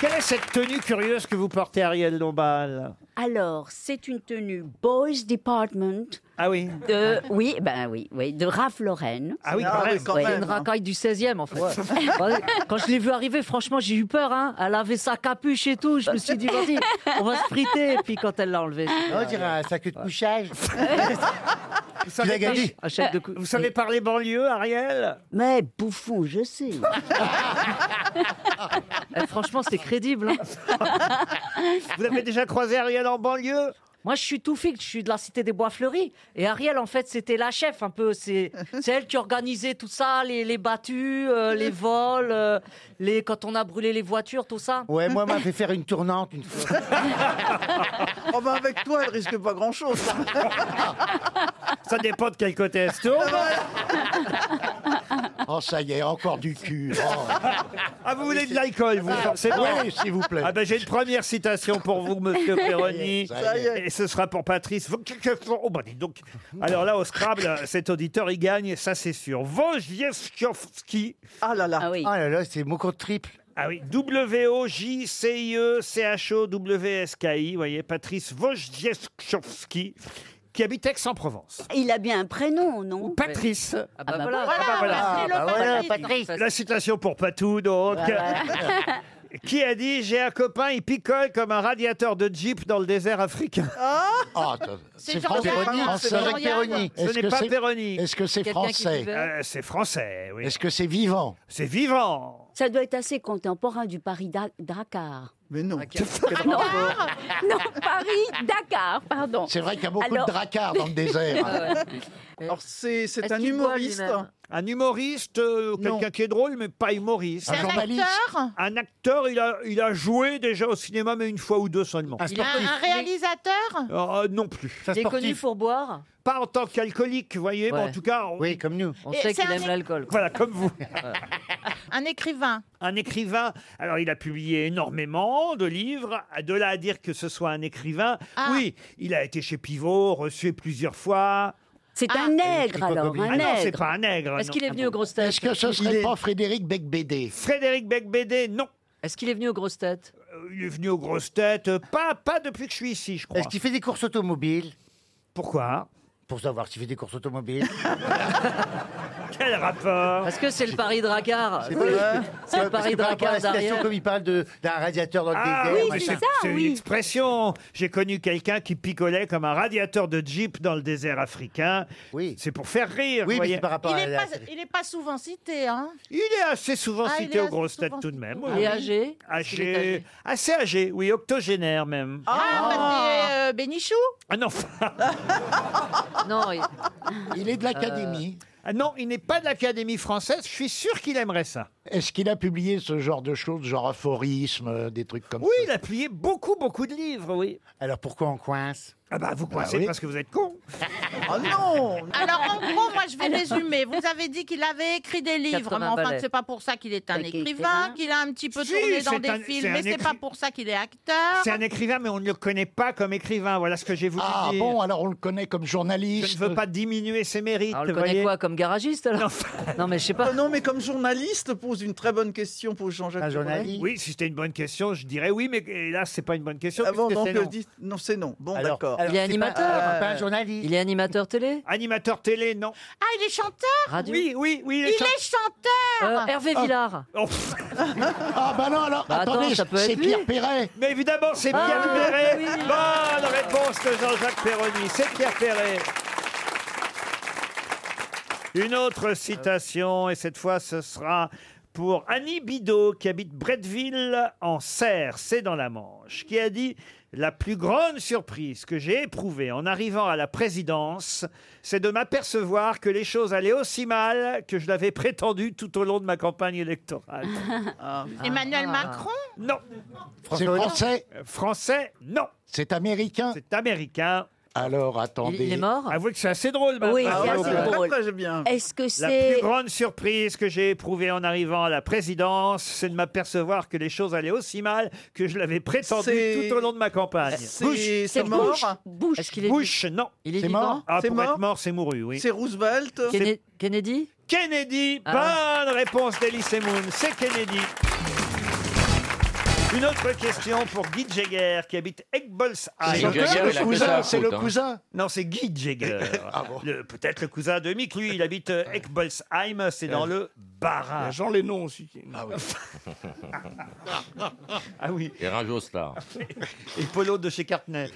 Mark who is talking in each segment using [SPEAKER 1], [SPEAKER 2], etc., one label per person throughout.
[SPEAKER 1] Quelle est cette tenue curieuse que vous portez, Ariel Dombal
[SPEAKER 2] Alors, c'est une tenue Boys Department
[SPEAKER 1] Ah oui
[SPEAKER 2] de, oui, ben oui, oui, de Ralph Lauren.
[SPEAKER 1] Ah oui, quand
[SPEAKER 3] Ah oui,
[SPEAKER 1] même.
[SPEAKER 3] quand
[SPEAKER 2] Ouais.
[SPEAKER 3] même,
[SPEAKER 4] C'est une
[SPEAKER 3] hein.
[SPEAKER 4] racaille du 16e en fait. Ouais. Quand je l'ai vu arriver, franchement, j'ai eu peur. hein. Elle avait sa capuche et tout. Je me suis dit, vas-y, on va se friter. Et puis quand elle l'a enlevé,
[SPEAKER 5] On dirait un sac de couchage.
[SPEAKER 1] Vous savez, par-
[SPEAKER 4] un chef de cou-
[SPEAKER 1] vous savez parler banlieue, Ariel
[SPEAKER 2] Mais bouffon, je sais.
[SPEAKER 4] Eh, Franchement, c'est crédible. hein.
[SPEAKER 1] Vous avez déjà croisé Ariel en banlieue
[SPEAKER 4] Moi, je suis tout fixe, je suis de la cité des Bois Fleuris. Et Ariel, en fait, c'était la chef un peu. C'est c'est elle qui organisait tout ça, les, les battues, euh, les vols, euh, les, quand on a brûlé les voitures, tout ça.
[SPEAKER 5] Ouais, moi, elle m'a fait faire une tournante une fois.
[SPEAKER 3] Oh
[SPEAKER 1] bah,
[SPEAKER 3] ben avec toi, elle risque pas grand-chose.
[SPEAKER 1] Ça dépend de quel côté elle se tourne.
[SPEAKER 5] Oh, ça y est, encore du cul. Oh.
[SPEAKER 1] Ah, vous voulez de l'alcool, vous, forcément
[SPEAKER 5] Oui, s'il vous plaît.
[SPEAKER 1] Ah ben j'ai une première citation pour vous, monsieur Perroni.
[SPEAKER 5] Ça
[SPEAKER 3] y est.
[SPEAKER 1] Et ce sera pour Patrice. Oh bah dis donc. Alors là, au Scrabble, cet auditeur, il gagne, ça c'est sûr. Wojciechowski.
[SPEAKER 3] Ah là là.
[SPEAKER 2] Ah oui.
[SPEAKER 5] Oh là là, c'est mon compte triple.
[SPEAKER 1] Ah oui, W-O-J-C-I-E-C-H-O-W-S-K-I. Vous voyez, Patrice Wojciechowski, qui habite Aix-en-Provence.
[SPEAKER 2] Il a bien un prénom, non
[SPEAKER 1] Patrice.
[SPEAKER 4] Ah bah,
[SPEAKER 2] bah
[SPEAKER 4] voilà.
[SPEAKER 2] voilà.
[SPEAKER 1] Ah, voilà.
[SPEAKER 5] Ah, bah voilà, Patrice.
[SPEAKER 1] La citation pour Patou, donc. Qui a dit J'ai un copain, il picole comme un radiateur de Jeep dans le désert africain.
[SPEAKER 6] Oh,
[SPEAKER 5] Ah, attends, c'est français.
[SPEAKER 3] Jean-Yann.
[SPEAKER 5] C'est
[SPEAKER 3] C'est
[SPEAKER 5] Jacques
[SPEAKER 3] Jean-Yann.
[SPEAKER 5] Perroni.
[SPEAKER 1] Ce n'est
[SPEAKER 5] que
[SPEAKER 1] pas
[SPEAKER 5] c'est-
[SPEAKER 1] Péroni.
[SPEAKER 5] Est-ce que c'est
[SPEAKER 4] Quelqu'un qui
[SPEAKER 5] français
[SPEAKER 4] buvait.
[SPEAKER 1] Euh, c'est français, oui.
[SPEAKER 5] Est-ce que c'est vivant
[SPEAKER 1] C'est vivant.
[SPEAKER 2] Ça doit être assez contemporain du Paris-Dakar.
[SPEAKER 3] Mais
[SPEAKER 1] Ah,
[SPEAKER 3] non.
[SPEAKER 2] Ah, Non, Paris-Dakar, pardon.
[SPEAKER 5] C'est vrai qu'il y a beaucoup
[SPEAKER 2] Alors-
[SPEAKER 5] de dracards dans le désert. hein.
[SPEAKER 3] Ah Euh, Alors c'est c'est
[SPEAKER 4] Ah Est-ce
[SPEAKER 3] un
[SPEAKER 4] qu'il boit
[SPEAKER 3] humoriste.
[SPEAKER 4] lui-même
[SPEAKER 1] Un humoriste, euh,
[SPEAKER 3] Non.
[SPEAKER 1] quelqu'un qui est drôle, mais pas humoriste.
[SPEAKER 5] Un journaliste,
[SPEAKER 1] Un acteur, il a, il a joué déjà au cinéma, mais une fois ou deux seulement.
[SPEAKER 5] un sportif.
[SPEAKER 7] réalisateur
[SPEAKER 1] Euh, non plus.
[SPEAKER 5] C'est un
[SPEAKER 4] Il est connu
[SPEAKER 5] sportif.
[SPEAKER 4] pour boire.
[SPEAKER 1] Pas en tant qu'alcoolique, vous voyez, mais
[SPEAKER 4] Ouais.
[SPEAKER 1] en tout cas, on-
[SPEAKER 5] Oui, comme nous.
[SPEAKER 4] On
[SPEAKER 7] Et
[SPEAKER 4] sait
[SPEAKER 7] c'est
[SPEAKER 4] qu'il
[SPEAKER 7] un
[SPEAKER 4] aime
[SPEAKER 7] é-
[SPEAKER 4] l'alcool. quoi.
[SPEAKER 1] voilà, comme vous.
[SPEAKER 7] Un écrivain
[SPEAKER 1] Un écrivain, alors il a publié énormément de livres, de là à dire que ce soit un écrivain,
[SPEAKER 7] Ah.
[SPEAKER 1] oui, il a été chez Pivot, reçu plusieurs fois.
[SPEAKER 2] C'est
[SPEAKER 7] Ah.
[SPEAKER 2] un nègre, alors,
[SPEAKER 1] ah
[SPEAKER 2] un
[SPEAKER 1] non, c'est
[SPEAKER 2] nègre.
[SPEAKER 1] pas un nègre.
[SPEAKER 4] Est-ce
[SPEAKER 1] non. Ah
[SPEAKER 4] qu'il est venu aux grosses têtes
[SPEAKER 5] Est-ce que ce
[SPEAKER 3] Il
[SPEAKER 5] serait
[SPEAKER 3] est-
[SPEAKER 5] pas Frédéric Becbédé
[SPEAKER 1] Frédéric Becbédé, non.
[SPEAKER 4] Est-ce qu'il est venu aux grosses têtes
[SPEAKER 1] Euh, Il est venu aux grosses têtes, euh, pas, pas depuis que je suis ici, je crois.
[SPEAKER 5] Est-ce qu'il fait des courses automobiles
[SPEAKER 1] Pourquoi
[SPEAKER 5] Pour savoir s'il fait des courses automobiles.
[SPEAKER 4] Ah
[SPEAKER 1] Quel rapport
[SPEAKER 4] Parce que c'est le Paris Dragar.
[SPEAKER 5] C'est pas-
[SPEAKER 4] bah C'est le
[SPEAKER 5] Parce
[SPEAKER 4] Paris hein,
[SPEAKER 5] que par rapport à
[SPEAKER 4] Dragar
[SPEAKER 5] la citation,
[SPEAKER 4] d'Ariel.
[SPEAKER 5] comme il parle de- d'un radiateur dans le
[SPEAKER 1] Ah
[SPEAKER 5] désert.
[SPEAKER 1] oui, mais
[SPEAKER 5] machin.
[SPEAKER 1] c'est c'est une expression. J'ai connu quelqu'un qui picolait comme un radiateur de Jeep dans le désert africain.
[SPEAKER 5] Oui.
[SPEAKER 1] C'est pour faire rire, vous
[SPEAKER 5] Oui, mais
[SPEAKER 1] voyez.
[SPEAKER 5] c'est par rapport
[SPEAKER 7] Il
[SPEAKER 5] à
[SPEAKER 7] n'est
[SPEAKER 5] la...
[SPEAKER 7] pas, il est pas souvent cité, hein
[SPEAKER 1] Il est assez souvent
[SPEAKER 7] Ah, il
[SPEAKER 1] cité
[SPEAKER 7] est
[SPEAKER 1] aux
[SPEAKER 7] assez
[SPEAKER 1] grosses têtes
[SPEAKER 7] souvent
[SPEAKER 1] tout de même.
[SPEAKER 4] Il est
[SPEAKER 1] oui.
[SPEAKER 4] âgé. Est-ce qu'il est
[SPEAKER 1] Âgé, assez âgé, oui, octogénaire même.
[SPEAKER 7] Ah, parce que, euh, Bénichou
[SPEAKER 1] Ah non,
[SPEAKER 4] Non, il-
[SPEAKER 5] Il est de l'académie.
[SPEAKER 1] ah non, il n'est pas de l'Académie française, je suis sûr qu'il aimerait ça.
[SPEAKER 5] Est-ce qu'il a publié ce genre de choses, genre aphorisme, euh, des trucs comme
[SPEAKER 1] Oui,
[SPEAKER 5] ça
[SPEAKER 1] il a plié beaucoup, beaucoup de livres, oui.
[SPEAKER 5] Alors pourquoi on coince
[SPEAKER 1] Ah bah vous coincez
[SPEAKER 5] oui.
[SPEAKER 1] parce que vous êtes con.
[SPEAKER 3] Ah non.
[SPEAKER 7] Alors, en gros, moi, je vais résumer. Vous avez dit qu'il avait écrit des livres,
[SPEAKER 4] 80
[SPEAKER 7] mais enfin,
[SPEAKER 4] ballets.
[SPEAKER 7] c'est pas pour ça qu'il est un
[SPEAKER 2] Qu'il est
[SPEAKER 7] écrivain,
[SPEAKER 2] écrivain.
[SPEAKER 7] qu'il a un petit peu
[SPEAKER 1] Si,
[SPEAKER 7] tourné
[SPEAKER 1] c'est
[SPEAKER 7] dans des
[SPEAKER 1] un- c'est
[SPEAKER 7] films,
[SPEAKER 1] un
[SPEAKER 7] mais c'est
[SPEAKER 1] écri-
[SPEAKER 7] pas pour ça qu'il est acteur.
[SPEAKER 1] C'est un écrivain, mais on ne le connaît pas comme écrivain. Voilà ce que j'ai voulu
[SPEAKER 5] Ah
[SPEAKER 1] dire.
[SPEAKER 5] bon, alors on le connaît comme
[SPEAKER 1] Je
[SPEAKER 5] journaliste.
[SPEAKER 1] ne veux pas diminuer ses mérites.
[SPEAKER 4] Alors, on le
[SPEAKER 1] vous
[SPEAKER 4] connaît
[SPEAKER 1] voyez.
[SPEAKER 4] quoi Comme garagiste alors Non, mais je sais pas.
[SPEAKER 3] Ah non, mais comme journaliste, pose une très bonne question pour Jean-Jacques.
[SPEAKER 5] Un
[SPEAKER 3] Perroni.
[SPEAKER 5] journaliste
[SPEAKER 1] Oui, si c'était une bonne question, je dirais oui, mais là, c'est pas une bonne question.
[SPEAKER 3] Ah bon,
[SPEAKER 1] puisque
[SPEAKER 3] donc
[SPEAKER 1] c'est
[SPEAKER 3] euh,
[SPEAKER 1] non.
[SPEAKER 3] dis- non, c'est non. Bon,
[SPEAKER 5] Alors,
[SPEAKER 3] d'accord.
[SPEAKER 5] alors,
[SPEAKER 4] Il est
[SPEAKER 5] c'est pas-
[SPEAKER 4] animateur.
[SPEAKER 5] euh, pas un journaliste.
[SPEAKER 4] Il est animateur télé
[SPEAKER 1] Animateur télé, non.
[SPEAKER 7] Ah, il est chanteur
[SPEAKER 4] Radio
[SPEAKER 1] Oui, oui, oui.
[SPEAKER 7] Il
[SPEAKER 1] cha-
[SPEAKER 7] est chanteur
[SPEAKER 4] Euh, Hervé Villard.
[SPEAKER 1] Oh, pff,
[SPEAKER 5] Ah bah non, alors
[SPEAKER 4] Bah attends,
[SPEAKER 5] attendez,
[SPEAKER 4] ça peut
[SPEAKER 5] c'est
[SPEAKER 4] être
[SPEAKER 5] Pierre
[SPEAKER 4] lui.
[SPEAKER 5] Perret.
[SPEAKER 1] Mais évidemment, c'est Pierre
[SPEAKER 4] Ah,
[SPEAKER 1] Perret.
[SPEAKER 4] oui.
[SPEAKER 1] Bonne réponse de Jean-Jacques Perroni. C'est Pierre Perret. Une autre citation, et cette fois, ce sera pour Annie Bidot, qui habite Bretteville, en Serre, c'est dans la Manche, qui a dit La plus grande surprise que j'ai éprouvée en arrivant à la présidence, c'est de m'apercevoir que les choses allaient aussi mal que je l'avais prétendu tout au long de ma campagne électorale.
[SPEAKER 7] Ah. Emmanuel Macron
[SPEAKER 1] non.
[SPEAKER 5] C'est français,
[SPEAKER 1] Euh, Français, non.
[SPEAKER 5] c'est américain.
[SPEAKER 1] C'est américain.
[SPEAKER 5] Alors
[SPEAKER 4] Il,
[SPEAKER 5] attendez.
[SPEAKER 4] il est mort
[SPEAKER 1] Avouez que c'est assez drôle.
[SPEAKER 2] Oui,
[SPEAKER 1] maintenant.
[SPEAKER 3] Ah ouais,
[SPEAKER 2] c'est assez
[SPEAKER 3] ouais,
[SPEAKER 2] drôle.
[SPEAKER 3] après, j'ai bien.
[SPEAKER 2] Est-ce que
[SPEAKER 1] La plus
[SPEAKER 2] c'est...
[SPEAKER 1] grande surprise que j'ai éprouvée en arrivant à la présidence, c'est de m'apercevoir que les choses allaient aussi mal que je l'avais prétendu
[SPEAKER 3] C'est-
[SPEAKER 1] tout au long de ma campagne.
[SPEAKER 3] C'est c'est
[SPEAKER 2] Bush.
[SPEAKER 3] mort.
[SPEAKER 2] Bush.
[SPEAKER 4] Est-ce qu'il est,
[SPEAKER 1] Bush, non.
[SPEAKER 4] il est
[SPEAKER 5] C'est
[SPEAKER 4] vivant
[SPEAKER 5] mort
[SPEAKER 1] Ah,
[SPEAKER 3] C'est
[SPEAKER 1] pour
[SPEAKER 3] mort
[SPEAKER 1] être mort, c'est mouru, oui.
[SPEAKER 3] C'est Roosevelt.
[SPEAKER 4] Kenne- Kennedy
[SPEAKER 1] Kennedy,
[SPEAKER 4] Ah.
[SPEAKER 1] bonne réponse d'Elie Semoun, c'est Kennedy. Une autre question pour Guy Jagger qui habite Egbolsheim.
[SPEAKER 5] C'est le cousin, le cousin, c'est
[SPEAKER 8] hein.
[SPEAKER 5] le cousin.
[SPEAKER 1] Non, c'est Guy Jagger.
[SPEAKER 5] Ah
[SPEAKER 1] Le- Peut-être le cousin de Mick. Lui, il habite euh, Eckbolsheim, c'est dans le Bas-Rhin.
[SPEAKER 9] Jean Lénon aussi.
[SPEAKER 1] Ah oui,
[SPEAKER 10] Et Rajo Star.
[SPEAKER 1] et Polo de chez Cartney.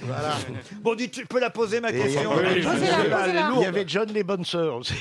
[SPEAKER 1] Bon, dis, tu peux la poser, ma
[SPEAKER 5] Et-
[SPEAKER 1] question
[SPEAKER 5] Oui, oui,
[SPEAKER 6] Posez-la,
[SPEAKER 5] oui.
[SPEAKER 6] posez-la.
[SPEAKER 5] Il y avait John Bah, les bonnes sœurs aussi.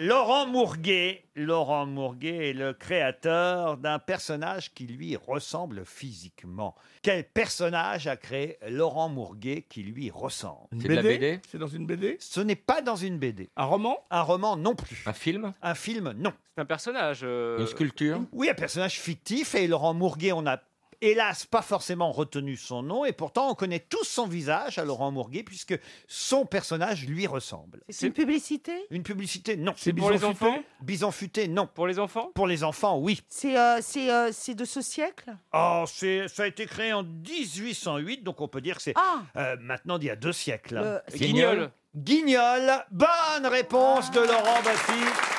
[SPEAKER 1] Laurent Mourguet. Laurent Mourguet est le créateur d'un personnage qui lui ressemble physiquement. Quel personnage a créé Laurent Mourguet qui lui ressemble
[SPEAKER 9] Une
[SPEAKER 10] C'est de la BD
[SPEAKER 9] C'est dans une BD
[SPEAKER 1] Ce n'est pas dans une BD.
[SPEAKER 9] Un roman
[SPEAKER 1] Un roman non plus.
[SPEAKER 10] Un film
[SPEAKER 1] Un film non.
[SPEAKER 8] C'est un personnage. euh,
[SPEAKER 10] Une sculpture
[SPEAKER 1] Oui, un personnage fictif et Laurent Mourguet, on a hélas pas forcément retenu son nom et pourtant on connaît tous son visage à Laurent Mourguet puisque son personnage lui ressemble.
[SPEAKER 6] C'est une publicité
[SPEAKER 1] Une publicité Non.
[SPEAKER 9] C'est
[SPEAKER 8] Pour les
[SPEAKER 9] Bison Futé
[SPEAKER 8] enfants
[SPEAKER 1] Bison futé Non.
[SPEAKER 8] Pour les enfants
[SPEAKER 1] Pour les enfants, oui.
[SPEAKER 6] C'est euh, c'est, euh, c'est de ce siècle
[SPEAKER 1] Oh, c'est- ça a été créé en 1808, donc on peut dire que c'est
[SPEAKER 6] Ah
[SPEAKER 1] euh, maintenant d'il y a deux siècles. hein.
[SPEAKER 6] Le-
[SPEAKER 10] Guignol.
[SPEAKER 1] Guignol, bonne réponse de Laurent Baffy.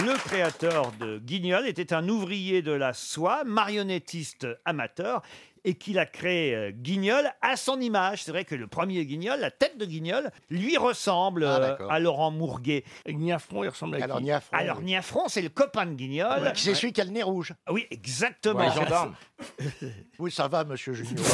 [SPEAKER 1] Le créateur de Guignol était un ouvrier de la soie, marionnettiste amateur, et qu'il a créé euh, Guignol à son image. C'est vrai que le premier Guignol, la tête de Guignol, lui ressemble
[SPEAKER 5] Ah,
[SPEAKER 1] euh,
[SPEAKER 5] d'accord.
[SPEAKER 1] à Laurent Mourguet.
[SPEAKER 9] Avec Niafron, il ressemble à
[SPEAKER 5] Alors,
[SPEAKER 9] qui
[SPEAKER 5] Niafron,
[SPEAKER 1] Alors
[SPEAKER 5] oui.
[SPEAKER 1] Niafron, c'est le copain de Guignol.
[SPEAKER 5] Ouais, C'est celui qui a le nez rouge.
[SPEAKER 1] Oui, exactement.
[SPEAKER 10] Ouais, gendarme.
[SPEAKER 5] Oui, ça va, monsieur Junior.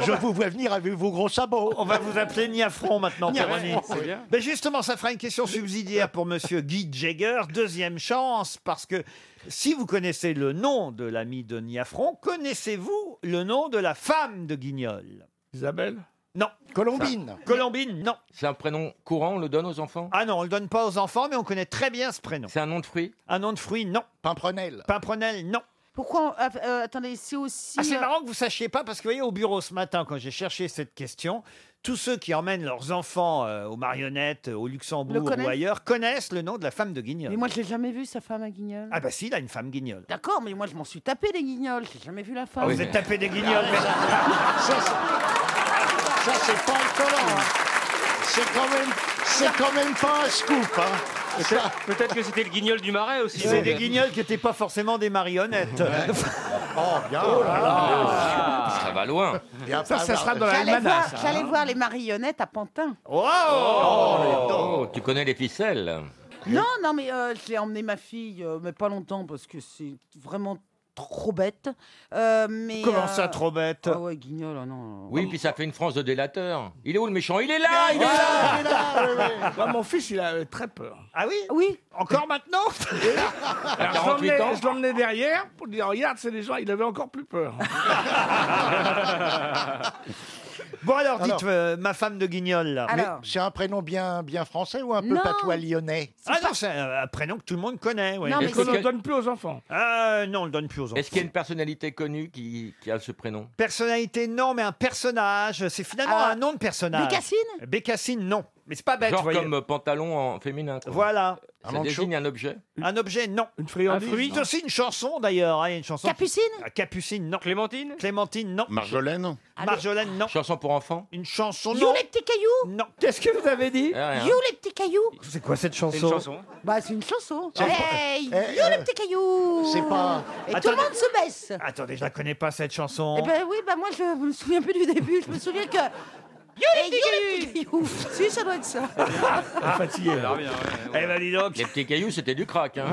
[SPEAKER 5] Je vous vois venir avec vos gros sabots.
[SPEAKER 1] On va vous appeler Niafron maintenant, Caroline.
[SPEAKER 8] C'est bien.
[SPEAKER 1] Ben justement, ça fera une question subsidiaire pour Monsieur Guy Jagger. Deuxième chance, parce que si vous connaissez le nom de l'ami de Niafron, connaissez-vous le nom de la femme de Guignol
[SPEAKER 9] Isabelle
[SPEAKER 1] Non.
[SPEAKER 5] Colombine.
[SPEAKER 1] Colombine, non.
[SPEAKER 10] C'est un prénom courant, on le donne aux enfants
[SPEAKER 1] Ah non, on le donne pas aux enfants, mais on connaît très bien ce prénom.
[SPEAKER 10] C'est un nom de fruit
[SPEAKER 1] Un nom de fruit, non.
[SPEAKER 5] Pimprenelle.
[SPEAKER 1] Pimprenel, non.
[SPEAKER 6] Pourquoi on- ah, euh, Attendez, c'est aussi.
[SPEAKER 1] Ah, c'est
[SPEAKER 6] euh,
[SPEAKER 1] marrant que vous sachiez pas, parce que vous voyez, au bureau ce matin, quand j'ai cherché cette question, tous ceux qui emmènent leurs enfants euh, aux marionnettes, euh, au
[SPEAKER 6] Le
[SPEAKER 1] Luxembourg
[SPEAKER 6] connaissent
[SPEAKER 1] ou ailleurs, connaissent le nom de la femme de Guignol.
[SPEAKER 6] Mais moi, je l'ai jamais vu, sa femme à Guignol.
[SPEAKER 1] Ah bah si, il a une femme Guignol.
[SPEAKER 6] D'accord, mais moi, je m'en suis tapé les Guignols. J'ai jamais vu la Ah femme.
[SPEAKER 10] oui.
[SPEAKER 1] Vous êtes tapé des Guignols, mais-
[SPEAKER 5] Ça, c'est- ça, c'est pas collant. C'est quand même, c'est quand même pas un scoop. hein. Ça-
[SPEAKER 8] Peut-être que c'était le guignol du marais aussi.
[SPEAKER 1] C'est des guignols qui n'étaient pas forcément des marionnettes.
[SPEAKER 5] Oh, bien. Ah.
[SPEAKER 10] Ça va loin.
[SPEAKER 5] Bien,
[SPEAKER 9] Ça,
[SPEAKER 5] pas
[SPEAKER 9] ça
[SPEAKER 5] mal.
[SPEAKER 9] sera dans la
[SPEAKER 6] J'allais voir,
[SPEAKER 9] Almanach, ça,
[SPEAKER 6] j'allais
[SPEAKER 9] hein.
[SPEAKER 6] voir les marionnettes à Pantin.
[SPEAKER 10] Oh, tu connais les ficelles
[SPEAKER 6] Non, non, mais euh, je l'ai emmené ma fille, euh, mais pas longtemps, parce que c'est vraiment trop bête. Euh, mais,
[SPEAKER 1] Comment
[SPEAKER 6] euh,
[SPEAKER 1] ça, trop bête
[SPEAKER 6] Ah ouais, Guignol, ah non.
[SPEAKER 10] Oui, puis ça fait une France de délateur. Il est où le méchant Il est là il est-
[SPEAKER 9] Moi, mon fils, il a euh, très peur.
[SPEAKER 1] Ah oui
[SPEAKER 6] Oui,
[SPEAKER 1] Encore maintenant
[SPEAKER 9] Alors, je
[SPEAKER 10] 48
[SPEAKER 9] l'emmenais-
[SPEAKER 10] ans.
[SPEAKER 9] je l'emmenais derrière pour dire regarde, c'est les gens, il avait encore plus peur.
[SPEAKER 1] Bon alors, dites
[SPEAKER 5] Alors.
[SPEAKER 1] euh, ma femme de guignol, là.
[SPEAKER 5] Mais
[SPEAKER 6] alors.
[SPEAKER 5] c'est un prénom bien, bien français ou un peu
[SPEAKER 6] Non.
[SPEAKER 5] patois lyonnais
[SPEAKER 1] Ah non, c'est un, un prénom que tout le monde connaît. ouais.
[SPEAKER 6] Non, mais
[SPEAKER 10] Est-ce
[SPEAKER 9] Qu'on
[SPEAKER 10] qu'il y
[SPEAKER 9] ne
[SPEAKER 10] a-
[SPEAKER 9] donne plus aux enfants.
[SPEAKER 1] Ah, non, on le donne plus aux enfants.
[SPEAKER 10] Est-ce qu'il y a une personnalité connue qui, qui a ce prénom
[SPEAKER 1] Personnalité, non, mais un personnage, c'est finalement
[SPEAKER 6] Ah.
[SPEAKER 1] un nom de personnage.
[SPEAKER 6] Bécassine
[SPEAKER 1] Bécassine, non. Mais c'est pas bête,
[SPEAKER 10] Genre
[SPEAKER 1] voyez.
[SPEAKER 10] comme euh, pantalon en féminin. quoi.
[SPEAKER 1] Voilà.
[SPEAKER 5] Un
[SPEAKER 10] Ça
[SPEAKER 5] manchot.
[SPEAKER 10] désigne un objet.
[SPEAKER 1] Un objet, non.
[SPEAKER 9] Une
[SPEAKER 1] Un
[SPEAKER 9] friandise.
[SPEAKER 1] fruit,
[SPEAKER 9] non.
[SPEAKER 1] c'est aussi une chanson, d'ailleurs. hein, Il y a une chanson.
[SPEAKER 6] Capucine
[SPEAKER 1] Ah, Capucine, non.
[SPEAKER 8] Clémentine
[SPEAKER 1] Clémentine, non.
[SPEAKER 11] Marjolaine
[SPEAKER 1] Marjolaine, non.
[SPEAKER 10] Chanson pour enfants
[SPEAKER 1] Une chanson,
[SPEAKER 6] You
[SPEAKER 1] non.
[SPEAKER 6] les petits cailloux
[SPEAKER 1] Non.
[SPEAKER 9] Qu'est-ce que vous avez dit
[SPEAKER 10] Ah, rien.
[SPEAKER 6] You les petits cailloux
[SPEAKER 1] C'est quoi cette
[SPEAKER 8] C'est une chanson.
[SPEAKER 6] Bah, c'est une chanson.
[SPEAKER 5] C'est-
[SPEAKER 6] Hey You
[SPEAKER 5] Eh,
[SPEAKER 6] les
[SPEAKER 5] euh,
[SPEAKER 6] petits cailloux
[SPEAKER 5] C'est pas.
[SPEAKER 6] Oh. Et tout
[SPEAKER 1] Attendez.
[SPEAKER 6] le monde se baisse
[SPEAKER 1] Attendez, je la connais pas cette chanson.
[SPEAKER 6] Eh ben oui, bah moi, je me souviens plus du début. Je me souviens que. You les petits cailloux Si, ça doit être ça.
[SPEAKER 9] Fatigué.
[SPEAKER 10] Ah,
[SPEAKER 8] Ça revient, ouais, ouais.
[SPEAKER 1] Ah, Eh ben dis donc.
[SPEAKER 10] Les petits cailloux, c'était du crack. Hein.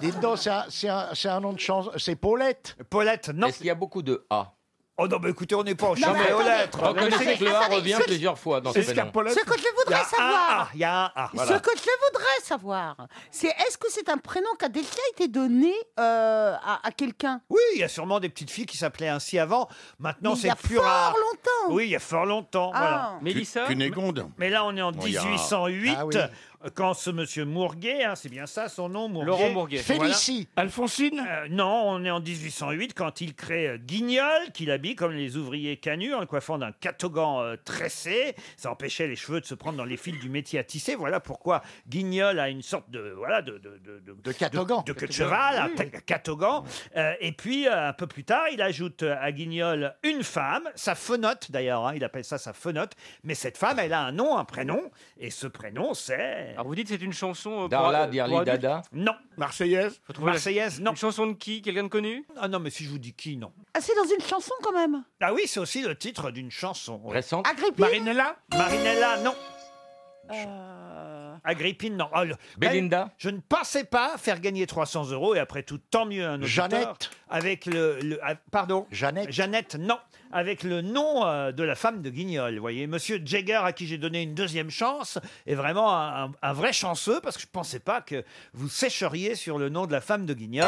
[SPEAKER 5] Dites donc, c'est un, c'est un- c'est un nom de chance. C'est Paulette.
[SPEAKER 1] Paulette, non.
[SPEAKER 10] Est-ce qu'il y a beaucoup de A
[SPEAKER 1] Oh non, mais écoutez, on n'est pas au
[SPEAKER 6] Non, mais
[SPEAKER 1] championnat aux
[SPEAKER 6] attendez.
[SPEAKER 1] lettres.
[SPEAKER 10] Reconnaissez que le A revient
[SPEAKER 6] ce-
[SPEAKER 10] plusieurs fois dans ce prénom.
[SPEAKER 9] Escarpolette.
[SPEAKER 6] Ce que je
[SPEAKER 1] Il y a
[SPEAKER 6] voudrais
[SPEAKER 1] un Ah, A,
[SPEAKER 6] savoir,
[SPEAKER 1] il y a un A.
[SPEAKER 6] Ce que je voudrais savoir, c'est est-ce que c'est un prénom qui a déjà été donné euh, à, à quelqu'un
[SPEAKER 1] Oui, il y a sûrement des petites filles qui s'appelaient ainsi avant. Maintenant,
[SPEAKER 6] Mais Il y
[SPEAKER 1] c'est
[SPEAKER 6] a
[SPEAKER 1] plus
[SPEAKER 6] fort
[SPEAKER 1] rare.
[SPEAKER 6] longtemps.
[SPEAKER 1] Oui, il y a fort longtemps. Voilà.
[SPEAKER 6] Ah.
[SPEAKER 8] Mélissa
[SPEAKER 11] Cunégonde.
[SPEAKER 1] Mais là, on est en
[SPEAKER 11] Bon, Oh, il y a un-
[SPEAKER 1] 1808,
[SPEAKER 5] Ah oui.
[SPEAKER 1] quand ce monsieur Mourguet, hein, c'est bien ça son nom, Mourguet.
[SPEAKER 8] Laurent Bourguet.
[SPEAKER 5] Félicie.
[SPEAKER 9] Alphonsine
[SPEAKER 1] Euh, non, on est en 1808 quand il crée euh, Guignol, qu'il habille comme les ouvriers canus en le coiffant d'un catogan euh, tressé. Ça empêchait les cheveux de se prendre dans les fils du métier à tisser. Voilà pourquoi Guignol a une sorte de voilà de de de, de-
[SPEAKER 5] De catogan.
[SPEAKER 1] de queue de cheval, un ta- catogan. Euh, et puis euh, un peu plus tard, il ajoute euh, à Guignol une femme, sa fenote d'ailleurs. hein, il appelle ça sa fenote. Mais cette femme, elle a un nom, un prénom, et ce prénom c'est
[SPEAKER 8] Alors vous dites c'est une chanson. euh,
[SPEAKER 12] Darla,
[SPEAKER 8] pour-
[SPEAKER 12] Dirli,
[SPEAKER 8] pour adultes
[SPEAKER 12] Dada.
[SPEAKER 1] Non.
[SPEAKER 13] Marseillaise
[SPEAKER 8] Faut trouver la-
[SPEAKER 1] Marseillaise, non.
[SPEAKER 8] Une chanson de qui Quelqu'un de connu
[SPEAKER 1] Ah non, mais si je vous dis qui, non.
[SPEAKER 14] Ah, c'est dans une chanson quand même.
[SPEAKER 1] Ah oui, c'est aussi le titre d'une chanson. ouais.
[SPEAKER 12] Récente.
[SPEAKER 14] Agrippine.
[SPEAKER 13] Marinella
[SPEAKER 1] Marinella, non.
[SPEAKER 14] Euh,
[SPEAKER 1] Agrippine, non. Ah, le-
[SPEAKER 12] Belinda.
[SPEAKER 1] Je ne pensais pas faire gagner 300 euros et après tout, tant mieux un autre.
[SPEAKER 15] Jeannette.
[SPEAKER 1] Avec le. le- ah, pardon
[SPEAKER 15] Jeannette.
[SPEAKER 1] Jeannette, non. Avec le nom euh, de la femme de Guignol, vous voyez. Monsieur Jagger, à qui j'ai donné une deuxième chance, est vraiment un, un- un vrai chanceux parce que je ne pensais pas que vous sécheriez sur le nom de la femme de Guignol.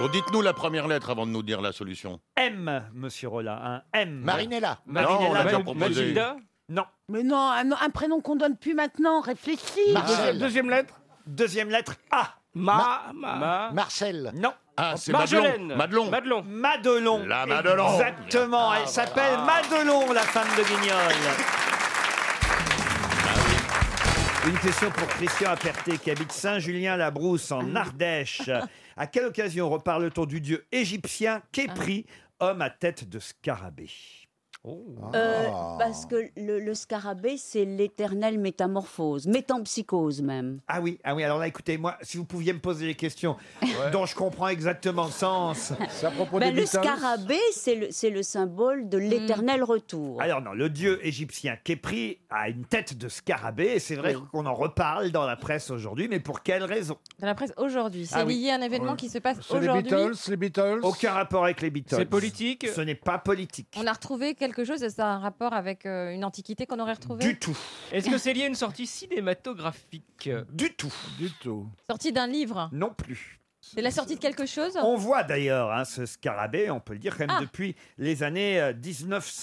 [SPEAKER 16] Bon, dites-nous la première lettre avant de nous dire la solution.
[SPEAKER 1] M, monsieur Rolla, un M.
[SPEAKER 15] Marinella.
[SPEAKER 1] Marinella,
[SPEAKER 16] on l'a déjà
[SPEAKER 1] non.
[SPEAKER 16] proposé.
[SPEAKER 8] Mathilda
[SPEAKER 1] Non.
[SPEAKER 14] Mais non, un, un prénom qu'on donne plus maintenant, réfléchis.
[SPEAKER 13] Deuxième,
[SPEAKER 15] Marcel.
[SPEAKER 13] deuxième lettre
[SPEAKER 1] Deuxième lettre A.
[SPEAKER 13] Ma. ma-
[SPEAKER 8] Ma.
[SPEAKER 15] Marcel.
[SPEAKER 1] Non. Oh,
[SPEAKER 16] Ah, c'est
[SPEAKER 8] Marjolaine.
[SPEAKER 16] Madelon.
[SPEAKER 8] Madelon.
[SPEAKER 16] Madelon.
[SPEAKER 1] Madelon.
[SPEAKER 16] La Madelon. Ah, bah.
[SPEAKER 1] Exactement. Elle s'appelle Madelon, la femme de Guignol.
[SPEAKER 16] Ah
[SPEAKER 1] Une question pour Christian Aperté qui habite Saint-Julien-la-Brousse en Ardèche. À quelle occasion reparle-t-on du dieu égyptien Képri, homme à tête de scarabée
[SPEAKER 2] Euh,
[SPEAKER 3] Ah.
[SPEAKER 2] parce que le, le scarabée, c'est l'éternelle métamorphose, métampsychose même.
[SPEAKER 1] Ah oui, ah oui. Alors là, écoutez, moi, si vous pouviez me poser les questions dont je comprends exactement le sens.
[SPEAKER 3] C'est à propos
[SPEAKER 2] Ben, le scarabée, c'est le, c'est le symbole
[SPEAKER 17] Hmm.
[SPEAKER 2] de l'éternel retour.
[SPEAKER 1] Alors non, le dieu égyptien Képri a une tête de scarabée, et c'est vrai
[SPEAKER 2] Oui.
[SPEAKER 1] qu'on en reparle dans la presse aujourd'hui, mais pour quelle raison
[SPEAKER 17] Dans la presse aujourd'hui. C'est
[SPEAKER 1] Ah oui.
[SPEAKER 17] lié à un événement qui se passe
[SPEAKER 13] C'est les Beatles,
[SPEAKER 17] aujourd'hui.
[SPEAKER 13] les Beatles.
[SPEAKER 1] Aucun rapport avec les Beatles.
[SPEAKER 8] C'est politique
[SPEAKER 1] Ce n'est pas politique.
[SPEAKER 17] On a retrouvé quelque chose et ça a un rapport avec euh, une antiquité qu'on aurait retrouvée.
[SPEAKER 1] Du tout,
[SPEAKER 8] Est-ce que c'est lié à une sortie cinématographique
[SPEAKER 1] du tout,
[SPEAKER 13] Du tout.
[SPEAKER 17] Sortie d'un livre.
[SPEAKER 1] non plus.
[SPEAKER 17] C'est la sortie de quelque chose
[SPEAKER 1] On voit d'ailleurs hein, ce scarabée, on peut le dire quand même
[SPEAKER 17] Ah.
[SPEAKER 1] depuis les années euh,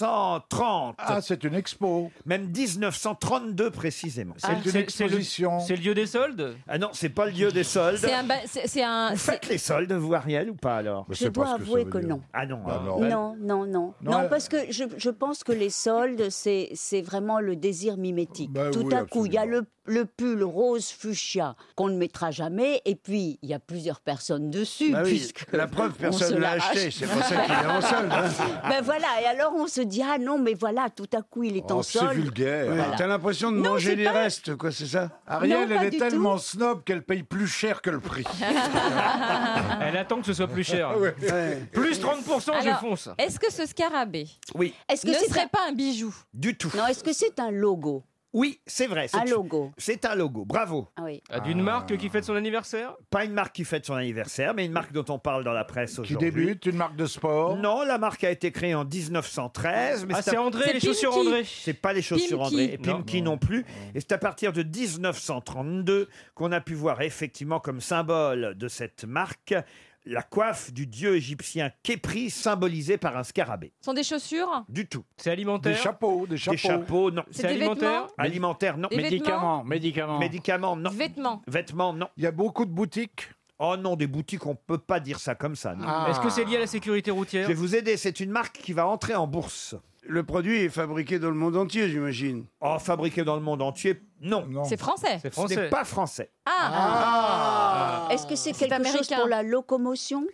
[SPEAKER 1] 1930,
[SPEAKER 13] Ah, c'est une expo.
[SPEAKER 1] même 1932 précisément.
[SPEAKER 17] Ah.
[SPEAKER 13] C'est une
[SPEAKER 8] C'est- c'est le-
[SPEAKER 13] exposition.
[SPEAKER 8] C'est le lieu des soldes
[SPEAKER 1] Ah non, c'est pas le dieu des soldes.
[SPEAKER 17] C'est un. ba- C'est c'est un.
[SPEAKER 1] Vous
[SPEAKER 17] c'est-
[SPEAKER 1] faites les soldes, vous Ariel, ou pas alors
[SPEAKER 2] je dois avouer que, non.
[SPEAKER 1] Ah non. hein.
[SPEAKER 13] non.
[SPEAKER 2] Non, non, non.
[SPEAKER 13] Non,
[SPEAKER 2] Non,
[SPEAKER 13] elle-
[SPEAKER 2] parce que je, je pense que les soldes, c'est c'est vraiment le désir mimétique.
[SPEAKER 13] Bah
[SPEAKER 2] Tout
[SPEAKER 13] oui,
[SPEAKER 2] à coup, il y a
[SPEAKER 13] absolument.
[SPEAKER 2] le, le pull rose fuchsia qu'on ne mettra jamais, et puis il y a plusieurs personnes dessus.
[SPEAKER 15] Bah oui,
[SPEAKER 2] puisque
[SPEAKER 15] la preuve,
[SPEAKER 2] on
[SPEAKER 15] personne
[SPEAKER 2] se
[SPEAKER 15] ne l'a
[SPEAKER 2] l'arrache.
[SPEAKER 15] acheté. C'est pour ça qu'il est hein. en solde.
[SPEAKER 2] Ben voilà, et alors on se dit, ah non, mais voilà, tout à coup, il est
[SPEAKER 5] Oh,
[SPEAKER 2] en solde.
[SPEAKER 15] vulgaire.
[SPEAKER 2] Voilà.
[SPEAKER 13] Oh, T'as l'impression de
[SPEAKER 2] Non,
[SPEAKER 13] manger
[SPEAKER 2] c'est
[SPEAKER 13] les
[SPEAKER 2] pas-
[SPEAKER 13] restes, quoi, c'est ça Ariel,
[SPEAKER 2] Non, pas
[SPEAKER 13] elle est
[SPEAKER 2] du
[SPEAKER 13] tellement snob qu'elle paye plus cher que le prix.
[SPEAKER 8] Elle attend que ce soit plus cher. Plus 30%, je
[SPEAKER 17] Alors,
[SPEAKER 8] fonce.
[SPEAKER 17] Est-ce que ce scarabée
[SPEAKER 1] Oui,
[SPEAKER 2] Est-ce que
[SPEAKER 17] ne
[SPEAKER 2] c'est
[SPEAKER 17] serait pas un bijou
[SPEAKER 1] du tout.
[SPEAKER 2] un... Non, est-ce que c'est un logo
[SPEAKER 1] Oui, c'est vrai. Eh, c'est
[SPEAKER 2] Un
[SPEAKER 1] une-
[SPEAKER 2] logo.
[SPEAKER 1] C'est un logo, bravo.
[SPEAKER 2] Ah oui.
[SPEAKER 8] Ah, D'une marque qui fête son anniversaire
[SPEAKER 1] Pas une marque qui fête son anniversaire, mais une marque dont on parle dans la presse
[SPEAKER 13] Qui
[SPEAKER 1] aujourd'hui.
[SPEAKER 13] débute, une marque de sport.
[SPEAKER 1] Non, la marque a été créée en 1913, mais
[SPEAKER 8] Ah,
[SPEAKER 1] c'est
[SPEAKER 8] c'est
[SPEAKER 1] à-
[SPEAKER 8] André,
[SPEAKER 17] C'est
[SPEAKER 8] les chaussures
[SPEAKER 17] Pimki.
[SPEAKER 8] André.
[SPEAKER 1] c'est pas les chaussures
[SPEAKER 17] Pimki.
[SPEAKER 1] André et
[SPEAKER 8] Non.
[SPEAKER 1] Pimki non, plus. Et c'est à partir de 1932 qu'on a pu voir effectivement comme symbole de cette marque la coiffe du dieu égyptien Képri symbolisée par un scarabée.
[SPEAKER 17] Ce sont des chaussures
[SPEAKER 1] Du tout.
[SPEAKER 8] C'est
[SPEAKER 13] Des
[SPEAKER 8] alimentaire
[SPEAKER 13] chapeaux, des chapeaux.
[SPEAKER 1] Des chapeaux, non.
[SPEAKER 17] C'est
[SPEAKER 8] C'est
[SPEAKER 17] des
[SPEAKER 8] alimentaire
[SPEAKER 17] vêtements
[SPEAKER 1] Alimentaire, non.
[SPEAKER 17] Des vêtements
[SPEAKER 1] Médicaments, Médicaments, non.
[SPEAKER 17] Des vêtements.
[SPEAKER 1] Vêtements, non.
[SPEAKER 13] Il y a beaucoup de boutiques.
[SPEAKER 1] Oh non, des boutiques, on peut pas dire ça comme ça. non.
[SPEAKER 13] Ah.
[SPEAKER 8] Ah. Est-ce que c'est lié à la sécurité
[SPEAKER 1] Je
[SPEAKER 8] routière
[SPEAKER 1] vais vous aider, c'est une marque qui va entrer en bourse.
[SPEAKER 15] Le produit est fabriqué dans le monde entier, j'imagine.
[SPEAKER 1] Oh, fabriqué dans le monde entier, non.
[SPEAKER 13] Non.
[SPEAKER 17] C'est français.
[SPEAKER 8] C'est
[SPEAKER 1] Ce n'est
[SPEAKER 8] français.
[SPEAKER 1] pas français.
[SPEAKER 17] Ah,
[SPEAKER 2] Est-ce que c'est quelque chose
[SPEAKER 17] américain.
[SPEAKER 2] pour la locomotion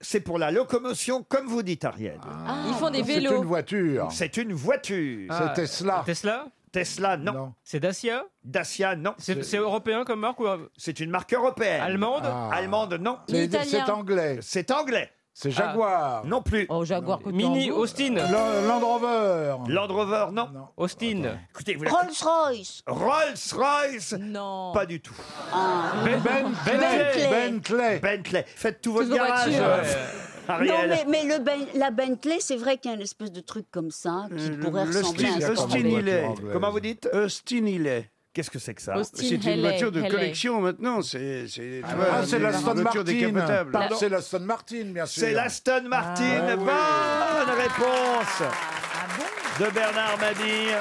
[SPEAKER 1] C'est pour la locomotion, comme vous dites, Ariel.
[SPEAKER 17] ils font des
[SPEAKER 13] Ah, C'est
[SPEAKER 17] vélos.
[SPEAKER 13] une voiture.
[SPEAKER 1] C'est une voiture.
[SPEAKER 8] Ah.
[SPEAKER 13] C'est Tesla.
[SPEAKER 8] Tesla
[SPEAKER 1] Tesla, non.
[SPEAKER 8] C'est Dacia
[SPEAKER 1] Dacia, non.
[SPEAKER 8] C'est c'est européen comme marque ou euh,
[SPEAKER 1] C'est une marque européenne.
[SPEAKER 8] allemande
[SPEAKER 13] Ah.
[SPEAKER 1] Allemande, non.
[SPEAKER 13] C'est
[SPEAKER 17] Italien.
[SPEAKER 13] c'est anglais.
[SPEAKER 1] C'est anglais,
[SPEAKER 13] C'est Jaguar.
[SPEAKER 1] non plus.
[SPEAKER 17] Oh, Jaguar Couture.
[SPEAKER 8] Mini Austin.
[SPEAKER 13] Lan- Land Rover.
[SPEAKER 1] Land Rover, non.
[SPEAKER 13] Non.
[SPEAKER 8] Austin.
[SPEAKER 1] Écoutez, vous la...
[SPEAKER 2] Rolls-Royce
[SPEAKER 1] Rolls-Royce,
[SPEAKER 17] Non.
[SPEAKER 1] pas du tout.
[SPEAKER 2] Ah.
[SPEAKER 13] Ben- Bentley.
[SPEAKER 2] Bentley.
[SPEAKER 13] Bentley.
[SPEAKER 1] Bentley, faites tout Ben, votre
[SPEAKER 17] vos
[SPEAKER 1] garage,
[SPEAKER 17] voitures.
[SPEAKER 1] euh,
[SPEAKER 2] Non,
[SPEAKER 1] Ariel.
[SPEAKER 2] mais, mais le Ben- la Bentley, c'est vrai qu'il y a une espèce de truc comme ça qui
[SPEAKER 1] Mm,
[SPEAKER 2] pourrait
[SPEAKER 15] le
[SPEAKER 2] ressembler
[SPEAKER 15] style-
[SPEAKER 2] à un
[SPEAKER 15] le
[SPEAKER 2] scarabée.
[SPEAKER 15] style, il est.
[SPEAKER 1] Comment vous dites
[SPEAKER 15] Austin, il est.
[SPEAKER 1] Qu'est-ce que c'est que ça
[SPEAKER 17] Austin
[SPEAKER 15] C'est une
[SPEAKER 17] Haley,
[SPEAKER 15] voiture de
[SPEAKER 17] Haley.
[SPEAKER 15] collection maintenant. C'est c'est- tu vois,
[SPEAKER 13] Ah, c'est
[SPEAKER 15] une-
[SPEAKER 13] la
[SPEAKER 15] une
[SPEAKER 13] Stone
[SPEAKER 15] voiture
[SPEAKER 13] Martin.
[SPEAKER 15] décapotable.
[SPEAKER 13] Pardon. C'est la Stone Martin, bien sûr.
[SPEAKER 1] C'est l'Aston Martin.
[SPEAKER 13] Ah, oui. Ah,
[SPEAKER 1] Bonne réponse de Bernard Mabille.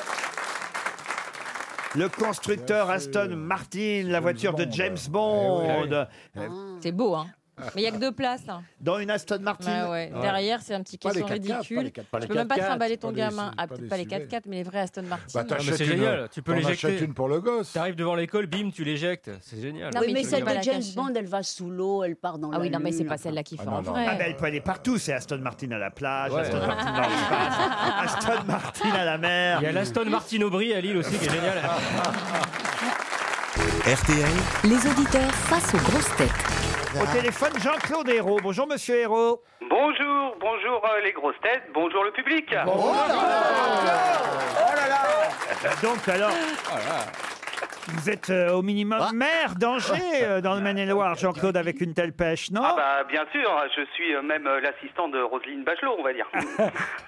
[SPEAKER 1] Le constructeur
[SPEAKER 13] Bien sûr.
[SPEAKER 1] Aston Martin, la
[SPEAKER 13] James
[SPEAKER 1] voiture de
[SPEAKER 13] Bond.
[SPEAKER 1] James
[SPEAKER 13] Eh
[SPEAKER 1] Bond. Eh
[SPEAKER 17] C'est beau, hein. Mais il y a que deux places. hein.
[SPEAKER 1] Dans une Aston Martin.
[SPEAKER 17] Bah ouais. Derrière, c'est un petit
[SPEAKER 13] Pas les
[SPEAKER 17] caisson
[SPEAKER 13] 4x4,
[SPEAKER 17] ridicule.
[SPEAKER 13] pas les 4x4, pas les
[SPEAKER 17] Tu peux même pas
[SPEAKER 13] 4x4,
[SPEAKER 17] trimballer ton
[SPEAKER 13] pas les-
[SPEAKER 17] gamin.
[SPEAKER 13] pas
[SPEAKER 17] Ah,
[SPEAKER 13] les
[SPEAKER 17] peut-être pas les
[SPEAKER 13] SUV.
[SPEAKER 17] 4x4, mais les vrais Aston Martin.
[SPEAKER 13] Bah, t'achètes
[SPEAKER 8] c'est
[SPEAKER 13] une-
[SPEAKER 8] génial, tu peux
[SPEAKER 13] t'en
[SPEAKER 8] l'éjecter.
[SPEAKER 13] achètes une pour le gosse.
[SPEAKER 8] T'arrives devant l'école, bim, tu l'éjectes. C'est génial.
[SPEAKER 17] Non,
[SPEAKER 2] Oui,
[SPEAKER 17] mais
[SPEAKER 2] mais
[SPEAKER 17] tu
[SPEAKER 2] celle
[SPEAKER 17] peux pas
[SPEAKER 2] de
[SPEAKER 17] la
[SPEAKER 2] James
[SPEAKER 17] cacher.
[SPEAKER 2] Bond, elle va sous l'eau, elle part dans la
[SPEAKER 17] Ah oui, non, mais c'est
[SPEAKER 2] lune.
[SPEAKER 17] pas celle-là qui fait
[SPEAKER 13] Ah, non,
[SPEAKER 17] en
[SPEAKER 13] non.
[SPEAKER 1] Ah ben,
[SPEAKER 17] vrai.
[SPEAKER 1] elle peut aller partout, c'est Aston Martin à la plage,
[SPEAKER 8] Ouais.
[SPEAKER 1] Aston Martin dans l'espace, Aston Martin à la mer.
[SPEAKER 8] Il y a l'Aston Martin Aubry à Lille aussi qui est génial.
[SPEAKER 1] RTL.
[SPEAKER 2] Les auditeurs face aux grosses têtes.
[SPEAKER 1] Au téléphone, Jean-Claude Hérault. Bonjour, monsieur Hérault.
[SPEAKER 8] Bonjour, bonjour euh, les grosses têtes, bonjour le public.
[SPEAKER 13] Oh
[SPEAKER 1] Donc, alors,
[SPEAKER 8] Oh
[SPEAKER 1] vous êtes euh, au minimum
[SPEAKER 8] Ah.
[SPEAKER 1] maire d'Angers, euh, dans le Maine-et-Loire, Jean-Claude, avec une telle pêche, non
[SPEAKER 8] Ah bah bien sûr, je suis euh, même euh, l'assistant de Roselyne Bachelot, on va dire.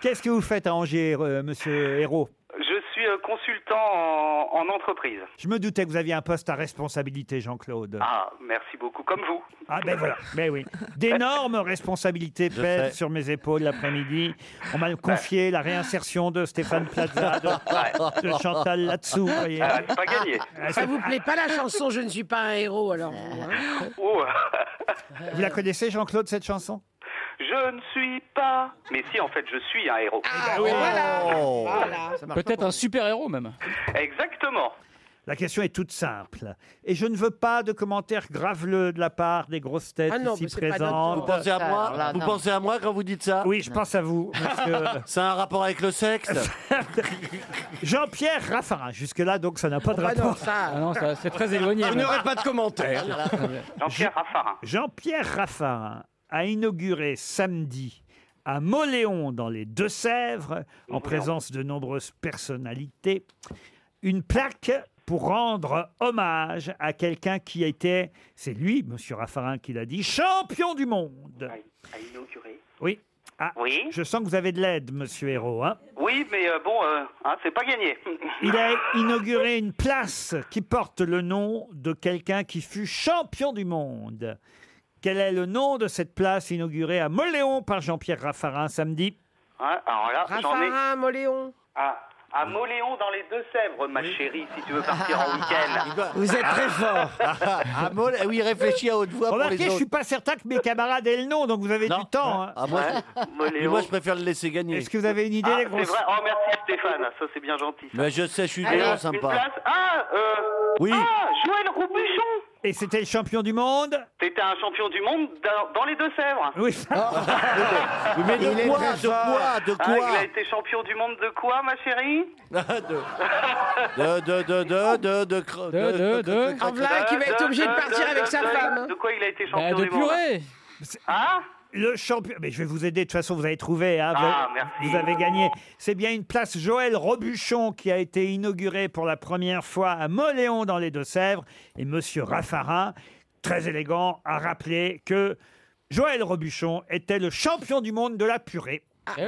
[SPEAKER 1] Qu'est-ce que vous faites à Angers, euh, monsieur Hérault
[SPEAKER 8] je suis euh, consultant en, en entreprise.
[SPEAKER 1] Je me doutais que vous aviez un poste à responsabilité, Jean-Claude.
[SPEAKER 8] Ah, merci beaucoup, comme vous.
[SPEAKER 1] Ah ben voilà, ben oui. D'énormes responsabilités
[SPEAKER 8] Je
[SPEAKER 1] pèsent
[SPEAKER 8] sais.
[SPEAKER 1] sur mes épaules l'après-midi. On m'a confié la réinsertion de Stéphane Plaza, de, de Chantal Latsou. voyez.
[SPEAKER 8] Ah, c'est pas gagné.
[SPEAKER 18] Ça vous plaît pas la chanson Je ne suis pas un héros alors vous, hein
[SPEAKER 8] Oh,
[SPEAKER 1] Vous la connaissez, Jean-Claude, cette chanson
[SPEAKER 8] je ne suis pas. Mais si, en fait, je suis un héros. Ah
[SPEAKER 9] Oh.
[SPEAKER 1] oui, voilà.
[SPEAKER 19] Peut-être un super-héros même.
[SPEAKER 8] Exactement.
[SPEAKER 1] La question est toute simple. Et je ne veux pas de commentaires graveleux de la part des grosses têtes
[SPEAKER 9] Ah non,
[SPEAKER 1] ici
[SPEAKER 9] mais c'est pas notre
[SPEAKER 1] présentes.
[SPEAKER 9] Vous pensez à moi Alors là, Vous non. pensez à moi quand vous dites ça
[SPEAKER 1] Oui, je pense à vous.
[SPEAKER 9] C'est un rapport avec le sexe
[SPEAKER 1] Jean-Pierre Raffarin. Jusque-là, donc, ça n'a pas de
[SPEAKER 9] bah non,
[SPEAKER 1] rapport.
[SPEAKER 9] ça- Ah non, ça- c'est très Ah,
[SPEAKER 19] éloigné,
[SPEAKER 9] Vous n'aurez pas de commentaires.
[SPEAKER 8] Jean-Pierre Raffarin.
[SPEAKER 1] Jean-Pierre Raffarin a inauguré samedi à Moléon, dans les Deux-Sèvres, en présence de nombreuses personnalités, une plaque pour rendre hommage à quelqu'un qui était, c'est lui, Monsieur Raffarin, qui l'a dit, champion du monde.
[SPEAKER 8] À inaugurer.
[SPEAKER 1] Oui. Ah, Je sens que vous avez de l'aide, Monsieur Hérault. hein.
[SPEAKER 8] Oui, mais euh, bon, euh, hein, c'est pas gagné.
[SPEAKER 1] Il a inauguré une place qui porte le nom de quelqu'un qui fut champion du monde. Quel est le nom de cette place inaugurée à Moléon par Jean-Pierre Raffarin samedi
[SPEAKER 8] Hein, alors là, j'en ai.
[SPEAKER 18] Raffarin, Moléon.
[SPEAKER 8] À, à Moléon dans les Deux-Sèvres, ma chérie, si tu veux partir en
[SPEAKER 9] Ah,
[SPEAKER 8] week-end.
[SPEAKER 9] Vous êtes très fort. Ah, bon, oui, réfléchis à haute voix pour
[SPEAKER 1] Remarquez,
[SPEAKER 9] les
[SPEAKER 1] je
[SPEAKER 9] autres.
[SPEAKER 1] suis pas certain que mes camarades aient le nom, donc vous avez du temps. hein.
[SPEAKER 9] Ah, moi, mais moi, je préfère le laisser gagner.
[SPEAKER 1] Est-ce que vous avez une idée,
[SPEAKER 8] Ah,
[SPEAKER 1] les
[SPEAKER 8] c'est
[SPEAKER 1] grosses
[SPEAKER 8] vrai. Oh, merci Stéphane, ça c'est bien gentil.
[SPEAKER 9] Mais je sais, je suis
[SPEAKER 8] Allez,
[SPEAKER 9] bien
[SPEAKER 8] Une
[SPEAKER 9] sympa.
[SPEAKER 8] place. Ah, euh,
[SPEAKER 9] Oui.
[SPEAKER 8] ah, Joël Robuchon.
[SPEAKER 1] Et c'était le champion du monde
[SPEAKER 8] T'étais un champion du monde dans, dans les Deux-Sèvres.
[SPEAKER 1] Oui.
[SPEAKER 9] Ah, mais de quoi, de quoi, de
[SPEAKER 8] Ah,
[SPEAKER 9] quoi
[SPEAKER 8] Il a été champion du monde de quoi, ma chérie
[SPEAKER 9] De, de, de, de, de, de, cro- de, de, de-
[SPEAKER 18] En voilà qui va être obligé
[SPEAKER 12] Bah,
[SPEAKER 18] de partir avec sa femme.
[SPEAKER 8] De quoi il a été
[SPEAKER 1] Bah,
[SPEAKER 8] champion
[SPEAKER 1] de
[SPEAKER 8] du monde
[SPEAKER 1] purée.
[SPEAKER 8] Ah
[SPEAKER 1] Le champion. Mais je vais vous aider. De toute façon, vous avez trouvé. hein.
[SPEAKER 8] Ah,
[SPEAKER 1] vous,
[SPEAKER 8] merci.
[SPEAKER 1] vous avez gagné. C'est bien une place Joël Robuchon qui a été inaugurée pour la première fois à Moléon dans les Deux-Sèvres. Et Monsieur Raffarin, très élégant, a rappelé que Joël Robuchon était le champion du monde de la purée.
[SPEAKER 19] Ah.
[SPEAKER 1] Eh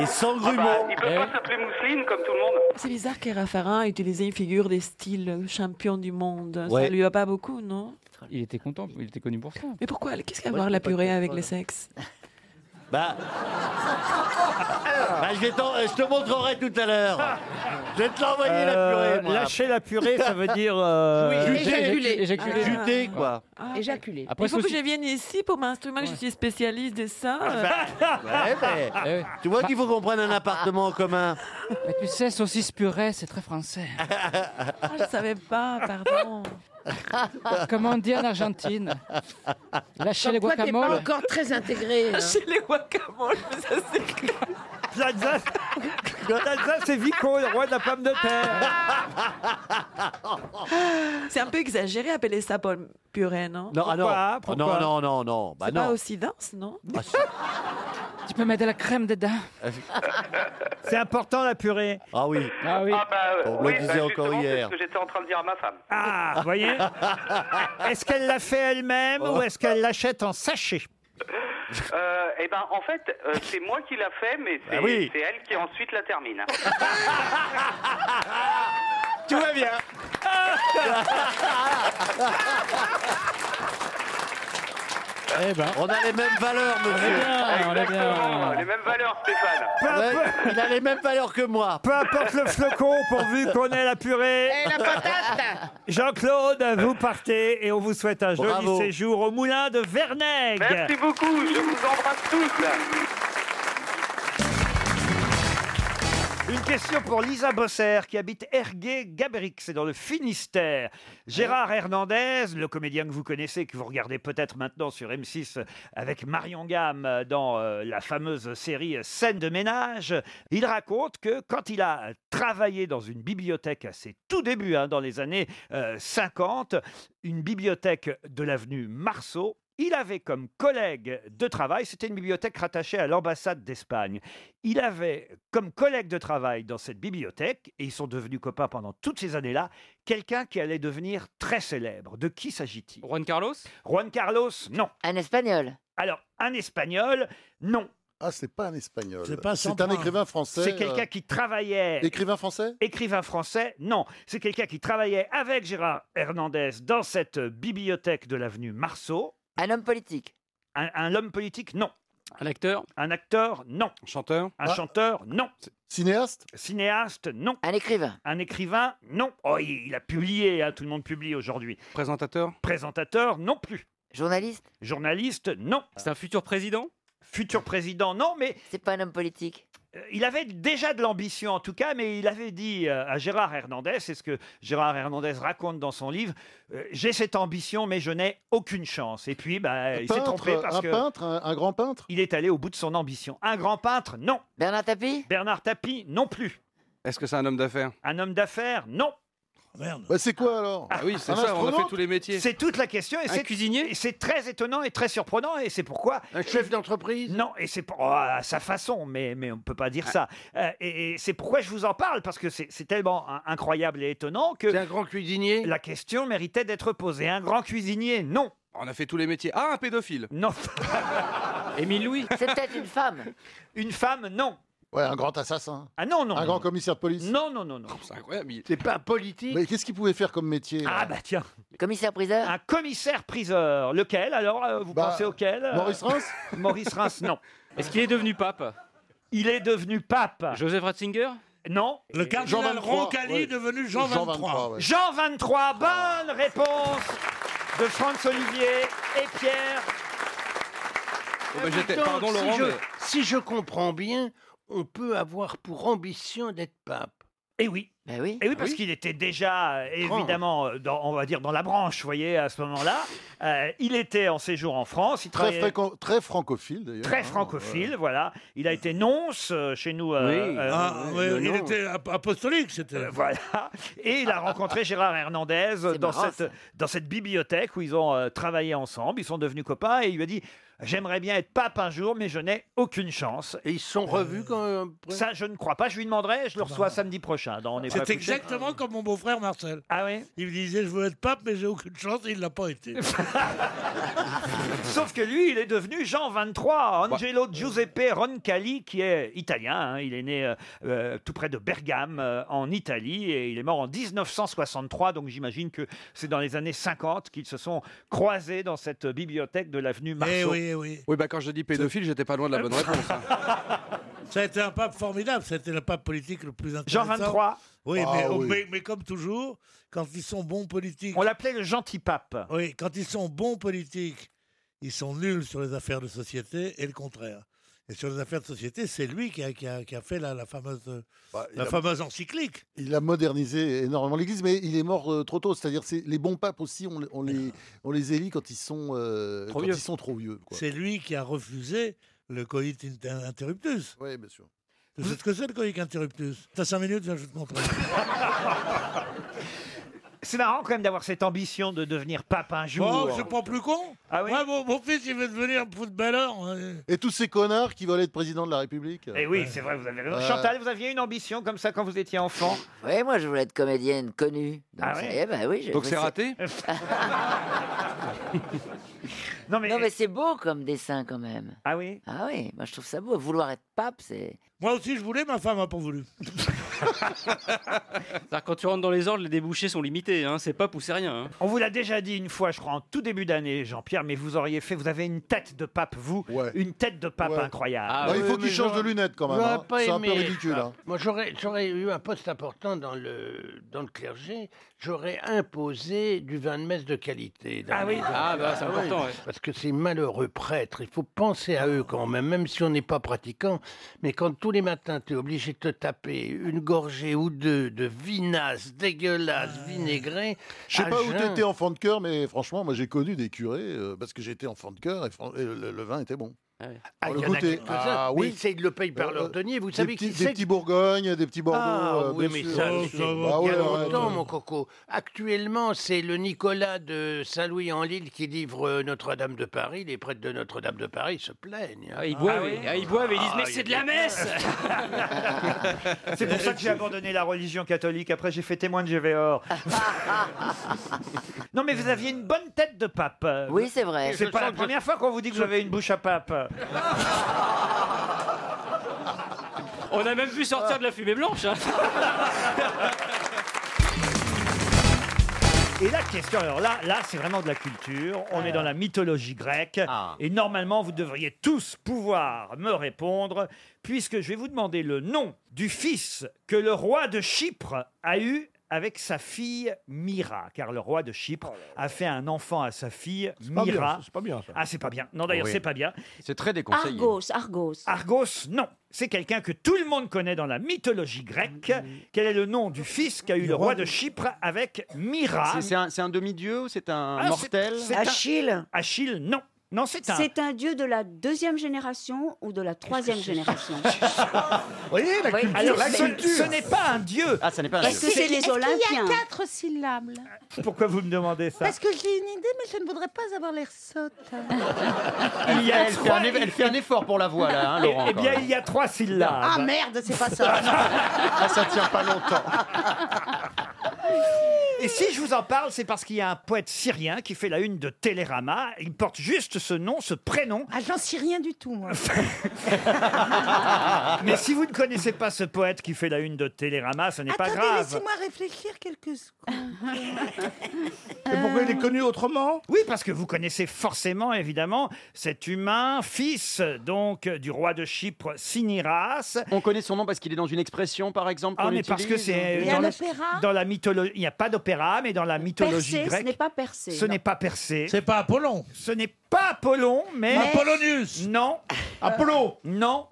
[SPEAKER 9] Et sans
[SPEAKER 8] Ah bah, il peut
[SPEAKER 19] Eh
[SPEAKER 8] pas s'appeler Mousseline comme tout le monde.
[SPEAKER 20] C'est bizarre que Raffarin ait utilisé une figure des styles champion du monde.
[SPEAKER 19] Ouais.
[SPEAKER 20] Ça lui va pas beaucoup, non
[SPEAKER 19] Il était content, il était connu pour ça.
[SPEAKER 20] Mais pourquoi Qu'est-ce qu'à
[SPEAKER 19] Ouais,
[SPEAKER 20] voir
[SPEAKER 19] je
[SPEAKER 20] la
[SPEAKER 19] comprends
[SPEAKER 20] purée
[SPEAKER 19] pas,
[SPEAKER 20] avec
[SPEAKER 19] voilà.
[SPEAKER 20] le sexe
[SPEAKER 9] Bah. Bah, je, vais t'en- je te montrerai tout à l'heure. Je vais te l'envoyer
[SPEAKER 1] Euh,
[SPEAKER 9] la purée. moi.
[SPEAKER 1] lâcher la purée, ça veut dire. euh,
[SPEAKER 9] Oui, éjaculer. Juter, quoi.
[SPEAKER 18] Éjaculer.
[SPEAKER 20] Ah, Il faut que je vienne ici pour m'instruire, je suis spécialiste de ça.
[SPEAKER 19] Ah,
[SPEAKER 20] Ah.
[SPEAKER 19] bah.
[SPEAKER 9] Ouais,
[SPEAKER 20] Eh
[SPEAKER 9] mais- Tu vois qu'il faut qu'on prenne un appartement en commun.
[SPEAKER 19] Mais tu sais, saucisse purée, c'est très français.
[SPEAKER 20] Ah, je savais pas, pardon.
[SPEAKER 19] Comment on dit en Argentine Lâcher les
[SPEAKER 18] Comme quoi, t'es pas
[SPEAKER 19] guacamoles.
[SPEAKER 18] encore très intégré. hein.
[SPEAKER 20] Chez les guacamoles, mais ça c'est
[SPEAKER 1] Plaza, Plaza, c'est Vico, le roi de la pomme de terre.
[SPEAKER 9] Ah.
[SPEAKER 20] C'est un peu exagéré appeler ça pomme purée, non
[SPEAKER 9] Non, ah non.
[SPEAKER 1] hein,
[SPEAKER 20] Pourquoi
[SPEAKER 9] Oh, non,
[SPEAKER 20] Pourquoi
[SPEAKER 9] non, non, non. Bah
[SPEAKER 20] C'est
[SPEAKER 9] non.
[SPEAKER 20] pas aussi dense, non
[SPEAKER 9] Ah, si.
[SPEAKER 19] Tu peux mettre de la crème dedans.
[SPEAKER 1] C'est important la purée.
[SPEAKER 9] Ah oui.
[SPEAKER 19] Ah oui.
[SPEAKER 8] Ah bah, euh,
[SPEAKER 9] On me
[SPEAKER 8] oui,
[SPEAKER 9] le disait
[SPEAKER 8] bah,
[SPEAKER 9] encore
[SPEAKER 8] justement, c'est
[SPEAKER 9] hier.
[SPEAKER 8] ce que j'étais en train de dire à ma femme.
[SPEAKER 1] Ah, vous voyez Est-ce qu'elle l'a fait elle-même
[SPEAKER 9] Oh.
[SPEAKER 1] ou est-ce qu'elle l'achète en sachet
[SPEAKER 8] Euh, eh ben, en fait, euh, c'est moi qui l'a fait, mais c'est
[SPEAKER 1] Bah oui.
[SPEAKER 8] c'est elle qui ensuite la termine.
[SPEAKER 9] Tout va bien. Ah,
[SPEAKER 1] Eh ben.
[SPEAKER 9] On a les mêmes valeurs, monsieur.
[SPEAKER 8] Exactement, les mêmes valeurs, Stéphane.
[SPEAKER 9] Ouais, il a les mêmes valeurs que moi.
[SPEAKER 1] Peu importe le flocon, pourvu qu'on ait la purée.
[SPEAKER 20] Eh,
[SPEAKER 18] Et Eh, la patate
[SPEAKER 1] Jean-Claude,
[SPEAKER 8] Euh.
[SPEAKER 1] vous partez et on vous souhaite un joli
[SPEAKER 9] Bravo.
[SPEAKER 1] séjour au moulin de Vernègue.
[SPEAKER 8] Merci beaucoup, je vous embrasse tous.
[SPEAKER 1] Une question pour Lisa Bosser qui habite Ergué-Gabéric, c'est dans le Finistère. Gérard Hernandez, le comédien que vous connaissez, que vous regardez peut-être maintenant sur M6 avec Marion Gamme euh, dans euh, la fameuse série Scène de ménage, il raconte que quand il a travaillé dans une bibliothèque à ses tout débuts, hein, dans les années euh, 50, une bibliothèque de l'avenue Marceau, il avait comme collègue de travail, c'était une bibliothèque rattachée à l'ambassade d'Espagne, il avait comme collègue de travail dans cette bibliothèque, et ils sont devenus copains pendant toutes ces années-là, quelqu'un qui allait devenir très célèbre. De qui s'agit-il Juan Carlos Juan Carlos, non. Un Espagnol Alors, un Espagnol, non.
[SPEAKER 16] Ah, c'est pas un espagnol.
[SPEAKER 1] C'est pas
[SPEAKER 16] C'est un
[SPEAKER 1] Sandra.
[SPEAKER 16] écrivain français.
[SPEAKER 1] C'est quelqu'un
[SPEAKER 16] euh,
[SPEAKER 1] qui travaillait.
[SPEAKER 16] Écrivain français
[SPEAKER 1] Écrivain français, non. C'est quelqu'un qui travaillait avec Gérard Hernandez dans cette bibliothèque de l'avenue Marceau. Un homme politique Un, homme politique, non. Un acteur Un acteur, non. Un chanteur Un
[SPEAKER 16] Ah.
[SPEAKER 1] chanteur, non. Cinéaste Cinéaste, non. Un écrivain Un écrivain, non. Oh, il, il a publié, hein, tout le monde publie aujourd'hui. Présentateur Présentateur, non plus. Journaliste Journaliste, non. C'est un futur président Futur président, non, mais... C'est pas un homme politique il avait déjà de l'ambition en tout cas, mais il avait dit euh, à Gérard Hernandez, c'est ce que Gérard Hernandez raconte dans son livre, euh, j'ai cette ambition mais je n'ai aucune chance. Et puis bah, il s'est
[SPEAKER 16] peintre,
[SPEAKER 1] trompé parce
[SPEAKER 16] un
[SPEAKER 1] que...
[SPEAKER 16] peintre, un, un grand peintre.
[SPEAKER 1] Il est allé au bout de son ambition. Un grand peintre, non. Bernard Tapie Bernard Tapie, non plus.
[SPEAKER 21] Est-ce que c'est un homme d'affaires
[SPEAKER 1] Un homme d'affaires, non.
[SPEAKER 16] Bah, c'est quoi alors
[SPEAKER 21] Ah oui, c'est ça, on a fait tous les métiers.
[SPEAKER 1] Oh, C'est toute la question. Et
[SPEAKER 21] Un
[SPEAKER 1] c'est cuisinier. Et c'est très étonnant et très surprenant. Et c'est pourquoi. Un chef d'entreprise. Non, et c'est pour- oh, à sa façon, mais mais on peut pas dire ça. Euh, et et c'est pourquoi je vous en parle parce que c'est c'est tellement in- incroyable et étonnant que. C'est un grand cuisinier. La question méritait d'être posée. Un grand cuisinier, non.
[SPEAKER 21] On a fait tous les métiers. Ah, un pédophile
[SPEAKER 1] Non.
[SPEAKER 21] Émile Louis
[SPEAKER 1] C'est peut-être une femme. Une femme, non.
[SPEAKER 16] Ouais, un grand assassin.
[SPEAKER 1] Ah non, non.
[SPEAKER 16] Un
[SPEAKER 1] non,
[SPEAKER 16] grand
[SPEAKER 1] non.
[SPEAKER 16] commissaire de police.
[SPEAKER 1] Non, non, non, non.
[SPEAKER 21] Oh, C'est incroyable. il-
[SPEAKER 16] C'est pas politique. Mais qu'est-ce qu'il pouvait faire comme métier
[SPEAKER 1] Ah bah tiens. Commissaire-priseur Un commissaire-priseur. Lequel alors euh, Vous
[SPEAKER 16] Bah,
[SPEAKER 1] pensez auquel euh
[SPEAKER 16] Maurice Reims
[SPEAKER 1] Maurice Reims, non. Est-ce qu'il est devenu pape Il est devenu pape. Joseph Ratzinger Non.
[SPEAKER 9] Le cardinal Roncalli devenu Jean Jean 23. 23, ouais.
[SPEAKER 1] Jean 23, bonne réponse de Franz Olivier et Pierre.
[SPEAKER 9] En même temps, Euh, si je, si je comprends bien, on peut avoir pour ambition d'être pape.
[SPEAKER 1] Eh oui.
[SPEAKER 9] oui.
[SPEAKER 1] Et oui, parce qu'il était déjà, euh, évidemment, euh, dans, on va dire dans la branche, vous voyez, à ce moment-là. Euh, il était en séjour en France. Il
[SPEAKER 16] Très,
[SPEAKER 1] travaillait-
[SPEAKER 16] fréquent- très francophile d'ailleurs.
[SPEAKER 1] Très
[SPEAKER 16] hein,
[SPEAKER 1] francophile, voilà. Il a été nonce euh, chez nous.
[SPEAKER 16] Oui. Ah,
[SPEAKER 9] Euh,
[SPEAKER 16] oui, il était
[SPEAKER 1] apostolique, c'était. voilà. Et il a rencontré Gérard Hernandez euh, dans
[SPEAKER 9] marrant,
[SPEAKER 1] cette, dans cette bibliothèque où ils ont euh, travaillé ensemble. Ils sont devenus copains et il lui a dit J'aimerais bien être pape un jour, mais je n'ai aucune chance. Et ils sont revus quand euh, Ah. Ça, je ne crois pas. Je lui demanderai. Je le reçois samedi prochain. dans On n'est pas
[SPEAKER 9] C'est
[SPEAKER 1] couché.
[SPEAKER 9] exactement comme mon beau-frère Marcel.
[SPEAKER 1] bah, Ah oui
[SPEAKER 9] Il me disait je veux être pape mais j'ai aucune chance et il l'a pas été.
[SPEAKER 1] Sauf que lui, il est devenu Jean 23,
[SPEAKER 21] Bah.
[SPEAKER 1] Angelo Giuseppe Roncalli, qui est italien. hein. Il est né euh, euh, tout près de Bergame, euh, en Italie, et il est mort en 1963. Donc j'imagine que c'est dans les années 50 qu'ils se sont croisés dans cette bibliothèque de
[SPEAKER 9] Eh
[SPEAKER 1] l'avenue Marceau.
[SPEAKER 21] Oui, bah quand je dis pédophile, j'étais pas loin de la bonne réponse. hein.
[SPEAKER 9] Ça a été un pape formidable, c'était le pape politique le plus
[SPEAKER 1] Jean
[SPEAKER 9] intéressant.
[SPEAKER 1] 23.
[SPEAKER 9] Oui, mais,
[SPEAKER 1] Ah oui.
[SPEAKER 9] mais- mais comme toujours, quand ils sont bons politiques.
[SPEAKER 1] On l'appelait le gentil pape.
[SPEAKER 9] Oui, quand ils sont bons politiques, ils sont nuls sur les affaires de société et le contraire. Et sur les affaires de société, c'est lui qui a, qui a- qui a fait la, la fameuse,
[SPEAKER 16] Bah, il
[SPEAKER 9] la
[SPEAKER 16] a-
[SPEAKER 9] fameuse encyclique.
[SPEAKER 16] Euh, Il a modernisé énormément l'Église, mais il est mort euh, trop tôt. C'est-à-dire, c'est les bons papes aussi, on, on les on les élit quand ils sont euh,
[SPEAKER 9] Trop
[SPEAKER 16] quand
[SPEAKER 9] vieux.
[SPEAKER 16] ils sont trop vieux. quoi.
[SPEAKER 9] C'est lui qui a refusé le coït inter- interruptus.
[SPEAKER 16] Oui, bien sûr.
[SPEAKER 9] Tu sais ce que c'est le coït interruptus T'as 5 minutes, viens, je vais te montrer.
[SPEAKER 1] C'est marrant quand même d'avoir cette ambition de devenir pape un jour.
[SPEAKER 9] Oh, c'est pas plus con
[SPEAKER 1] Ah oui
[SPEAKER 9] Moi, mon, mon fils, il veut devenir footballeur. hein.
[SPEAKER 16] Et tous ces connards qui veulent être président de la République. Euh,
[SPEAKER 1] Et Eh oui, c'est vrai, vous avez raison.
[SPEAKER 9] Euh.
[SPEAKER 16] Ouais.
[SPEAKER 1] Chantal, vous aviez une ambition comme ça quand vous étiez enfant
[SPEAKER 5] Oui, moi je voulais être comédienne connue. Donc,
[SPEAKER 1] Ah
[SPEAKER 5] ça-
[SPEAKER 1] ouais
[SPEAKER 5] eh ben oui, je-
[SPEAKER 1] Donc
[SPEAKER 5] mais
[SPEAKER 1] c'est raté Non mais,
[SPEAKER 5] c'est beau comme dessin quand même.
[SPEAKER 1] Ah oui
[SPEAKER 5] Ah oui, moi je trouve ça beau. Vouloir être pape, c'est.
[SPEAKER 9] Moi aussi, je voulais, ma femme n'a pas voulu.
[SPEAKER 8] C'est-à-dire, quand tu rentres dans les ordres, les débouchés sont limités. Hein. C'est pas poussé rien. hein.
[SPEAKER 1] On vous l'a déjà dit une fois, je crois, en tout début d'année, Jean-Pierre, mais vous auriez fait, vous avez une tête de pape, vous, une tête de pape incroyable.
[SPEAKER 16] Ah Bah, il ouais, faut qu'il mais change j'aurais- de lunettes, quand même,
[SPEAKER 9] j'aurais
[SPEAKER 16] hein. pas C'est un peu aimé être ridicule,
[SPEAKER 1] Ah.
[SPEAKER 16] pape. hein.
[SPEAKER 9] Moi, j'aurais, j'aurais eu un poste important dans le, dans le clergé. J'aurais imposé du vin de messe de qualité.
[SPEAKER 1] Ah oui. Ah, bah, c'est important, ouais.
[SPEAKER 11] parce que ces malheureux prêtres, il faut penser à eux quand même, même si on n'est pas pratiquant. Mais quand tous les matins, tu es obligé de te taper une gorgée ou deux de vinasse dégueulasse, vinaigrée.
[SPEAKER 16] Je sais
[SPEAKER 11] à
[SPEAKER 16] pas où
[SPEAKER 11] jeun.
[SPEAKER 16] t'étais enfant de cœur, mais franchement, moi j'ai connu des curés euh, parce que j'étais enfant de cœur et, fran- et le, le vin était bon.
[SPEAKER 11] Ah,
[SPEAKER 16] On
[SPEAKER 11] il y en a
[SPEAKER 16] goûtait.
[SPEAKER 11] quelques-uns, mais c'est- ils le payent par leur denier, vous
[SPEAKER 16] Euh, des
[SPEAKER 11] savez qui
[SPEAKER 16] petits,
[SPEAKER 11] c'est
[SPEAKER 16] Des petits Bourgognes, des petits Bordeaux.
[SPEAKER 11] Ah
[SPEAKER 16] euh,
[SPEAKER 11] oui,
[SPEAKER 16] bien
[SPEAKER 11] mais
[SPEAKER 16] sûr.
[SPEAKER 11] ça,
[SPEAKER 16] Oh,
[SPEAKER 11] c'est
[SPEAKER 16] va,
[SPEAKER 11] il y a
[SPEAKER 16] ouais, ouais,
[SPEAKER 11] longtemps,
[SPEAKER 16] ouais.
[SPEAKER 11] mon coco. Actuellement, c'est le Nicolas de Saint-Louis-en-Lille qui livre euh, Notre-Dame de Paris. Les prêtres de Notre-Dame de Paris se plaignent. hein. Ah,
[SPEAKER 8] ils boivent et- ah, ils boivent et ils disent, mais
[SPEAKER 11] il y
[SPEAKER 8] c'est
[SPEAKER 11] a
[SPEAKER 8] de la
[SPEAKER 11] des-
[SPEAKER 8] messe
[SPEAKER 1] Ah. C'est pour ça que j'ai abandonné la religion catholique. Après, j'ai fait témoin de Gévéor. non, mais vous aviez une bonne tête de pape.
[SPEAKER 5] Oui, c'est vrai.
[SPEAKER 1] C'est
[SPEAKER 5] Je
[SPEAKER 1] pas
[SPEAKER 5] sens
[SPEAKER 1] la
[SPEAKER 5] que-
[SPEAKER 1] première fois qu'on vous dit que j'avais une bouche à pape.
[SPEAKER 8] On a même vu sortir de la fumée blanche. hein.
[SPEAKER 1] Et la question, alors là, là c'est vraiment de la culture. On est dans la mythologie grecque.
[SPEAKER 13] Ah.
[SPEAKER 1] Et normalement, vous devriez tous pouvoir me répondre, puisque je vais vous demander le nom du fils que le roi de Chypre a eu avec sa fille Myra. Car le roi de Chypre a fait un enfant à sa fille
[SPEAKER 13] pas bien,
[SPEAKER 1] Myra.
[SPEAKER 13] Oh c'est pas bien, ça.
[SPEAKER 1] Ah, c'est pas bien. Non, d'ailleurs,
[SPEAKER 13] Oui.
[SPEAKER 1] c'est pas bien.
[SPEAKER 13] C'est très
[SPEAKER 2] Argos, Argos.
[SPEAKER 1] Argos, non. C'est quelqu'un que tout le monde connaît dans la mythologie grecque.
[SPEAKER 13] Mm.
[SPEAKER 1] Quel est le nom du fils qu'a eu le roi de Chypre avec Myra
[SPEAKER 22] C'est- C'est un, c'est un demi-dieu ou c'est un
[SPEAKER 1] Ah, c'est-
[SPEAKER 22] mortel
[SPEAKER 1] c'est un- Achille, non. Non, c'est un.
[SPEAKER 2] C'est un dieu de la deuxième génération ou de la troisième génération
[SPEAKER 1] Vous voyez, la
[SPEAKER 2] culture, la culture.
[SPEAKER 1] Ce n'est pas un dieu.
[SPEAKER 22] Ah, ça n'est pas un
[SPEAKER 2] Parce
[SPEAKER 22] dieu.
[SPEAKER 2] que c'est les Olympiens.
[SPEAKER 6] quatre syllabes. là
[SPEAKER 1] Pourquoi vous me demandez ça
[SPEAKER 6] Parce que j'ai une idée, mais je ne voudrais pas avoir l'air sotte.
[SPEAKER 22] Elle,
[SPEAKER 1] Il y a
[SPEAKER 22] fait
[SPEAKER 1] trois-
[SPEAKER 22] un, eff- elle fait un effort pour la voix, là, hein, Laurent.
[SPEAKER 1] Eh
[SPEAKER 22] quand
[SPEAKER 1] bien,
[SPEAKER 22] même.
[SPEAKER 1] il y a trois syllabes.
[SPEAKER 6] Ah merde, c'est pas ça.
[SPEAKER 22] Ah, ça tient pas longtemps.
[SPEAKER 1] Et si je vous en parle, c'est parce qu'il y a un poète syrien qui fait la une de Télérama. Il porte juste ce nom, ce prénom.
[SPEAKER 6] Ah, j'en sais rien du tout, moi.
[SPEAKER 1] Mais si vous ne connaissez pas ce poète qui fait la une de Télérama, ce n'est pas
[SPEAKER 6] Attendez,
[SPEAKER 1] grave.
[SPEAKER 6] laissez-moi réfléchir quelques secondes. euh,
[SPEAKER 1] Et pourquoi il est connu autrement Euh. Oui, parce que vous connaissez forcément, évidemment, cet humain, fils donc du roi de Chypre, Siniras.
[SPEAKER 22] On connaît son nom parce qu'il est dans une expression, par exemple.
[SPEAKER 1] Ah,
[SPEAKER 22] qu'on
[SPEAKER 1] mais parce que
[SPEAKER 22] utilise,
[SPEAKER 1] c'est
[SPEAKER 22] ou-
[SPEAKER 1] dans, la- dans la mythologie. Il n'y a pas d'opéra, mais dans la mythologie
[SPEAKER 2] Percé, ce
[SPEAKER 1] grecque.
[SPEAKER 2] n'est pas Percé.
[SPEAKER 1] Ce
[SPEAKER 2] non.
[SPEAKER 1] n'est pas Percé.
[SPEAKER 9] C'est pas Apollon.
[SPEAKER 1] Ce n'est pas Apollon, mais.
[SPEAKER 2] Mais-
[SPEAKER 1] Apollonius Non. Apollo Non.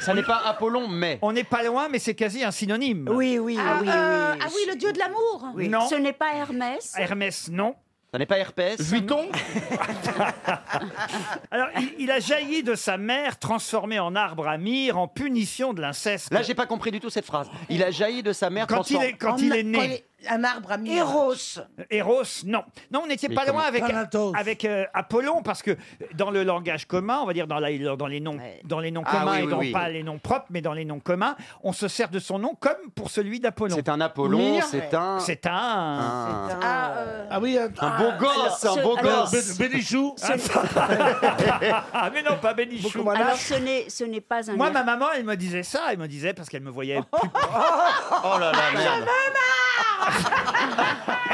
[SPEAKER 22] Ça n'est pas Apollon, mais.
[SPEAKER 1] On n'est pas loin, mais c'est quasi un synonyme.
[SPEAKER 6] Oui, oui,
[SPEAKER 1] Ah,
[SPEAKER 6] oui,
[SPEAKER 1] euh,
[SPEAKER 6] oui. Ah oui, le dieu de l'amour.
[SPEAKER 1] Oui. Non.
[SPEAKER 2] Ce n'est pas Hermès.
[SPEAKER 1] Hermès, non.
[SPEAKER 22] Ça n'est pas herpès.
[SPEAKER 1] Vuitton Alors, il, il a jailli de sa mère, transformé en arbre à mire, en punition de l'inceste.
[SPEAKER 22] Là, j'ai pas compris du tout cette phrase. Il a jailli de sa mère
[SPEAKER 1] Quand il
[SPEAKER 22] transforme-
[SPEAKER 1] est- Oh, quand il est né.
[SPEAKER 6] Un arbre à mille.
[SPEAKER 1] Eros. Eros, non. Non, on n'était
[SPEAKER 22] Mais
[SPEAKER 1] pas loin
[SPEAKER 22] comment-
[SPEAKER 1] avec, avec euh, Apollon, parce que dans le langage commun, on va dire dans, la- dans les noms, dans les noms
[SPEAKER 22] Ah
[SPEAKER 1] communs
[SPEAKER 22] oui,
[SPEAKER 1] et
[SPEAKER 22] oui,
[SPEAKER 1] non
[SPEAKER 22] oui.
[SPEAKER 1] pas les noms propres, mais dans les noms communs, on se sert de son nom comme pour celui d'Apollon. C'est
[SPEAKER 22] un Apollon, Mire. c'est un-
[SPEAKER 1] C'est un...
[SPEAKER 22] Un-
[SPEAKER 6] Ah, euh,
[SPEAKER 1] Ah oui, un,
[SPEAKER 22] Un beau gosse, un beau gosse.
[SPEAKER 1] Bénichou hein Ah mais non, pas Bénichou.
[SPEAKER 2] Alors ce n'est ce n'est pas un.
[SPEAKER 1] Moi, ma
[SPEAKER 2] Hermès.
[SPEAKER 1] maman, elle me disait ça. Elle me disait, parce qu'elle me voyait plus...
[SPEAKER 22] Oh là là, merde.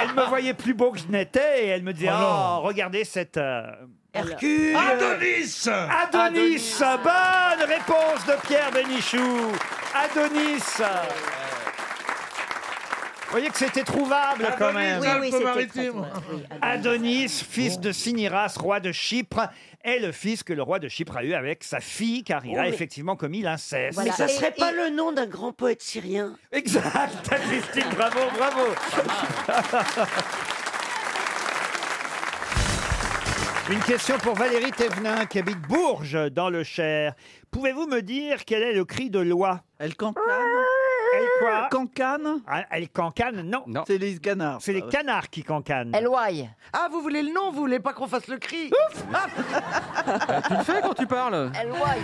[SPEAKER 1] elle me voyait plus beau que je n'étais. Et elle me disait,
[SPEAKER 9] Oh
[SPEAKER 1] oh,
[SPEAKER 9] non.
[SPEAKER 1] regardez cette... euh,
[SPEAKER 9] Hercule. Adonis.
[SPEAKER 11] Ah,
[SPEAKER 1] Adonis Bonne réponse de Pierre Bénichou Adonis Vous voyez que c'était
[SPEAKER 9] Ah,
[SPEAKER 1] trouvable quand
[SPEAKER 9] Adonis,
[SPEAKER 1] même
[SPEAKER 9] Oui, oui, c'était Alpes-Maritimes. très trouvable. Oui,
[SPEAKER 1] Adonis, fils de Siniras, roi de Chypre, est le fils que le roi de Chypre a eu avec sa fille, car il
[SPEAKER 23] Oh,
[SPEAKER 1] a
[SPEAKER 23] mais-
[SPEAKER 1] effectivement commis l'inceste.
[SPEAKER 23] Mais ça serait pas le nom d'un grand poète syrien
[SPEAKER 1] Exact, Christine, bravo, bravo. Une question pour Valérie Thévenin qui habite Bourges dans le Cher. Pouvez-vous me dire quel est le cri de loi Elle cancane. Elle quoi Cancane Elle cancane, non. C'est les canards. C'est les canards qui cancanent.
[SPEAKER 5] Elway.
[SPEAKER 7] Ah, vous voulez le nom, vous voulez pas qu'on fasse le cri
[SPEAKER 22] Euh, Tu le fais quand tu
[SPEAKER 14] Euh.
[SPEAKER 22] parles
[SPEAKER 7] Elway.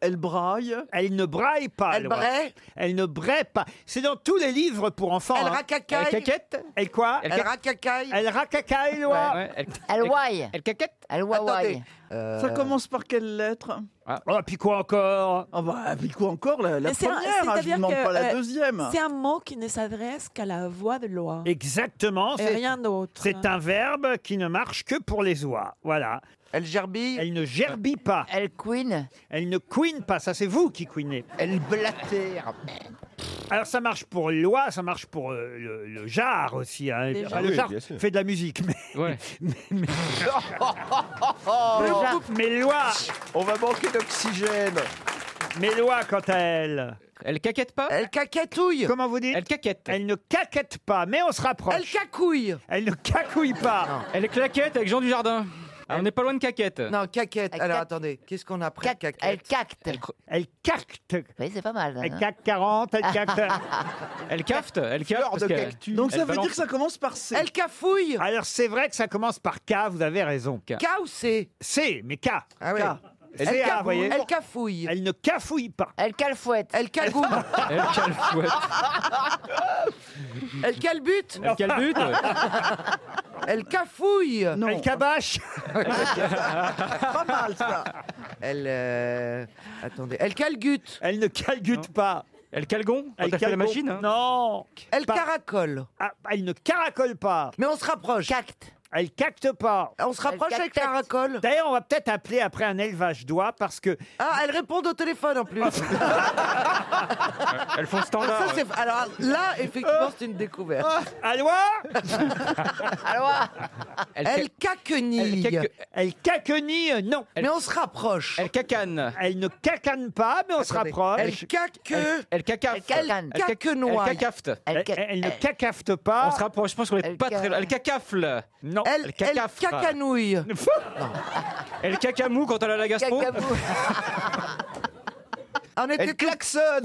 [SPEAKER 1] Elle braille. Elle ne braille pas.
[SPEAKER 7] Elle
[SPEAKER 1] loi.
[SPEAKER 7] braille
[SPEAKER 1] Elle ne braille pas. C'est dans tous les livres pour enfants.
[SPEAKER 7] Elle
[SPEAKER 1] hein.
[SPEAKER 7] racacaille. Elle caquette.
[SPEAKER 1] Elle quoi
[SPEAKER 7] Elle racacaille.
[SPEAKER 1] Elle racacaille, loi.
[SPEAKER 7] Elway.
[SPEAKER 1] Elle caquette.
[SPEAKER 7] Elle
[SPEAKER 5] Attendez,
[SPEAKER 1] Euh,
[SPEAKER 7] Ça commence par quelle lettre
[SPEAKER 1] Ah. puis quoi encore
[SPEAKER 7] Ah bah, puis quoi encore La, la
[SPEAKER 20] C'est un-
[SPEAKER 7] première, hein, je
[SPEAKER 20] c'est-à-dire
[SPEAKER 7] ne demande
[SPEAKER 20] que,
[SPEAKER 7] pas la
[SPEAKER 20] euh,
[SPEAKER 7] deuxième.
[SPEAKER 20] C'est un mot qui ne s'adresse qu'à la voix de loi.
[SPEAKER 1] Exactement.
[SPEAKER 20] Et
[SPEAKER 1] c'est-
[SPEAKER 20] rien d'autre.
[SPEAKER 1] C'est un verbe qui ne marche que pour les oies. Voilà. Elle gerbille Elle ne gerbille pas. Elle queen Elle ne queen pas. Ça, c'est vous qui queenez. Elle blatère. Alors ça marche pour l'oie, ça marche pour euh, le, le jar aussi. hein.
[SPEAKER 18] Les
[SPEAKER 1] Enfin,
[SPEAKER 18] jarres.
[SPEAKER 1] le
[SPEAKER 18] Oui,
[SPEAKER 1] jar
[SPEAKER 18] bien sûr.
[SPEAKER 1] fait de la musique, mais. mais- mais-
[SPEAKER 18] Mais on
[SPEAKER 1] Déjà.
[SPEAKER 18] coupe
[SPEAKER 1] mes lois.
[SPEAKER 18] On va manquer d'oxygène.
[SPEAKER 1] Mais Loa, quant à elle.
[SPEAKER 8] Elle caquette pas
[SPEAKER 1] Elle caquetouille. Comment vous dites Elle caquette. Elle ne caquette pas, mais on se rapproche. Elle cacouille. Elle ne cacouille pas.
[SPEAKER 8] Elle claquette avec Jean Dujardin. Ah, on n'est pas loin de caquette.
[SPEAKER 14] Non, caquette. Alors attendez, qu'est-ce qu'on a après caquette Elle cacte. Elle,
[SPEAKER 1] cacte.
[SPEAKER 14] Oui, c'est pas mal. hein.
[SPEAKER 1] Elle cacte 40, elle cacte.
[SPEAKER 8] Elle cafte, elle cafte. parce qu'elle- elle balance-
[SPEAKER 1] commence par C. Elle cafouille. Alors c'est vrai que ça commence par K, vous avez raison. K, ou C C, mais K. Ah
[SPEAKER 14] oui.
[SPEAKER 1] Elle,
[SPEAKER 14] Elle cafouille. Elle
[SPEAKER 1] cafouille. Elle ne cafouille pas. Elle calfouette. Elle
[SPEAKER 14] calgouille.
[SPEAKER 8] Elle calfouette.
[SPEAKER 14] Elle calbute.
[SPEAKER 8] Elle calbute.
[SPEAKER 14] Elle cafouille.
[SPEAKER 1] Elle cabache.
[SPEAKER 14] pas mal ça. Elle. euh, Attendez. Elle calgute.
[SPEAKER 1] Elle ne calgute pas.
[SPEAKER 8] Elle calgon
[SPEAKER 14] Elle
[SPEAKER 8] T'as fait la
[SPEAKER 14] calgon.
[SPEAKER 8] machine hein
[SPEAKER 1] Non. Ah,
[SPEAKER 14] Elle caracole.
[SPEAKER 1] elle ne caracole pas.
[SPEAKER 14] Mais on se rapproche. Cacte.
[SPEAKER 1] Elle cacte pas.
[SPEAKER 14] On se rapproche avec caracole.
[SPEAKER 1] D'ailleurs, on va peut-être appeler après un élevage d'oies parce que.
[SPEAKER 14] Ah, elle répond au téléphone en plus.
[SPEAKER 1] Ah.
[SPEAKER 8] Euh, Elles font
[SPEAKER 14] Ça,
[SPEAKER 8] standard.
[SPEAKER 14] c'est- Alors là, effectivement, c'est une découverte.
[SPEAKER 1] Ah. Alloa
[SPEAKER 14] Alloa
[SPEAKER 8] Elle
[SPEAKER 14] Elle,
[SPEAKER 8] ca-
[SPEAKER 14] caquenille.
[SPEAKER 8] Elle caque-
[SPEAKER 1] Elle caquenille, non.
[SPEAKER 14] Mais on se rapproche.
[SPEAKER 8] Elle cacane.
[SPEAKER 1] Elle ne cacane pas, mais on se rapproche.
[SPEAKER 14] Elle caque.
[SPEAKER 8] Elle, elle cacafte.
[SPEAKER 14] Elle cacane.
[SPEAKER 8] Elle cac-
[SPEAKER 14] Caquenoie.
[SPEAKER 8] Elle cacafte.
[SPEAKER 1] Elle, elle ne cacafte pas.
[SPEAKER 8] On se rapproche, je pense qu'on est pas très loin. Elle cacafle. Non.
[SPEAKER 14] Elle-
[SPEAKER 8] cacafre.
[SPEAKER 14] elle cacanouille.
[SPEAKER 8] Non. elle cacamou quand elle a la gastro.
[SPEAKER 14] On était tout-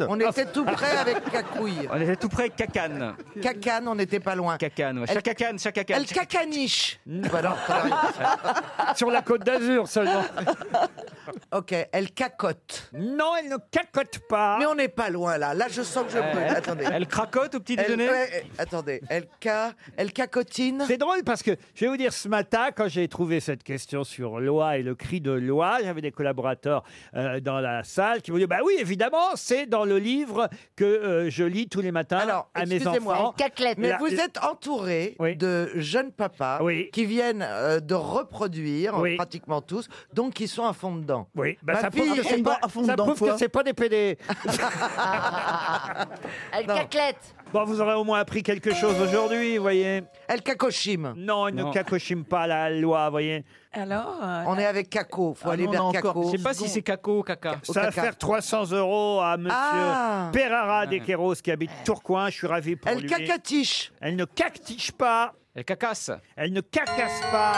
[SPEAKER 14] On était tout près avec cacouille.
[SPEAKER 8] On était tout près avec cacane.
[SPEAKER 14] Cacane, on n'était pas loin.
[SPEAKER 8] Cacane, ouais. Chaque cacane, chaque cacane. Hmm.
[SPEAKER 14] Elle cacaniche. Bah non,
[SPEAKER 1] Sur la côte d'Azur seulement.
[SPEAKER 14] ok, elle cacote.
[SPEAKER 1] Non, elle ne cacote pas.
[SPEAKER 14] Mais on n'est pas loin là. Là, je sens que je peux.
[SPEAKER 8] Elle-
[SPEAKER 14] attendez.
[SPEAKER 8] elle cracote au petit
[SPEAKER 14] Elle-
[SPEAKER 8] déjeuner
[SPEAKER 14] ouais, elle- Attendez, elle ca, elle cacotine.
[SPEAKER 1] C'est drôle parce que je vais vous dire ce matin, quand j'ai trouvé cette question sur loi et le cri de loi, j'avais des collaborateurs euh, dans la salle qui m'ont dit Bah oui, évidemment, c'est dans le livre que euh, je lis tous les matins à mes enfants.
[SPEAKER 14] Excusez-moi. Mais
[SPEAKER 1] La-
[SPEAKER 14] vous êtes entouré de jeunes papas qui viennent euh, de reproduire euh,
[SPEAKER 1] Oui.
[SPEAKER 14] pratiquement tous, donc qui sont à fond dedans.
[SPEAKER 1] Oui, bah,
[SPEAKER 14] Ma
[SPEAKER 1] ça
[SPEAKER 14] fille
[SPEAKER 1] prouve que c'est
[SPEAKER 14] est-
[SPEAKER 1] pas, ça prouve que c'est pas des PD.
[SPEAKER 14] Elle caclette.
[SPEAKER 1] Bon, vous aurez au moins appris quelque chose aujourd'hui, vous voyez.
[SPEAKER 14] Elle cacochime.
[SPEAKER 1] Non, elle
[SPEAKER 14] Non.
[SPEAKER 1] ne cacochime pas la loi, vous voyez.
[SPEAKER 14] Alors
[SPEAKER 20] euh,
[SPEAKER 14] On est avec Caco,
[SPEAKER 1] Ah,
[SPEAKER 14] faut
[SPEAKER 8] Ah
[SPEAKER 14] aller vers Caco.
[SPEAKER 8] Je sais pas si c'est caco ou caca.
[SPEAKER 1] Ça va faire 300 euros à monsieur
[SPEAKER 14] Ah.
[SPEAKER 1] Perara d'Equeros qui habite Tourcoing. Je suis ravi pour
[SPEAKER 14] Elle
[SPEAKER 1] lui.
[SPEAKER 14] cacatiche.
[SPEAKER 1] Elle ne cactiche pas.
[SPEAKER 8] Elle cacasse.
[SPEAKER 1] Elle ne cacasse pas.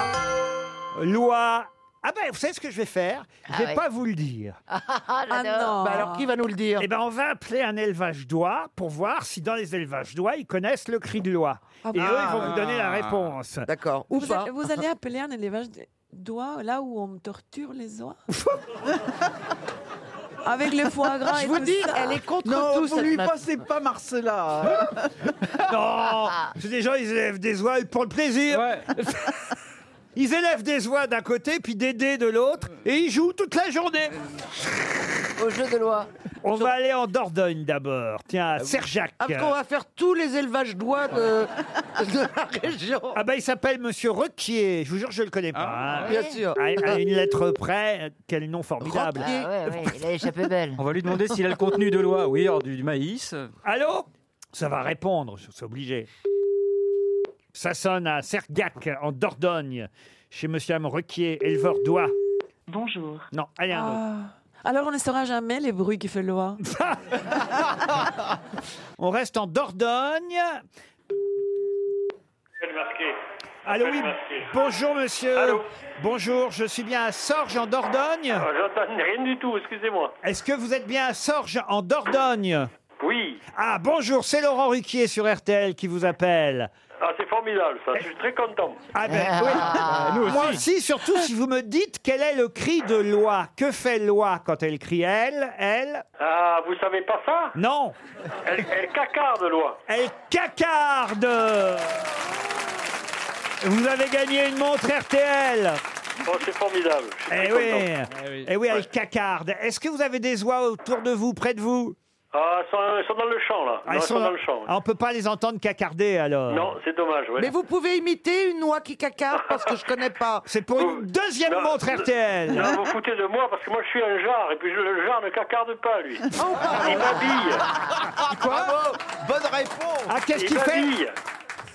[SPEAKER 1] Loi. Ah ben, vous savez ce que je vais faire Je vais
[SPEAKER 14] Ah ouais. Ah.
[SPEAKER 1] pas vous le dire.
[SPEAKER 4] Ah,
[SPEAKER 20] Ah
[SPEAKER 14] non. Bah alors qui va nous le dire
[SPEAKER 1] Eh ben, on va appeler un élevage d'oies pour voir si dans les élevages d'oies, ils connaissent le cri de loi.
[SPEAKER 20] Ah
[SPEAKER 1] Et
[SPEAKER 20] bon
[SPEAKER 1] eux, ils vont vous
[SPEAKER 20] Ah.
[SPEAKER 1] donner la réponse.
[SPEAKER 14] D'accord. Ou
[SPEAKER 20] vous, allez- vous allez appeler un élevage de- d'oies là où on torture les oies Avec le foie gras et
[SPEAKER 3] Je vous
[SPEAKER 20] tout
[SPEAKER 3] dis,
[SPEAKER 20] ça.
[SPEAKER 3] elle est contre
[SPEAKER 20] Non,
[SPEAKER 3] tout.
[SPEAKER 20] vous lui
[SPEAKER 3] passez pas Marcella.
[SPEAKER 1] Non C'est des gens, ils élèvent des oies pour le plaisir. Ils élèvent des oies d'un côté, puis des dés de l'autre, et ils jouent toute la journée.
[SPEAKER 5] Au jeu de loi.
[SPEAKER 1] On va aller en Dordogne d'abord. Tiens,
[SPEAKER 14] Ah
[SPEAKER 1] à Serjac.
[SPEAKER 14] Après, on va faire tous les élevages d'oies de, de la région.
[SPEAKER 1] Ah bah il s'appelle Monsieur Requier, je vous jure je le connais pas.
[SPEAKER 8] Ah
[SPEAKER 1] hein.
[SPEAKER 14] bien sûr.
[SPEAKER 1] À, à une lettre près, quel nom formidable.
[SPEAKER 5] Ah, ouais, ouais, il a échappé belle.
[SPEAKER 8] On va lui demander s'il a le contenu de loi. Oui, alors du, du maïs.
[SPEAKER 1] Allô Ça va répondre, c'est obligé. Ça sonne à Sergac, en Dordogne, chez Monsieur Am Requier, éleveur d'oies.
[SPEAKER 20] Bonjour. Ah.
[SPEAKER 1] Non, allez un autre.
[SPEAKER 20] Alors on ne saura jamais les bruits qui fait l'oie.
[SPEAKER 1] On reste en Dordogne. Allô, oui. Bonjour, monsieur. Bonjour, je suis bien à Sorges, en Dordogne.
[SPEAKER 12] Oh, J'entends rien du tout, excusez-moi.
[SPEAKER 1] Est-ce que vous êtes bien à Sorges, en Dordogne
[SPEAKER 12] Oui,
[SPEAKER 1] Ah, bonjour, c'est Laurent Ruquier sur RTL qui vous appelle.
[SPEAKER 12] ah, c'est formidable ça, je suis très content.
[SPEAKER 1] Ah ben oui. Moi aussi, surtout si vous me dites quel est le cri de loi. Que fait loi quand elle crie elle, elle
[SPEAKER 12] Ah, vous savez pas ça
[SPEAKER 1] Non,
[SPEAKER 12] elle, elle cacarde, loi.
[SPEAKER 1] elle cacarde. Vous avez gagné une montre RTL.
[SPEAKER 12] Oh, c'est formidable. je suis
[SPEAKER 1] Eh
[SPEAKER 12] très
[SPEAKER 1] oui,
[SPEAKER 12] content.
[SPEAKER 1] eh oui, elle cacarde. Est-ce que vous avez des oies autour de vous, près de vous
[SPEAKER 12] Ah, ils sont, ils sont dans le champ, là.
[SPEAKER 1] Ah,
[SPEAKER 12] Non,
[SPEAKER 1] ils sont
[SPEAKER 12] dans le champ.
[SPEAKER 1] Ah, on peut pas les entendre cacarder alors.
[SPEAKER 12] Non, c'est dommage, ouais.
[SPEAKER 14] Mais vous pouvez imiter une noix qui cacarde parce que je connais pas.
[SPEAKER 1] C'est pour une deuxième montre RTL.
[SPEAKER 12] Non, vous foutez de moi parce que moi je suis un jar et puis je- le jar ne cacarde pas lui. Il m'habille.
[SPEAKER 1] Quoi
[SPEAKER 18] Bonne réponse.
[SPEAKER 1] Ah, qu'est-ce
[SPEAKER 12] Il
[SPEAKER 1] qu'il fait
[SPEAKER 12] m'habille.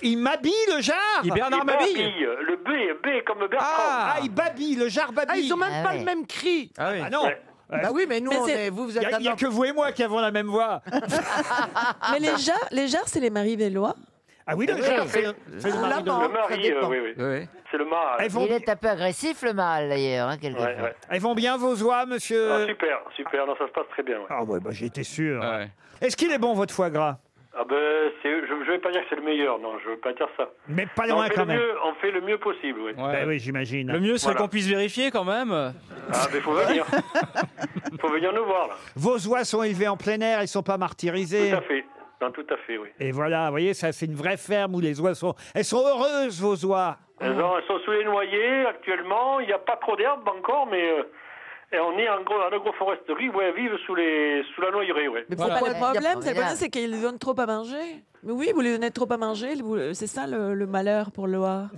[SPEAKER 1] Il m'habille le jar
[SPEAKER 12] Il m'habille. Le B, B comme Bertrand.
[SPEAKER 1] Ah, il babille, le jar babille.
[SPEAKER 14] Ah, ils ont même Ah pas ouais. le même cri.
[SPEAKER 1] Ah, non.
[SPEAKER 12] Ouais.
[SPEAKER 14] Bah oui, mais nous, on est- vous, vous êtes
[SPEAKER 1] Il n'y a,
[SPEAKER 14] là-dedans.
[SPEAKER 1] que vous et moi qui avons la même voix.
[SPEAKER 20] Mais les jars, les jars c'est les maris vélois.
[SPEAKER 1] Ah oui, le
[SPEAKER 20] Oui.
[SPEAKER 1] jar, c'est c'est le
[SPEAKER 20] Ah,
[SPEAKER 1] mari de-
[SPEAKER 20] là-bas,
[SPEAKER 12] Le mari, euh, oui, oui. C'est le mari.
[SPEAKER 1] Ah,
[SPEAKER 5] Il est un peu agressif, le mâle, d'ailleurs, hein, quelquefois.
[SPEAKER 12] Ouais, ouais.
[SPEAKER 1] Elles vont bien vos oies, monsieur
[SPEAKER 12] Ah, super, super, non, ça se passe très bien. ouais.
[SPEAKER 1] Ah ouais, bah, j'étais sûr.
[SPEAKER 8] Ah
[SPEAKER 1] Est-ce qu'il est bon votre foie gras
[SPEAKER 12] Ah ben, c'est- je ne vais pas dire que c'est le meilleur, non, je ne veux pas dire ça.
[SPEAKER 1] Mais pas
[SPEAKER 12] Non, on
[SPEAKER 1] loin
[SPEAKER 12] fait
[SPEAKER 1] quand
[SPEAKER 12] le
[SPEAKER 1] même.
[SPEAKER 12] mieux- on fait le mieux possible, oui.
[SPEAKER 1] Bah oui, j'imagine.
[SPEAKER 8] Le mieux serait
[SPEAKER 12] Voilà.
[SPEAKER 8] qu'on puisse vérifier quand même.
[SPEAKER 12] Ah ben, faut venir. faut venir nous voir, là.
[SPEAKER 1] Vos oies sont élevées en plein air, ils sont pas martyrisés.
[SPEAKER 12] Tout à fait. Non, tout à fait, oui.
[SPEAKER 1] Et voilà, vous voyez, ça c'est une vraie ferme où les oies sont. Elles sont heureuses, vos oies.
[SPEAKER 12] Elles, ont- elles sont sous les noyers actuellement. Il n'y a pas trop d'herbe encore, mais euh, et on est en gros dans l'agroforesterie. Ouais, elles vivent sous les sous la noyerie, ouais.
[SPEAKER 20] Le problème, c'est le problème, c'est qu'ils donnent trop à manger. Mais oui, vous les donnez trop à manger, vous- c'est ça le, le malheur pour Loa.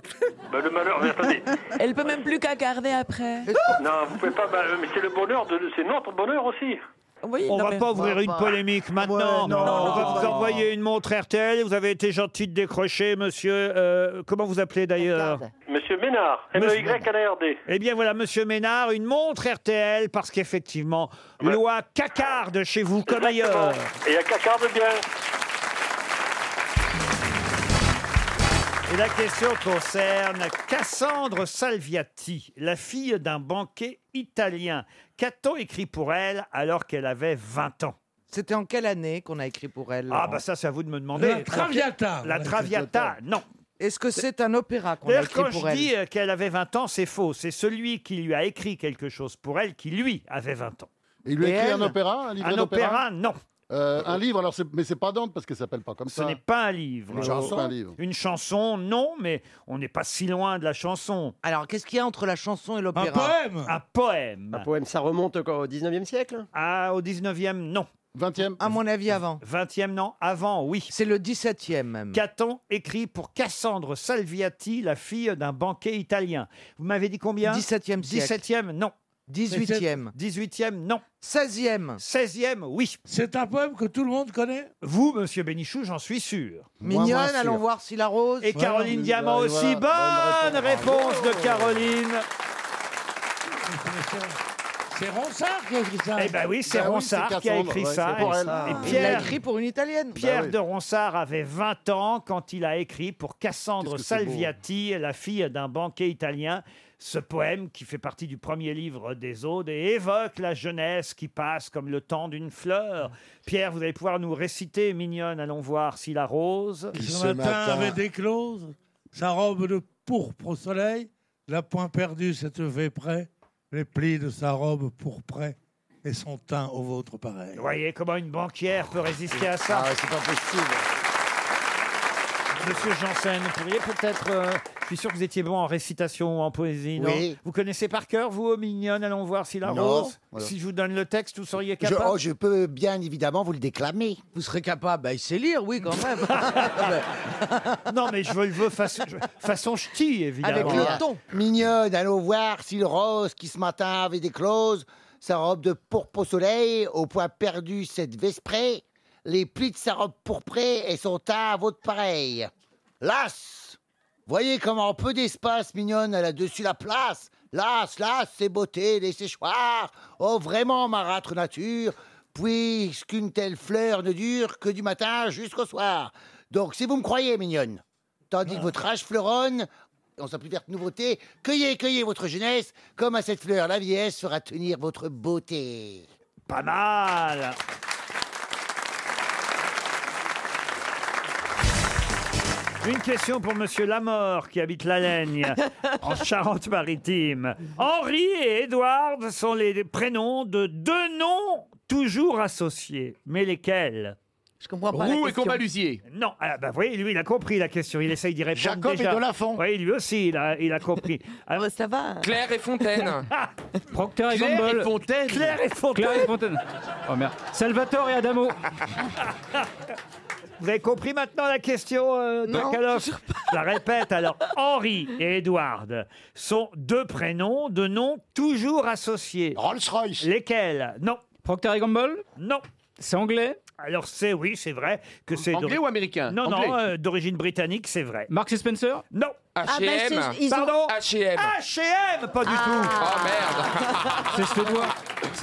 [SPEAKER 12] Ben, le malheur, mais attendez.
[SPEAKER 20] Elle peut même plus cacarder après.
[SPEAKER 12] non, vous pouvez pas. bah, mais c'est le bonheur de, c'est notre bonheur aussi.
[SPEAKER 20] Oui,
[SPEAKER 1] On
[SPEAKER 20] non,
[SPEAKER 1] va
[SPEAKER 20] mais-
[SPEAKER 1] pas ouvrir une polémique maintenant.
[SPEAKER 12] non,
[SPEAKER 1] on va
[SPEAKER 12] non,
[SPEAKER 1] vous
[SPEAKER 12] non.
[SPEAKER 1] envoyer une montre RTL. Vous avez été gentil de décrocher, monsieur. euh, comment vous appelez d'ailleurs
[SPEAKER 12] Monsieur Ménard, M E Y N A R D.
[SPEAKER 1] Eh bien voilà, monsieur Ménard, une montre RTL parce qu'effectivement,
[SPEAKER 12] Ah ben.
[SPEAKER 1] loi cacarde chez vous comme ailleurs.
[SPEAKER 12] Et à cacarde bien.
[SPEAKER 1] Et la question concerne Cassandre Salviati, la fille d'un banquet italien. Qu'a-t-on écrit pour elle alors qu'elle avait 20 ans
[SPEAKER 14] C'était en quelle année qu'on a écrit pour elle
[SPEAKER 1] Ah bah ça, c'est à vous de me demander.
[SPEAKER 14] La Traviata.
[SPEAKER 1] La
[SPEAKER 14] Ouais,
[SPEAKER 1] Traviata,
[SPEAKER 14] c'est
[SPEAKER 1] non.
[SPEAKER 14] Est-ce que c'est un opéra qu'on a
[SPEAKER 1] D'ailleurs,
[SPEAKER 14] écrit
[SPEAKER 1] quand
[SPEAKER 14] pour
[SPEAKER 1] je
[SPEAKER 14] elle
[SPEAKER 1] dis euh, qu'elle avait 20 ans, c'est faux. C'est celui qui lui a écrit quelque chose pour elle qui, lui, avait 20 ans.
[SPEAKER 16] Il lui a écrit un opéra, un livre
[SPEAKER 1] Un
[SPEAKER 16] d'opéra
[SPEAKER 1] opéra, non.
[SPEAKER 16] Euh, un livre, alors c'est- mais c'est pas Dante parce que ça s'appelle pas comme
[SPEAKER 1] Ce
[SPEAKER 16] ça.
[SPEAKER 1] n'est pas un livre.
[SPEAKER 16] Une chanson Un livre.
[SPEAKER 1] Une chanson, non, mais on n'est pas si loin de la chanson.
[SPEAKER 14] Alors, qu'est-ce qu'il y a entre la chanson et l'opéra
[SPEAKER 1] Un poème.
[SPEAKER 15] Un poème, ça remonte encore au 19e siècle
[SPEAKER 1] Ah, au 19e, non.
[SPEAKER 16] 20e
[SPEAKER 14] À mon avis, avant.
[SPEAKER 1] 20e, non. Avant, oui.
[SPEAKER 14] C'est le 17e même.
[SPEAKER 1] Caton écrit pour Cassandre Salviati, la fille d'un banquet italien. Vous m'avez dit combien
[SPEAKER 14] 17e siècle.
[SPEAKER 1] 17e, non.
[SPEAKER 14] 18e.
[SPEAKER 1] 18e, non.
[SPEAKER 14] 16e.
[SPEAKER 1] 16e, oui.
[SPEAKER 9] C'est un poème que tout le monde connaît
[SPEAKER 1] Vous, monsieur Bénichou, j'en suis sûr.
[SPEAKER 14] Mignonne, allons voir si la rose.
[SPEAKER 1] Et Caroline Diamant
[SPEAKER 14] ouais,
[SPEAKER 1] aussi.
[SPEAKER 14] voilà,
[SPEAKER 1] bonne, réponse de Caroline.
[SPEAKER 9] C'est Ronsard qui a écrit ça.
[SPEAKER 1] Eh ben oui, c'est Ronsard qui a écrit ça. Et- Et
[SPEAKER 14] Il l'a
[SPEAKER 1] Pierre,
[SPEAKER 14] écrit pour une italienne.
[SPEAKER 1] Pierre de Ronsard avait 20 ans quand il a écrit pour Cassandre
[SPEAKER 14] Qu'est-ce que c'est beau. hein.
[SPEAKER 1] Salviati, la fille d'un banquet italien, ce poème qui fait partie du premier livre des Audes et évoque la jeunesse qui passe comme le temps d'une fleur.
[SPEAKER 14] Ah.
[SPEAKER 1] Pierre, vous allez pouvoir nous réciter, mignonne, allons voir si la rose...
[SPEAKER 9] Qui ce matin, avait déclose sa robe de pourpre au soleil, la point perdue s'élevait près, les plis de sa robe pourprée et son teint au vôtre pareil.
[SPEAKER 1] Vous voyez comment une banquière peut résister à
[SPEAKER 15] Ah,
[SPEAKER 1] ça
[SPEAKER 9] c'est pas possible.
[SPEAKER 1] Monsieur Janssen, vous pourriez peut-être... euh, je suis sûr que vous étiez bon en récitation ou en poésie, non
[SPEAKER 15] Oui.
[SPEAKER 1] Vous connaissez par cœur, vous, oh, mignonne, allons voir si la
[SPEAKER 15] Non.
[SPEAKER 1] rose...
[SPEAKER 15] Voilà.
[SPEAKER 1] Si je vous donne le texte, vous seriez
[SPEAKER 15] je,
[SPEAKER 1] capable
[SPEAKER 15] oh, je peux bien évidemment vous le déclamer.
[SPEAKER 14] Vous serez capable, bah, il sait lire, oui, quand même.
[SPEAKER 1] Non, mais je veux le veux façon, je- façon ch'ti, évidemment.
[SPEAKER 15] Mignonne, allons voir si le rose qui ce matin avait déclose sa robe de pourpre au soleil, au point perdu cette vesprée, les plis de sa robe pourprée et son teint à votre pareil. Las Voyez comment peu d'espace, mignonne, elle a dessus la place. Las, las, ses beautés, les séchoirs. Oh, vraiment, ma râtre nature, puisqu'une telle fleur ne dure que du matin jusqu'au soir. Donc, si vous me croyez, mignonne, tandis que votre âge fleuronne, dans sa plus verte nouveauté, cueillez, cueillez votre jeunesse, comme à cette fleur, la vieillesse fera tenir votre beauté.
[SPEAKER 1] Pas mal Une question pour Monsieur Lamor qui habite la Laigne, en Charente-Maritime. Henri et Édouard sont les prénoms de deux noms toujours associés. Mais lesquels Je comprends
[SPEAKER 14] pas la Roux et question. Combaluzier.
[SPEAKER 1] Non, ah, bah, vous voyez, lui, il a compris la question. Il essaye d'y répondre
[SPEAKER 14] Jacob et
[SPEAKER 1] déjà.
[SPEAKER 14] Delafont.
[SPEAKER 1] Oui, lui aussi, il a, il a compris.
[SPEAKER 14] Ah, bah,
[SPEAKER 1] ça va.
[SPEAKER 8] Claire et Fontaine. Procter et
[SPEAKER 1] Claire
[SPEAKER 8] Gamble.
[SPEAKER 1] et Fontaine. Claire et Fontaine.
[SPEAKER 8] Claire et Fontaine. Oh merde. Salvatore et Adamo.
[SPEAKER 1] Vous avez compris maintenant la question, euh,
[SPEAKER 8] Non,
[SPEAKER 1] Tchakalov
[SPEAKER 8] toujours
[SPEAKER 1] Je la répète alors. Henri et Edward sont deux prénoms de noms toujours associés. Rolls-Royce. Lesquels Non. Procter et Gamble Non. C'est anglais Alors c'est, oui, c'est vrai que c'est...
[SPEAKER 21] Anglais
[SPEAKER 1] d'ori-
[SPEAKER 21] ou américain
[SPEAKER 1] Non, non,
[SPEAKER 21] Anglais.
[SPEAKER 1] euh, d'origine britannique, c'est vrai.
[SPEAKER 8] Marks et Spencer
[SPEAKER 1] Non.
[SPEAKER 2] bah,
[SPEAKER 8] Ah, mais H&M. c'est- ils ont- Ah.
[SPEAKER 1] Pardon
[SPEAKER 2] Ah,
[SPEAKER 8] H&M.
[SPEAKER 1] H&M, pas du tout.
[SPEAKER 22] Oh,
[SPEAKER 8] C'est ce doigt.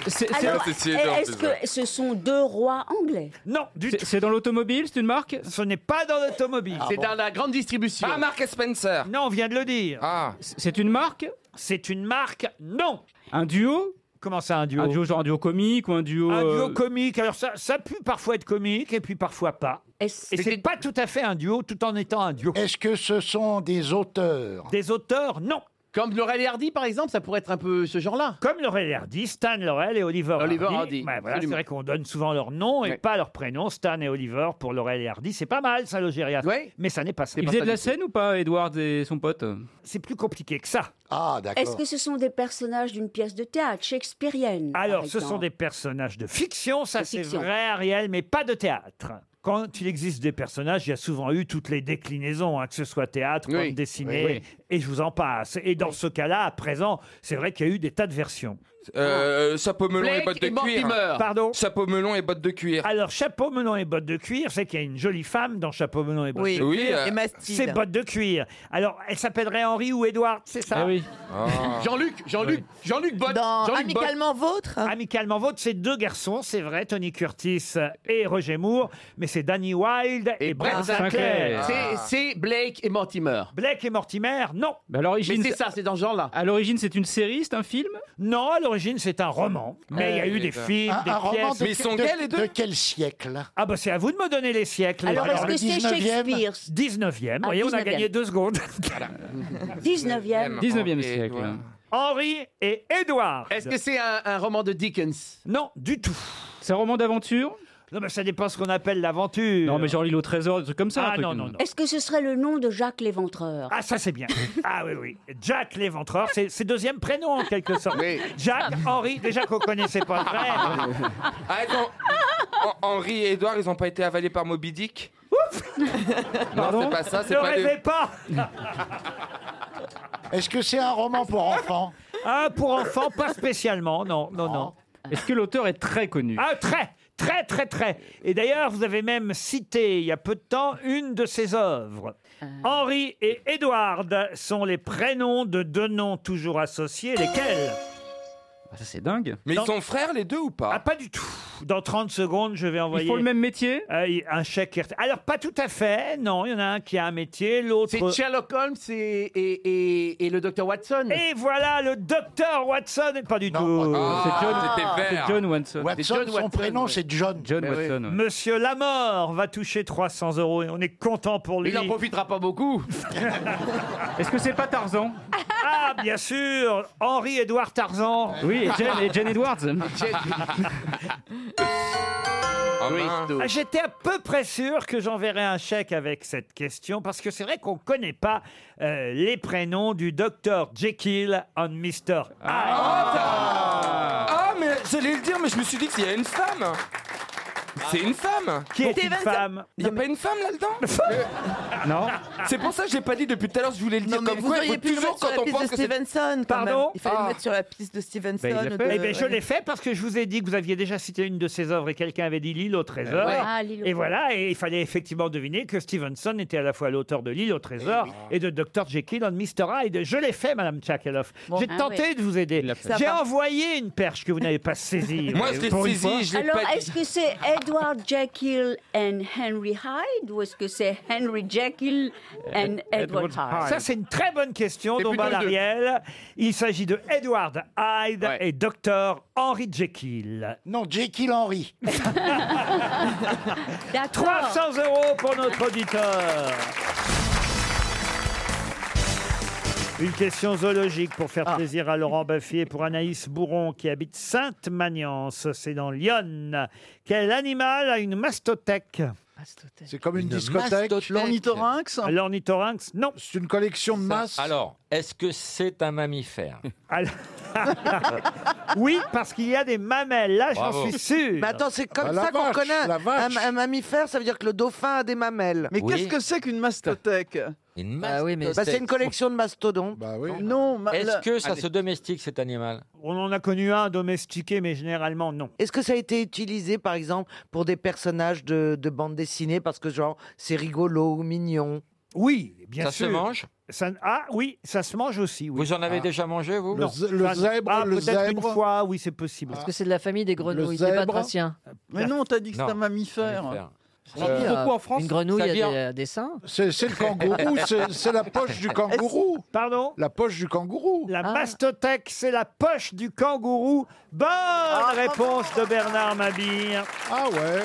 [SPEAKER 8] C'est- c'est-
[SPEAKER 2] Alors,
[SPEAKER 8] c'est- c'est énorme,
[SPEAKER 2] est-ce
[SPEAKER 8] c'est ça.
[SPEAKER 2] que ce sont deux rois anglais
[SPEAKER 1] Non, du
[SPEAKER 8] C'est- C'est dans l'automobile, c'est une marque
[SPEAKER 1] Ce n'est pas dans l'automobile.
[SPEAKER 17] Ah
[SPEAKER 8] C'est dans la grande distribution. Ah, Marc Spencer.
[SPEAKER 1] Non, on vient de le dire.
[SPEAKER 8] Ah. C'est une marque
[SPEAKER 1] C'est une marque, non.
[SPEAKER 8] Un duo
[SPEAKER 1] Comment ça, un duo
[SPEAKER 8] Un duo, genre un duo comique ou un duo.
[SPEAKER 1] Un duo
[SPEAKER 8] euh,
[SPEAKER 1] comique. Alors ça, ça peut parfois être comique et puis parfois pas. Et c'est pas tout à fait un duo tout en étant un duo.
[SPEAKER 17] Est-ce que ce sont des auteurs
[SPEAKER 1] Des auteurs, non.
[SPEAKER 17] Comme Laurel et Hardy, par exemple, ça pourrait être un peu ce genre-là.
[SPEAKER 1] Comme Laurel et Hardy, Stan Laurel et Oliver,
[SPEAKER 17] Oliver Hardy,
[SPEAKER 1] Ouais, voilà, c'est
[SPEAKER 17] absolument.
[SPEAKER 1] vrai qu'on donne souvent leur nom et pas leur prénom. Stan et Oliver pour Laurel et Hardy, c'est pas mal ça, l'Ogéria. Mais ça n'est pas ça.
[SPEAKER 8] Il faisait de
[SPEAKER 17] Ah,
[SPEAKER 8] la scène ou pas, Edward et son pote
[SPEAKER 1] C'est plus compliqué que ça.
[SPEAKER 17] Ah,
[SPEAKER 2] Est-ce que ce sont des personnages d'une pièce de théâtre shakespearienne par
[SPEAKER 1] Alors, ce sont
[SPEAKER 2] exemple
[SPEAKER 1] des personnages de fiction, ça
[SPEAKER 2] De
[SPEAKER 1] c'est
[SPEAKER 2] fiction.
[SPEAKER 1] vrai, Ariel, mais pas de théâtre. Quand il existe des personnages, il y a souvent eu toutes les déclinaisons, hein, que ce soit théâtre,
[SPEAKER 17] Oui.
[SPEAKER 1] bande dessinée,
[SPEAKER 17] Oui, oui.
[SPEAKER 1] et je vous en passe. Et dans ce cas-là, à présent, c'est vrai qu'il y a eu des tas de versions.
[SPEAKER 24] Euh, chapeau melon et
[SPEAKER 1] Blake
[SPEAKER 24] bottes de
[SPEAKER 1] et
[SPEAKER 24] cuir.
[SPEAKER 1] Mortimer. Pardon
[SPEAKER 24] Chapeau melon et bottes de cuir.
[SPEAKER 1] Alors, chapeau melon et bottes de cuir, c'est qu'il y a une jolie femme dans chapeau melon et bottes
[SPEAKER 24] Oui.
[SPEAKER 1] de
[SPEAKER 24] Oui,
[SPEAKER 1] cuir.
[SPEAKER 24] euh, Et
[SPEAKER 14] Mathilde.
[SPEAKER 1] C'est bottes de cuir. Alors, elle s'appellerait Henri ou Édouard, c'est ça
[SPEAKER 8] Ah oui.
[SPEAKER 17] Jean-Luc, Jean-Luc, Jean-Luc Bott. Jean-Luc Bott.
[SPEAKER 1] Vôtre Amicalement Vôtre, c'est deux garçons, c'est vrai, Tony Curtis et Roger Moore, mais c'est Danny Wilde et, Brett Sinclair.
[SPEAKER 17] C'est- C'est Blake et Mortimer.
[SPEAKER 1] Blake et Mortimer, non.
[SPEAKER 8] Bah, à l'origine,
[SPEAKER 17] Mais c'est ça, c'est dans ce genre-là.
[SPEAKER 8] À l'origine, c'est une série, c'est un film
[SPEAKER 1] Non, à l'origine, c'est un roman. Mais il
[SPEAKER 8] Euh,
[SPEAKER 1] y a eu des films, des pièces.
[SPEAKER 17] de quel siècle
[SPEAKER 1] Ah bah c'est à vous de me donner les siècles.
[SPEAKER 17] Alors, Alors, est-ce le que c'est 19e? Shakespeare
[SPEAKER 1] 19e. Vous
[SPEAKER 17] Ah,
[SPEAKER 1] voyez, on a
[SPEAKER 17] 19e.
[SPEAKER 1] gagné deux secondes.
[SPEAKER 2] 19e.
[SPEAKER 8] 19e siècle.
[SPEAKER 1] Henri et Édouard.
[SPEAKER 17] Est-ce que c'est un, un roman de Dickens
[SPEAKER 1] Non, du tout.
[SPEAKER 8] C'est un roman d'aventure
[SPEAKER 1] Non, mais ça dépend ce qu'on appelle l'aventure.
[SPEAKER 8] Non, mais genre l'île au trésor, des trucs comme ça.
[SPEAKER 1] Ah,
[SPEAKER 8] un truc.
[SPEAKER 1] non, non, non.
[SPEAKER 2] Est-ce que ce serait le nom de Jacques l'Éventreur
[SPEAKER 1] Ah, ça c'est bien. Ah oui, oui. Jack l'éventreur, c'est c'est deuxième prénom en quelque sorte. Jack, Henri, déjà qu'on connaissait pas le vrai.
[SPEAKER 24] Ah, attends. Hen- Henri et Edouard, ils n'ont pas été avalés par Moby Dick Non, c'est pas ça, c'est
[SPEAKER 1] ne
[SPEAKER 24] pas
[SPEAKER 1] rêvez pas
[SPEAKER 17] Est-ce que c'est un roman pour enfants
[SPEAKER 1] Ah, pour enfants, pas spécialement, non, non, non.
[SPEAKER 8] Oh. Est-ce que l'auteur est très connu
[SPEAKER 1] Ah, très, très, très, très. Et d'ailleurs, vous avez même cité, il y a peu de temps, une de ses œuvres. Henri et Édouard sont les prénoms de deux noms toujours associés. Lesquels
[SPEAKER 8] Ah, ça, c'est dingue.
[SPEAKER 24] Mais
[SPEAKER 1] Non.
[SPEAKER 24] ils sont frères, les deux, ou pas
[SPEAKER 1] Ah, pas du tout. Dans 30 secondes, je vais envoyer.
[SPEAKER 8] Ils font le même métier
[SPEAKER 1] Euh, un chèque. RT- Alors, pas tout à fait, non. Il y en a un qui a un métier, l'autre.
[SPEAKER 17] C'est Sherlock Holmes et, et- et- et le docteur Watson
[SPEAKER 1] Et voilà le docteur Watson. Pas du tout.
[SPEAKER 8] Ah, c'est John- c'était vert. c'est John Watson. Watson,
[SPEAKER 17] son prénom, c'est
[SPEAKER 1] John.
[SPEAKER 8] John Eh oui. Watson, ouais.
[SPEAKER 1] Monsieur Lamort va toucher 300 euros et on est content pour lui.
[SPEAKER 17] Il n'en profitera pas beaucoup.
[SPEAKER 8] Est-ce que c'est pas Tarzan
[SPEAKER 1] Ah, bien sûr Henri-Édouard Tarzan.
[SPEAKER 8] Oui, et Jane, et Jane Edwards.
[SPEAKER 1] Ah, J'étais à peu près sûr que j'enverrais un chèque avec cette question parce que c'est vrai qu'on connaît pas euh, les prénoms du docteur Jekyll and Mr.
[SPEAKER 24] Ah, mais j'allais le dire, mais je me suis dit qu'il y a une femme. C'est une femme
[SPEAKER 1] Ah. Qui est une femme
[SPEAKER 24] Il n'y a pas une femme là-dedans
[SPEAKER 8] Non.
[SPEAKER 24] C'est pour ça que j'ai pas dit depuis tout à l'heure, je voulais le dire
[SPEAKER 20] Non, mais
[SPEAKER 24] comme
[SPEAKER 20] vous
[SPEAKER 24] quoi, il
[SPEAKER 20] auriez
[SPEAKER 24] faut
[SPEAKER 20] pu le
[SPEAKER 24] toujours
[SPEAKER 20] mettre
[SPEAKER 24] quand
[SPEAKER 20] sur la
[SPEAKER 24] on pense
[SPEAKER 20] piste de
[SPEAKER 24] que c'est...
[SPEAKER 20] Stevenson. quand
[SPEAKER 1] Pardon
[SPEAKER 20] même. Il fallait
[SPEAKER 1] Ah.
[SPEAKER 20] le mettre sur la piste de Stevenson. ou de-
[SPEAKER 1] Eh ben, je
[SPEAKER 20] ouais.
[SPEAKER 1] l'ai fait parce que je vous ai dit que vous aviez déjà cité une de ses œuvres et quelqu'un avait dit L'île au trésor.
[SPEAKER 20] Ouais. Ah, L'île au
[SPEAKER 1] et
[SPEAKER 20] trésor.
[SPEAKER 1] voilà, et il fallait effectivement deviner que Stevenson était à la fois l'auteur de L'île au trésor
[SPEAKER 2] Eh
[SPEAKER 1] et, de Dr. Jekyll and Mr. Hyde. Je l'ai fait, Madame Tchakaloff. J'ai
[SPEAKER 2] Ah
[SPEAKER 1] tenté
[SPEAKER 2] ouais.
[SPEAKER 1] de vous aider.
[SPEAKER 2] fait.
[SPEAKER 1] J'ai
[SPEAKER 2] Ça va.
[SPEAKER 1] envoyé une perche que vous n'avez pas saisie.
[SPEAKER 24] Moi, je
[SPEAKER 1] euh,
[SPEAKER 24] l'ai
[SPEAKER 1] pour une
[SPEAKER 24] saisie,
[SPEAKER 1] fois.
[SPEAKER 24] je l'ai
[SPEAKER 2] Alors, est-ce que c'est Edward Jekyll and Henry Hyde ou est-ce que c'est Henry Jekyll and Edward Hyde
[SPEAKER 1] Ça, c'est une très bonne question,
[SPEAKER 2] C'est
[SPEAKER 1] Dombal
[SPEAKER 2] plutôt le deux.
[SPEAKER 1] Ariel. Il s'agit de Edward Hyde et Dr. Henry Jekyll.
[SPEAKER 17] Non, Jekyll Henry.
[SPEAKER 1] 300 euros pour notre auditeur. Une question zoologique pour faire plaisir à Laurent Baffy et pour Anaïs Bourron qui habite Sainte-Magnance, c'est dans l'Yonne. Quel animal a une mastothèque
[SPEAKER 18] C'est comme une, discothèque.
[SPEAKER 1] L'ornithorynx Euh, L'ornithorynx, non.
[SPEAKER 18] C'est une collection de
[SPEAKER 1] Ah,
[SPEAKER 18] masses.
[SPEAKER 10] Alors, est-ce que c'est un mammifère
[SPEAKER 1] Alors- oui, parce qu'il y a des mamelles, là j'en
[SPEAKER 10] Bravo.
[SPEAKER 1] suis sûr.
[SPEAKER 14] Mais attends, c'est
[SPEAKER 10] Bah,
[SPEAKER 14] comme ça qu'on connaît un- un, un mammifère, ça veut dire que le dauphin a des mamelles.
[SPEAKER 3] Mais qu'est-ce que c'est qu'une mastothèque
[SPEAKER 10] Une
[SPEAKER 14] Bah oui, mais
[SPEAKER 10] mastothèque.
[SPEAKER 14] Bah, c'est une collection de mastodontes.
[SPEAKER 10] Bah
[SPEAKER 3] Non, ma-
[SPEAKER 10] Est-ce
[SPEAKER 3] la-
[SPEAKER 10] que ça
[SPEAKER 3] Allez.
[SPEAKER 10] se domestique cet animal
[SPEAKER 1] On en a connu un domestiqué, mais généralement non.
[SPEAKER 14] Est-ce que ça a été utilisé, par exemple, pour des personnages de, de bande dessinée parce que genre c'est rigolo ou mignon
[SPEAKER 1] Oui, bien
[SPEAKER 10] Ça se
[SPEAKER 1] sûr.
[SPEAKER 10] mange
[SPEAKER 1] Ça- Ah oui, ça se mange aussi. oui.
[SPEAKER 10] Vous en avez déjà mangé, vous
[SPEAKER 1] Ah. Non. Ça- ah, peut-être une fois, oui, c'est possible.
[SPEAKER 4] Parce que c'est de la famille des grenouilles, des
[SPEAKER 10] zèbre
[SPEAKER 4] batraciens.
[SPEAKER 3] Mais non, t'as dit que c'était
[SPEAKER 10] Non.
[SPEAKER 3] un mammifère.
[SPEAKER 4] On dit pourquoi en France
[SPEAKER 3] Une
[SPEAKER 4] Une grenouille a
[SPEAKER 3] C'est-à-dire-
[SPEAKER 4] des, a des seins.
[SPEAKER 18] C'est c'est le kangourou, c'est- c'est la poche du kangourou.
[SPEAKER 1] Pardon
[SPEAKER 18] La poche du kangourou.
[SPEAKER 1] La mastothèque, c'est la poche du kangourou. Bonne réponse de Bernard Mabir.
[SPEAKER 18] Ah ouais.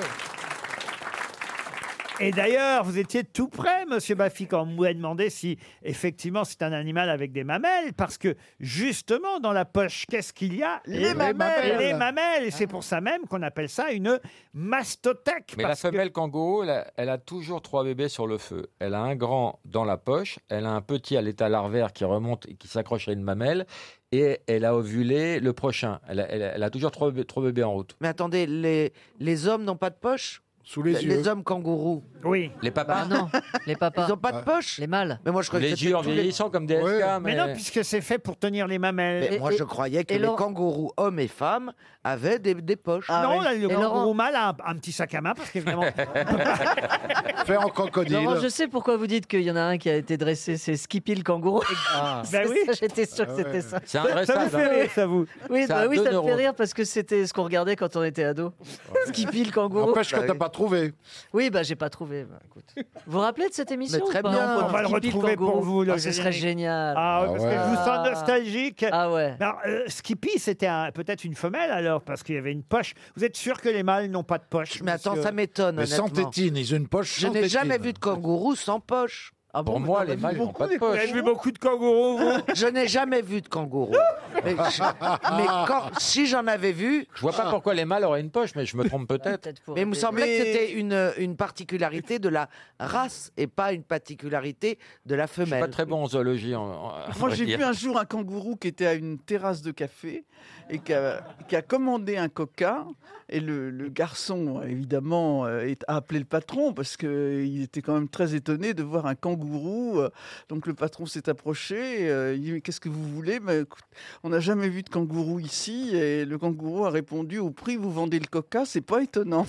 [SPEAKER 1] Et d'ailleurs, vous étiez tout près, Monsieur Baffy, quand vous m'avez demandé si effectivement c'est un animal avec des mamelles, parce que justement dans la poche, qu'est-ce qu'il y a
[SPEAKER 10] Les mamelles.
[SPEAKER 1] Les mamelles. Et c'est pour ça même qu'on appelle ça une mastothèque.
[SPEAKER 10] Mais la
[SPEAKER 1] parce que-
[SPEAKER 10] femelle kangourou, elle a, elle a toujours trois bébés sur le feu. Elle a un grand dans la poche, elle a un petit à l'état larvaire qui remonte et qui s'accroche à une mamelle, et elle a ovulé le prochain. Elle a, elle a- elle a toujours trois, bébés- trois bébés en route.
[SPEAKER 14] Mais attendez, les, les hommes n'ont pas de poche
[SPEAKER 18] Sous
[SPEAKER 10] les yeux.
[SPEAKER 14] hommes kangourous.
[SPEAKER 1] Oui.
[SPEAKER 10] Les
[SPEAKER 14] Ah,
[SPEAKER 10] papas
[SPEAKER 4] Ah bah non, les papas.
[SPEAKER 14] Ils n'ont pas de poche.
[SPEAKER 4] Les mâles.
[SPEAKER 14] Mais moi je croyais
[SPEAKER 10] Les
[SPEAKER 14] que c'était
[SPEAKER 10] yeux en
[SPEAKER 14] tous les-
[SPEAKER 10] vieillissant comme des SK, mais...
[SPEAKER 1] Mais non, puisque c'est fait pour tenir les mamelles.
[SPEAKER 14] Mais moi je croyais que
[SPEAKER 1] et
[SPEAKER 14] les
[SPEAKER 1] Laurent- Ah
[SPEAKER 14] kangourous hommes et femmes avaient des, des poches.
[SPEAKER 4] Ah
[SPEAKER 1] non, là, le kangourou mâle a un, un petit sac à main parce qu'évidemment.
[SPEAKER 18] Fait en crocodile.
[SPEAKER 4] Laurent, je sais pourquoi vous dites qu'il y en a un qui a été dressé, c'est Skippy le kangourou. C'est
[SPEAKER 1] Ben oui.
[SPEAKER 4] ça, J'étais sûr que
[SPEAKER 1] Ah
[SPEAKER 4] c'était
[SPEAKER 1] ouais.
[SPEAKER 4] ça.
[SPEAKER 10] C'est un vrai Ça vous sage, fait hein. rire, ça, vous
[SPEAKER 4] Oui,
[SPEAKER 10] Ça
[SPEAKER 4] bah
[SPEAKER 10] a
[SPEAKER 4] oui,
[SPEAKER 10] deux
[SPEAKER 4] ça me fait
[SPEAKER 10] neurones.
[SPEAKER 4] rire parce que c'était ce qu'on regardait quand on était ado. Skippy le kangourou.
[SPEAKER 18] N'empêche
[SPEAKER 1] Bah
[SPEAKER 18] que t'as pas trouvé.
[SPEAKER 4] Oui, bah j'ai pas trouvé. bah, écoute. Vous vous rappelez de cette émission
[SPEAKER 1] Mais très
[SPEAKER 4] ou pas
[SPEAKER 1] bien.
[SPEAKER 4] Quand
[SPEAKER 1] On va le
[SPEAKER 4] Skippy
[SPEAKER 1] retrouver pour
[SPEAKER 4] kangourou.
[SPEAKER 1] vous, le
[SPEAKER 4] Ah, ce serait
[SPEAKER 1] générique.
[SPEAKER 4] génial.
[SPEAKER 1] Ah, ouais, parce que je vous sens
[SPEAKER 4] Ah.
[SPEAKER 1] nostalgique.
[SPEAKER 4] Ah ouais.
[SPEAKER 1] Alors, euh, Skippy, c'était un- peut-être une femelle alors, parce qu'il y avait une poche. Vous êtes sûr que les mâles n'ont pas de poche
[SPEAKER 14] Mais attends,
[SPEAKER 1] monsieur
[SPEAKER 14] ça m'étonne.
[SPEAKER 18] Mais sans
[SPEAKER 14] honnêtement.
[SPEAKER 18] tétine, ils ont une poche
[SPEAKER 14] Je
[SPEAKER 18] sans
[SPEAKER 14] n'ai
[SPEAKER 18] tétine.
[SPEAKER 14] jamais vu de kangourou sans poche. Ah
[SPEAKER 10] Pour moi, les mâles n'ont pas de
[SPEAKER 1] Vous avez
[SPEAKER 10] poche.
[SPEAKER 1] vu beaucoup de kangourous, vous
[SPEAKER 14] Je n'ai jamais vu de kangourou. mais je- mais quand- si j'en avais vu,
[SPEAKER 10] Je vois pas pourquoi les mâles auraient une poche, mais je me trompe peut-être.
[SPEAKER 14] Mais il me semblait que c'était une, une particularité de la race et pas une particularité de la
[SPEAKER 10] Je suis pas
[SPEAKER 14] femelle.
[SPEAKER 10] très bon en zoologie. en- en- à
[SPEAKER 3] Moi,
[SPEAKER 10] vrai
[SPEAKER 3] j'ai
[SPEAKER 10] dire.
[SPEAKER 3] vu un jour un kangourou qui était à une terrasse de café et qui a, qui a commandé un coca. Et le, le garçon, évidemment, euh, est- a appelé le patron parce qu'il était quand même très étonné de voir un kangourou. Euh, Donc, le patron s'est approché. euh, Il dit Mais Qu'est-ce que vous voulez Ben, écoute, On n'a jamais vu de kangourou ici. Et le kangourou a répondu Au prix, vous vendez le coca, c'est pas étonnant.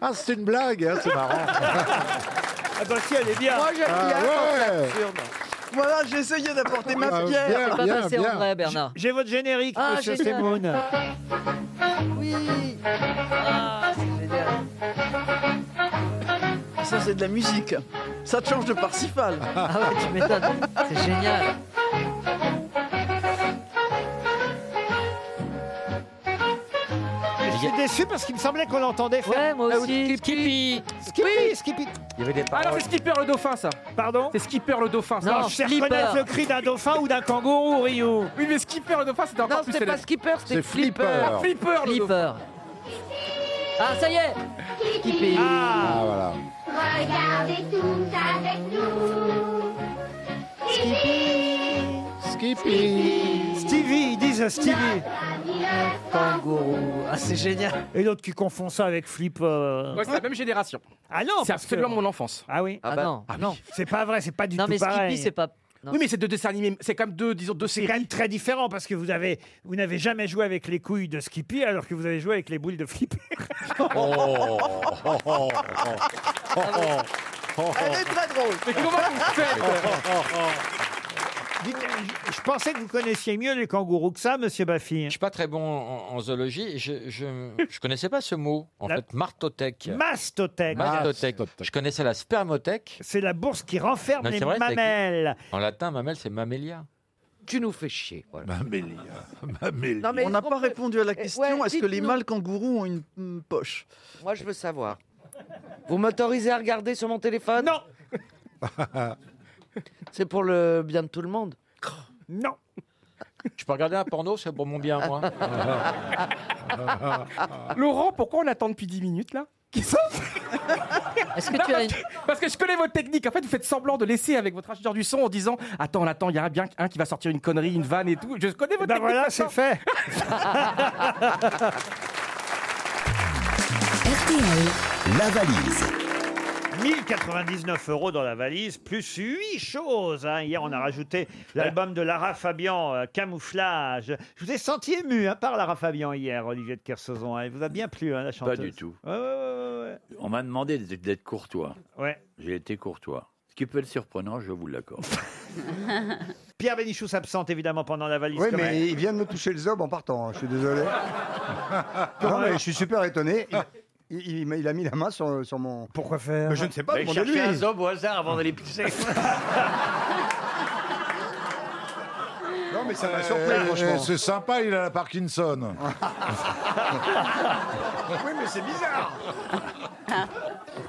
[SPEAKER 18] Ah, c'est une blague, hein, c'est marrant.
[SPEAKER 1] Ah bah si, elle est bien.
[SPEAKER 3] Moi, j'aime
[SPEAKER 18] Ah
[SPEAKER 3] bien quand c'est
[SPEAKER 18] ouais.
[SPEAKER 3] absurde. Voilà, j'ai essayé d'apporter ma
[SPEAKER 18] Ah,
[SPEAKER 3] pierre.
[SPEAKER 18] bien, C'est pas bien, passé en bien. vrai,
[SPEAKER 4] Bernard.
[SPEAKER 1] J'ai votre générique,
[SPEAKER 4] Ah,
[SPEAKER 1] monsieur
[SPEAKER 4] génial.
[SPEAKER 1] Semoun.
[SPEAKER 4] Oui. Ah, c'est génial.
[SPEAKER 3] Ça, c'est de la musique. Ça te change de Parsifal.
[SPEAKER 4] Ah ouais, tu m'étonnes. C'est génial.
[SPEAKER 1] Je suis déçu parce qu'il me semblait qu'on l'entendait faire. Ah,
[SPEAKER 4] Ouais, moi aussi.
[SPEAKER 1] Skippy Skippy Skippy
[SPEAKER 10] Il y avait des
[SPEAKER 1] Ah non,
[SPEAKER 10] paroles.
[SPEAKER 1] c'est
[SPEAKER 8] Skipper le dauphin, ça.
[SPEAKER 1] Pardon
[SPEAKER 8] C'est Skipper le dauphin, ça.
[SPEAKER 1] Non, je sais reconnaître le cri d'un dauphin ou d'un kangourou, Rio.
[SPEAKER 8] Oui, mais Skipper le dauphin, c'était encore
[SPEAKER 14] Non,
[SPEAKER 8] plus
[SPEAKER 14] c'était pas
[SPEAKER 8] célèbre.
[SPEAKER 14] Skipper, c'était
[SPEAKER 18] C'est Flipper.
[SPEAKER 8] Ah, Flipper, le dauphin.
[SPEAKER 4] Flipper. Ah, ça y est. Skippy.
[SPEAKER 18] Ah, voilà.
[SPEAKER 11] Regardez tous avec nous.
[SPEAKER 18] Skippy.
[SPEAKER 1] Stevie, ils disent Stevie.
[SPEAKER 4] Kangourou. Ah, c'est génial.
[SPEAKER 1] Et l'autre qui confond ça avec Flipper.
[SPEAKER 8] Ouais, c'est la même génération.
[SPEAKER 1] Ah non
[SPEAKER 8] C'est
[SPEAKER 1] parce que-
[SPEAKER 8] absolument mon enfance.
[SPEAKER 1] Ah oui
[SPEAKER 4] Ah non.
[SPEAKER 8] Ah non.
[SPEAKER 1] C'est pas vrai, c'est pas du
[SPEAKER 4] Non,
[SPEAKER 1] tout
[SPEAKER 4] mais
[SPEAKER 1] pareil.
[SPEAKER 4] Skippy, c'est pas. non.
[SPEAKER 8] Oui, mais c'est deux dessins animés. C'est quand même deux, disons, deux
[SPEAKER 1] C'est quand
[SPEAKER 8] séries.
[SPEAKER 1] même très différent parce que vous avez vous n'avez jamais joué avec les couilles de Skippy alors que vous avez joué avec les boules de Flipper.
[SPEAKER 8] Oh.
[SPEAKER 4] Ah
[SPEAKER 8] oh.
[SPEAKER 3] Elle est très drôle.
[SPEAKER 8] Mais comment vous faites
[SPEAKER 16] Oh.
[SPEAKER 1] Dites, euh, je, je pensais que vous connaissiez mieux les kangourous que ça, Monsieur Baffy. hein.
[SPEAKER 10] Je suis pas très bon en, en zoologie. Je, je, je connaissais pas ce mot. En
[SPEAKER 1] La-
[SPEAKER 10] fait, martothèque.
[SPEAKER 1] Mastothèque,
[SPEAKER 10] Mastothèque. Je connaissais la spermothèque.
[SPEAKER 1] c'est la bourse qui renferme
[SPEAKER 10] Non,
[SPEAKER 1] les
[SPEAKER 10] c'est vrai, c'est-
[SPEAKER 1] mamelles.
[SPEAKER 10] En latin, mamelle, c'est mammalia.
[SPEAKER 14] Tu nous fais chier. Voilà.
[SPEAKER 3] Non, mais on n'a pas répondu à la question.
[SPEAKER 14] Eh, ouais,
[SPEAKER 3] Est-ce que les
[SPEAKER 14] dites-nous.
[SPEAKER 3] mâles kangourous ont une une poche
[SPEAKER 14] Moi, je veux savoir. Vous m'autorisez à regarder sur mon téléphone
[SPEAKER 1] Non
[SPEAKER 14] C'est pour le bien de tout le monde.
[SPEAKER 1] Non.
[SPEAKER 25] Je peux regarder un porno, c'est pour mon bien, moi.
[SPEAKER 16] Ah,
[SPEAKER 15] Laurent, pourquoi on attend depuis 10 minutes là Qui sont
[SPEAKER 6] Est-ce que
[SPEAKER 15] Non,
[SPEAKER 6] tu as
[SPEAKER 15] parce, que, parce que je connais votre technique. En fait, vous faites semblant de laisser avec votre acheteur du son en disant Attends, attends, il y en a bien un qui va sortir une connerie, une vanne et tout. Je connais votre technique.
[SPEAKER 1] Ben voilà, c'est fait.
[SPEAKER 26] La valise.
[SPEAKER 1] 1099 euros dans la valise, plus huit choses. hein. Hier, on a rajouté l'album de Lara Fabian, euh, Camouflage. Je vous ai senti ému hein, par Lara Fabian hier, Olivier de Kersauzon. Elle vous a bien plu, hein, la chanteuse.
[SPEAKER 17] Pas du tout.
[SPEAKER 1] Ouais, ouais, ouais, ouais, ouais.
[SPEAKER 17] On m'a demandé d'être d'être courtois.
[SPEAKER 1] Ouais.
[SPEAKER 17] J'ai été courtois. Ce qui peut être surprenant, je vous l'accorde.
[SPEAKER 1] Pierre Bénichou s'absente évidemment pendant la valise.
[SPEAKER 27] Oui,
[SPEAKER 1] quand même.
[SPEAKER 27] mais il vient de me toucher le zob en partant. hein. Je suis désolé. non, mais je suis super étonné. Il, il- il m'a- il a mis la main sur, sur mon.
[SPEAKER 1] Pourquoi faire
[SPEAKER 27] Je ne sais pas.
[SPEAKER 17] Mais
[SPEAKER 27] demandez-lui.
[SPEAKER 17] cherchez un zob au hasard avant d'aller pisser.
[SPEAKER 27] Non, mais ça m'a
[SPEAKER 5] Euh,
[SPEAKER 27] surpris, franchement.
[SPEAKER 5] C'est sympa, il a la Parkinson.
[SPEAKER 27] oui, mais c'est bizarre.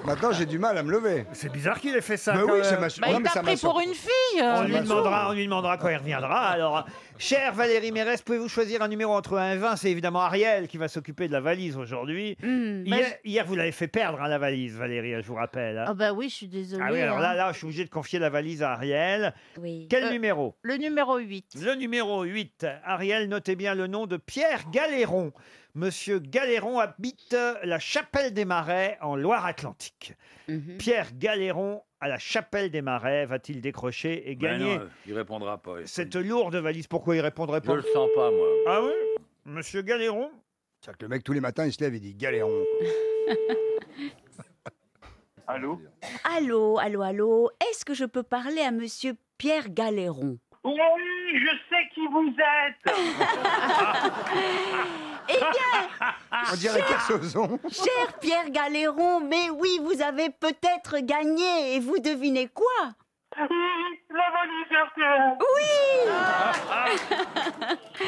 [SPEAKER 27] Maintenant, j'ai du mal à me lever.
[SPEAKER 1] C'est bizarre qu'il ait fait ça.
[SPEAKER 27] Mais
[SPEAKER 1] quand
[SPEAKER 27] Bah oui,
[SPEAKER 1] même.
[SPEAKER 27] ça m'a ouais, mais ça m'a surpris.
[SPEAKER 1] fille.
[SPEAKER 27] euh,
[SPEAKER 1] On lui,
[SPEAKER 27] Bien sûr.
[SPEAKER 1] demandera, on lui demandera quand il reviendra. Alors, chère Valérie Mérès, pouvez-vous choisir un numéro entre 1 et 20 C'est évidemment Ariel qui va s'occuper de la valise aujourd'hui. hier, hier, vous l'avez fait perdre, hein, la valise, Valérie, je vous rappelle. hein.
[SPEAKER 7] Ah bah oui, je suis désolée.
[SPEAKER 1] Ah oui, alors là,
[SPEAKER 7] hein.
[SPEAKER 1] là, je suis obligé de confier la valise à Ariel.
[SPEAKER 7] Oui.
[SPEAKER 1] Quel
[SPEAKER 7] Euh,
[SPEAKER 1] numéro
[SPEAKER 7] Le numéro 8.
[SPEAKER 1] Le numéro 8. Ariel, notez bien le nom de Pierre Galéron. Monsieur Galéron habite la Chapelle des Marais en Loire-Atlantique.
[SPEAKER 7] Mhm.
[SPEAKER 1] Pierre Galéron à la Chapelle des Marais va-t-il décrocher et
[SPEAKER 17] Ben
[SPEAKER 1] gagner
[SPEAKER 17] non, il répondra pas.
[SPEAKER 1] cette lourde valise Pourquoi il répondrait
[SPEAKER 17] Je
[SPEAKER 1] pas
[SPEAKER 17] le sens pas, moi.
[SPEAKER 1] Ah oui Monsieur Galéron
[SPEAKER 27] C'est-à-dire que le mec, tous les matins, il se lève et dit galéron.
[SPEAKER 8] Allô
[SPEAKER 2] Allô, allô, allô. Est-ce que je peux parler à monsieur Pierre Galéron
[SPEAKER 8] Oui, je sais qui vous êtes.
[SPEAKER 2] Eh bien,
[SPEAKER 27] On dirait Kersozon.
[SPEAKER 2] cher Pierre Galéron, mais oui, vous avez peut-être gagné et vous devinez quoi
[SPEAKER 8] La valise RTL.
[SPEAKER 2] Oui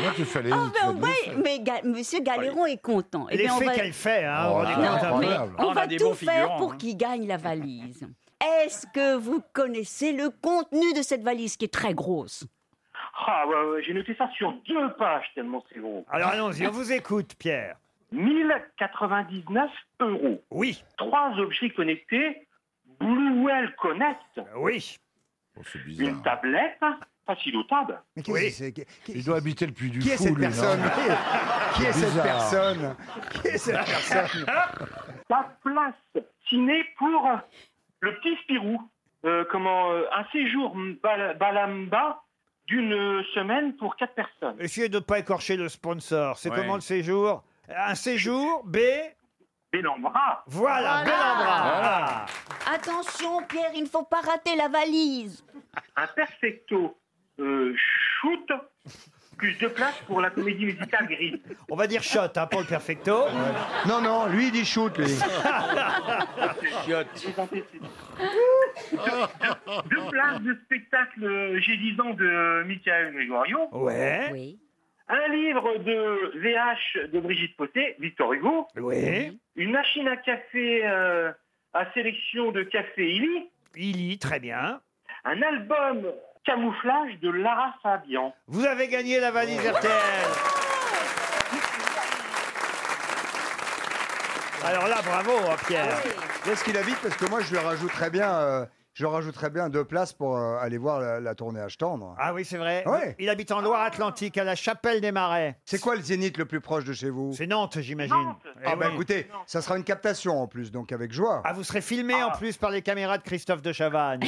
[SPEAKER 5] Moi, tu fallais.
[SPEAKER 2] Ah, ben ouais, mais Ga- Monsieur Galéron est content. Eh bien, on
[SPEAKER 1] L'effet
[SPEAKER 2] va-
[SPEAKER 1] qu'elle fait, hein,
[SPEAKER 27] Oh,
[SPEAKER 1] vous vous rendez
[SPEAKER 2] Non,
[SPEAKER 1] compte, hein.
[SPEAKER 2] mais
[SPEAKER 17] Ah,
[SPEAKER 2] on
[SPEAKER 17] on a
[SPEAKER 2] va
[SPEAKER 17] des
[SPEAKER 2] tout
[SPEAKER 17] bons
[SPEAKER 2] faire
[SPEAKER 17] figurants,
[SPEAKER 2] pour
[SPEAKER 17] hein.
[SPEAKER 2] qu'il gagne la valise. Est-ce que vous connaissez le contenu de cette valise qui est très grosse
[SPEAKER 8] Ah ouais, ouais, j'ai noté ça sur deux pages tellement c'est gros.
[SPEAKER 1] Alors allons-y, on vous écoute, Pierre.
[SPEAKER 8] 1099 euros.
[SPEAKER 1] Oui.
[SPEAKER 8] Trois objets connectés. Blue Well Connect.
[SPEAKER 1] Euh, Oui.
[SPEAKER 8] Une tablette. hein. Facile au table.
[SPEAKER 27] Mais qu'est-ce que c'est
[SPEAKER 5] Il doit habiter le puits du
[SPEAKER 27] Qui est
[SPEAKER 5] Fou,
[SPEAKER 27] cette
[SPEAKER 5] lui, non
[SPEAKER 27] personne Qui est- Qui est cette
[SPEAKER 5] Bizarre.
[SPEAKER 27] personne Qui est cette personne
[SPEAKER 8] Ta place ciné pour euh, le petit Spirou. Euh, comment euh, un séjour bal- balamba d'une euh, semaine pour quatre personnes.
[SPEAKER 1] Essayez de ne pas écorcher le sponsor. C'est
[SPEAKER 8] Ouais.
[SPEAKER 1] comment le séjour Un séjour B.
[SPEAKER 8] Bélambra.
[SPEAKER 1] Voilà, Ah.
[SPEAKER 2] Voilà.
[SPEAKER 1] Bélambra.
[SPEAKER 2] Voilà. Attention, Pierre, il ne faut pas rater la valise.
[SPEAKER 8] un perfecto euh, shoot, plus de place pour la comédie musicale grise.
[SPEAKER 1] On va dire shot hein, pour le perfecto.
[SPEAKER 27] Non, non, lui, il dit shoot, lui.
[SPEAKER 8] Deux places de spectacle euh, J'ai 10 ans de Michael Gregorio.
[SPEAKER 1] Ouais.
[SPEAKER 8] Un livre de VH de Brigitte Poté, Victor Hugo.
[SPEAKER 1] Ouais.
[SPEAKER 8] Une machine à café euh, à sélection de café Illy.
[SPEAKER 1] Illy, très bien.
[SPEAKER 8] Un album camouflage de Lara Fabian.
[SPEAKER 1] Vous avez gagné la valise RTL. Alors là, bravo, hein, Pierre.
[SPEAKER 27] Qu'est-ce Ah qu'il habite Parce que moi, je lui rajouterais bien, euh, je lui rajouterais bien deux places pour euh, aller voir la, la tournée à Tendre.
[SPEAKER 1] Ah oui, c'est vrai.
[SPEAKER 27] Ouais.
[SPEAKER 1] Il habite en Loire-Atlantique, à la Chapelle des Marais.
[SPEAKER 27] C'est quoi le zénith le plus proche de chez vous
[SPEAKER 1] C'est Nantes, j'imagine.
[SPEAKER 27] Ah
[SPEAKER 1] Eh
[SPEAKER 27] bah
[SPEAKER 1] oui.
[SPEAKER 27] écoutez, ça sera une captation en plus, donc avec joie.
[SPEAKER 1] Ah, vous serez filmé en plus par les caméras de Christophe de Chavagne.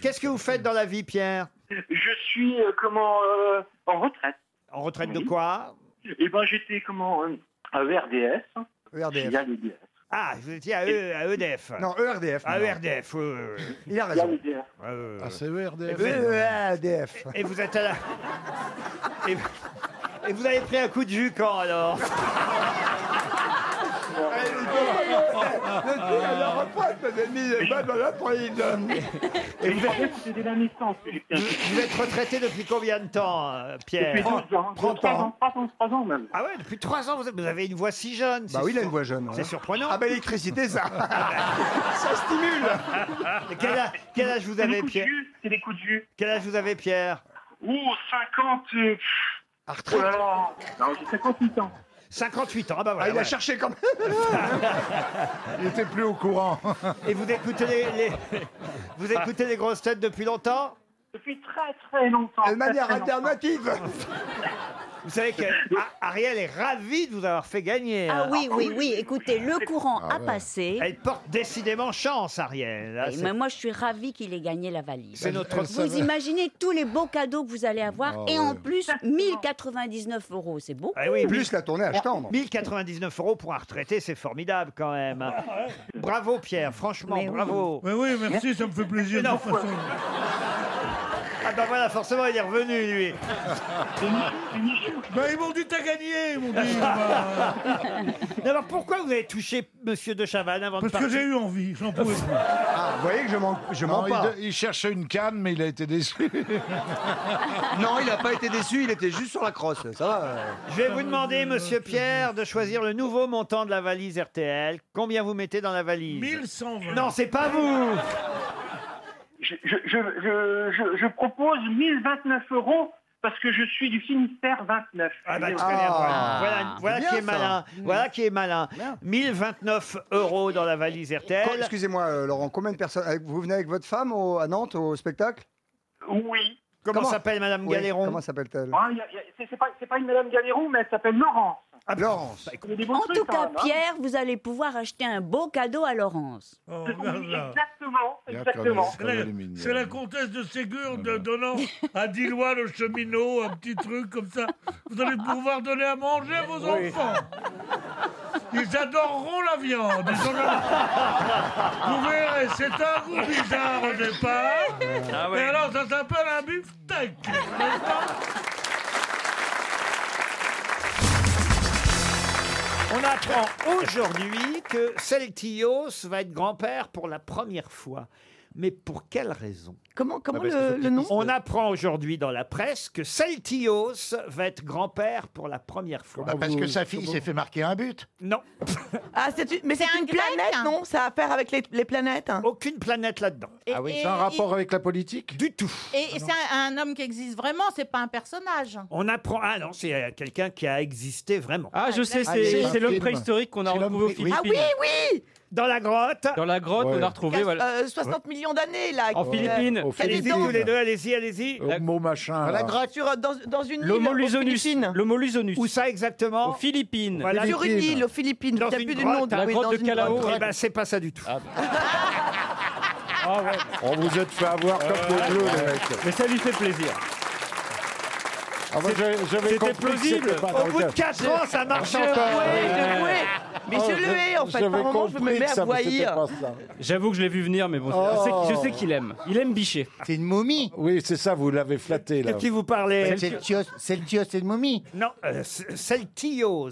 [SPEAKER 1] Qu'est-ce que vous faites dans la vie, Pierre
[SPEAKER 8] Je suis euh, comment euh, en retraite.
[SPEAKER 1] En retraite de quoi
[SPEAKER 8] Eh ben j'étais comment euh, à ERDS.
[SPEAKER 27] ERDF.
[SPEAKER 8] Filiale EDF.
[SPEAKER 1] Ah, vous étiez à, E- à EDF.
[SPEAKER 27] Non, ERDF.
[SPEAKER 1] À
[SPEAKER 27] non.
[SPEAKER 1] ERDF, oui, oui, oui.
[SPEAKER 27] Il a raison.
[SPEAKER 1] Ah,
[SPEAKER 5] c'est ERDF.
[SPEAKER 27] Euh, ERDF.
[SPEAKER 1] Et vous êtes à la... Et... et vous avez pris un coup de jus quand, alors
[SPEAKER 27] Depuis, elle la reprend, mes ennemis, les balles dans la prise.
[SPEAKER 1] Et vous êtes,
[SPEAKER 12] C'était la naissance.
[SPEAKER 1] vous êtes retraité depuis combien de temps, euh, Pierre
[SPEAKER 12] Depuis 12 ans.
[SPEAKER 1] 30
[SPEAKER 12] Trois
[SPEAKER 1] ans.
[SPEAKER 12] ans, trois ans, trois ans même.
[SPEAKER 1] Ah ouais, depuis 3 ans, vous avez- vous avez une voix si jeune.
[SPEAKER 27] Bah
[SPEAKER 1] c'est
[SPEAKER 27] oui, il a
[SPEAKER 1] sur-
[SPEAKER 27] une voix jeune.
[SPEAKER 1] C'est
[SPEAKER 27] ouais.
[SPEAKER 1] surprenant.
[SPEAKER 27] Ah bah l'électricité, ça, ça stimule.
[SPEAKER 1] Et Quel âge, quel âge vous
[SPEAKER 12] C'est des
[SPEAKER 1] avez,
[SPEAKER 12] coups de
[SPEAKER 1] Pierre
[SPEAKER 12] jus, C'est des coups de jus.
[SPEAKER 1] Quel âge vous avez, Pierre
[SPEAKER 12] Ouh, 50. euh, pff, oh là là. Non, j'ai 58 ans.
[SPEAKER 1] 58 ans, ah bah voilà.
[SPEAKER 27] Ah, il a
[SPEAKER 1] ouais.
[SPEAKER 27] cherché quand même.
[SPEAKER 1] Il était plus au courant. Et vous écoutez les, les- vous
[SPEAKER 27] Ah.
[SPEAKER 1] écoutez les grosses têtes depuis longtemps
[SPEAKER 12] Depuis très très longtemps.
[SPEAKER 27] De manière
[SPEAKER 12] Très, très longtemps.
[SPEAKER 27] alternative.
[SPEAKER 1] Vous savez qu'Ariel est ravie de vous avoir fait gagner.
[SPEAKER 2] Ah oui,
[SPEAKER 1] hein.
[SPEAKER 2] oui, oui. Écoutez, le courant
[SPEAKER 1] Ah
[SPEAKER 2] a
[SPEAKER 1] ouais.
[SPEAKER 2] passé.
[SPEAKER 1] Elle porte décidément chance, Ariel. hein,
[SPEAKER 2] Et
[SPEAKER 1] c'est-
[SPEAKER 2] mais moi, je suis ravie qu'il ait gagné la valise.
[SPEAKER 1] C'est notre-
[SPEAKER 2] Vous imaginez tous les beaux cadeaux que vous allez avoir
[SPEAKER 27] Ah
[SPEAKER 2] et
[SPEAKER 27] ouais.
[SPEAKER 2] en plus 1099 euros, c'est beau.
[SPEAKER 1] Ah oui,
[SPEAKER 27] Plus la tournée à Achtendre.
[SPEAKER 1] 1099 euros pour un retraité, c'est formidable quand même. hein. Bravo Pierre, franchement,
[SPEAKER 2] Ah, Mais oui.
[SPEAKER 1] bravo.
[SPEAKER 9] Mais oui, merci, ça me fait plaisir. de
[SPEAKER 1] Non.
[SPEAKER 9] toute façon.
[SPEAKER 1] Ah bah voilà, forcément, il est revenu lui.
[SPEAKER 9] Bah, ils m'ont dit t'as gagné, ils m'ont dit. bah,
[SPEAKER 1] D'abord, pourquoi vous avez touché Monsieur de Chavannes avant
[SPEAKER 9] parce
[SPEAKER 1] de
[SPEAKER 9] que
[SPEAKER 1] partir
[SPEAKER 9] j'ai eu envie, j'en pouvais plus.
[SPEAKER 27] Ah, vous voyez que je mens, je mens
[SPEAKER 18] Non, il,
[SPEAKER 27] pas.
[SPEAKER 18] de- il cherchait une canne, mais il a été déçu.
[SPEAKER 27] Non, il n'a pas été déçu, il était juste sur la crosse.
[SPEAKER 5] Ah,
[SPEAKER 27] Ça va. euh.
[SPEAKER 1] Je vais vous demander, Monsieur Pierre, de choisir le nouveau montant de la valise RTL. Combien vous mettez dans la valise
[SPEAKER 9] 1120.
[SPEAKER 1] Non, c'est pas vous
[SPEAKER 12] Je, je, je, je, je- je propose 1029 euros parce que je suis du Finistère 29.
[SPEAKER 1] Ah bah, très
[SPEAKER 12] Ah.
[SPEAKER 1] bien, voilà. Voilà, voilà
[SPEAKER 27] bien,
[SPEAKER 1] qui est
[SPEAKER 27] ça.
[SPEAKER 1] malin. Voilà qui est malin. 1029 euros dans la valise
[SPEAKER 27] Quand-
[SPEAKER 1] RTL.
[SPEAKER 27] Excusez-moi, euh, Laurent, combien de personnes. avec- Vous venez avec votre femme au- à Nantes au spectacle
[SPEAKER 12] Oui.
[SPEAKER 1] Comment s'appelle Madame
[SPEAKER 27] Oui,
[SPEAKER 1] Galéron
[SPEAKER 27] Comment s'appelle-t-elle
[SPEAKER 12] Ah, y a- y a- c'est- C'est pas, c'est pas une Madame Galéron, mais elle s'appelle Laurence.
[SPEAKER 1] Ah,
[SPEAKER 28] ben,
[SPEAKER 27] Laurence.
[SPEAKER 12] Il y a des beaux
[SPEAKER 2] En
[SPEAKER 12] trucs,
[SPEAKER 2] tout
[SPEAKER 12] quand
[SPEAKER 2] cas,
[SPEAKER 12] même, hein.
[SPEAKER 2] Pierre, vous allez pouvoir acheter un beau cadeau à Laurence.
[SPEAKER 9] Oh, regarde là.
[SPEAKER 12] Exactement,
[SPEAKER 18] Il y a
[SPEAKER 12] exactement.
[SPEAKER 18] quand
[SPEAKER 9] C'est la-
[SPEAKER 18] Elle est mignonne.
[SPEAKER 9] C'est la comtesse de Ségur de- donnant à Dillois le cheminot, un petit truc comme ça. Vous allez pouvoir donner à manger à vos enfants. Ils adoreront la viande. Ils en auront- Vous verrez, c'est un goût bizarre au départ.
[SPEAKER 23] Ah ouais.
[SPEAKER 9] Et alors, ça s'appelle un beefsteak. n'est-ce pas
[SPEAKER 1] On apprend aujourd'hui que Celtios va être grand-père pour la première fois. Mais pour quelle raison
[SPEAKER 16] Comment,
[SPEAKER 18] Ah bah,
[SPEAKER 16] comment le, le nom
[SPEAKER 1] On apprend aujourd'hui dans la presse que Celtios va être grand-père pour la première fois.
[SPEAKER 18] Bah, parce que sa fille s'est fait marquer un but.
[SPEAKER 1] Non,
[SPEAKER 16] Ah, c'est une- mais c'est une planète, non Ça a à faire avec les, les planètes. hein.
[SPEAKER 1] hein. aucune planète là-dedans.
[SPEAKER 18] Ah oui, c'est un rapport avec la politique
[SPEAKER 1] Du tout.
[SPEAKER 7] Et, et c'est un, un homme qui existe vraiment, c'est pas un personnage.
[SPEAKER 1] On apprend. Ah non, c'est euh, quelqu'un qui a existé vraiment.
[SPEAKER 8] Ah, je sais,
[SPEAKER 18] Allez,
[SPEAKER 8] c'est
[SPEAKER 18] un
[SPEAKER 8] c'est l'homme
[SPEAKER 18] film.
[SPEAKER 8] préhistorique qu'on a
[SPEAKER 18] C'est l'homme
[SPEAKER 8] retrouvé aux
[SPEAKER 18] pré- oui.
[SPEAKER 8] Philippines.
[SPEAKER 16] Ah oui, oui
[SPEAKER 1] Dans la grotte.
[SPEAKER 8] Dans la grotte,
[SPEAKER 18] Ouais.
[SPEAKER 8] on a retrouvé.
[SPEAKER 16] Quatre-
[SPEAKER 8] voilà.
[SPEAKER 16] euh, 60 millions d'années, là.
[SPEAKER 8] En
[SPEAKER 16] qui-
[SPEAKER 8] Philippines.
[SPEAKER 16] euh,
[SPEAKER 18] Aux
[SPEAKER 16] qui a des
[SPEAKER 1] Allez-y
[SPEAKER 18] Philippines.
[SPEAKER 16] dents.
[SPEAKER 1] tous les deux, allez-y, allez-y.
[SPEAKER 18] Au mot machin.
[SPEAKER 16] Dans
[SPEAKER 18] là.
[SPEAKER 16] la grotte, sur, euh, dans, dans une île.
[SPEAKER 8] L'Homo
[SPEAKER 16] aux
[SPEAKER 8] Lusonus.
[SPEAKER 16] Philippines.
[SPEAKER 8] L'Homo Lusonus.
[SPEAKER 1] Où ça exactement
[SPEAKER 8] Aux Philippines.
[SPEAKER 1] Voilà.
[SPEAKER 16] Sur une île, aux Philippines.
[SPEAKER 1] Dans
[SPEAKER 16] Il n'y a
[SPEAKER 1] une
[SPEAKER 16] plus de
[SPEAKER 1] grotte,
[SPEAKER 16] nom.
[SPEAKER 8] la
[SPEAKER 16] oui,
[SPEAKER 8] grotte
[SPEAKER 16] dans
[SPEAKER 8] de
[SPEAKER 16] une
[SPEAKER 8] Calao.
[SPEAKER 16] grotte.
[SPEAKER 1] Eh ben, c'est pas ça du tout.
[SPEAKER 8] Ah ouais.
[SPEAKER 18] On vous êtes fait avoir comme des
[SPEAKER 12] Euh,
[SPEAKER 18] bleus, les mecs.
[SPEAKER 8] Mais ça lui fait plaisir.
[SPEAKER 18] Ah, moi, je- j'avais
[SPEAKER 8] c'était
[SPEAKER 18] compris que
[SPEAKER 8] plausible.
[SPEAKER 18] c'était pas dans
[SPEAKER 1] Au
[SPEAKER 18] le
[SPEAKER 1] bout de
[SPEAKER 18] cas.
[SPEAKER 1] 4 ans, ça marche.
[SPEAKER 16] Je jouais, je jouais. Mais
[SPEAKER 18] Oh,
[SPEAKER 16] je le hais, en fait. Par
[SPEAKER 18] j'avais
[SPEAKER 16] moment, je me
[SPEAKER 18] compris
[SPEAKER 16] mets
[SPEAKER 18] que
[SPEAKER 16] à
[SPEAKER 18] ça, mais c'était
[SPEAKER 16] voyer.
[SPEAKER 18] pas ça.
[SPEAKER 8] J'avoue que je l'ai vu venir, mais bon,
[SPEAKER 18] Oh.
[SPEAKER 8] je sais, je sais qu'il aime. Il aime bicher.
[SPEAKER 5] C'est une momie.
[SPEAKER 18] Oui, c'est ça, vous l'avez flatté,
[SPEAKER 1] De
[SPEAKER 18] là.
[SPEAKER 1] qui vous parlez
[SPEAKER 5] C'est le tios, c'est le tios, c'est une momie.
[SPEAKER 1] Non, euh, c- Celtios.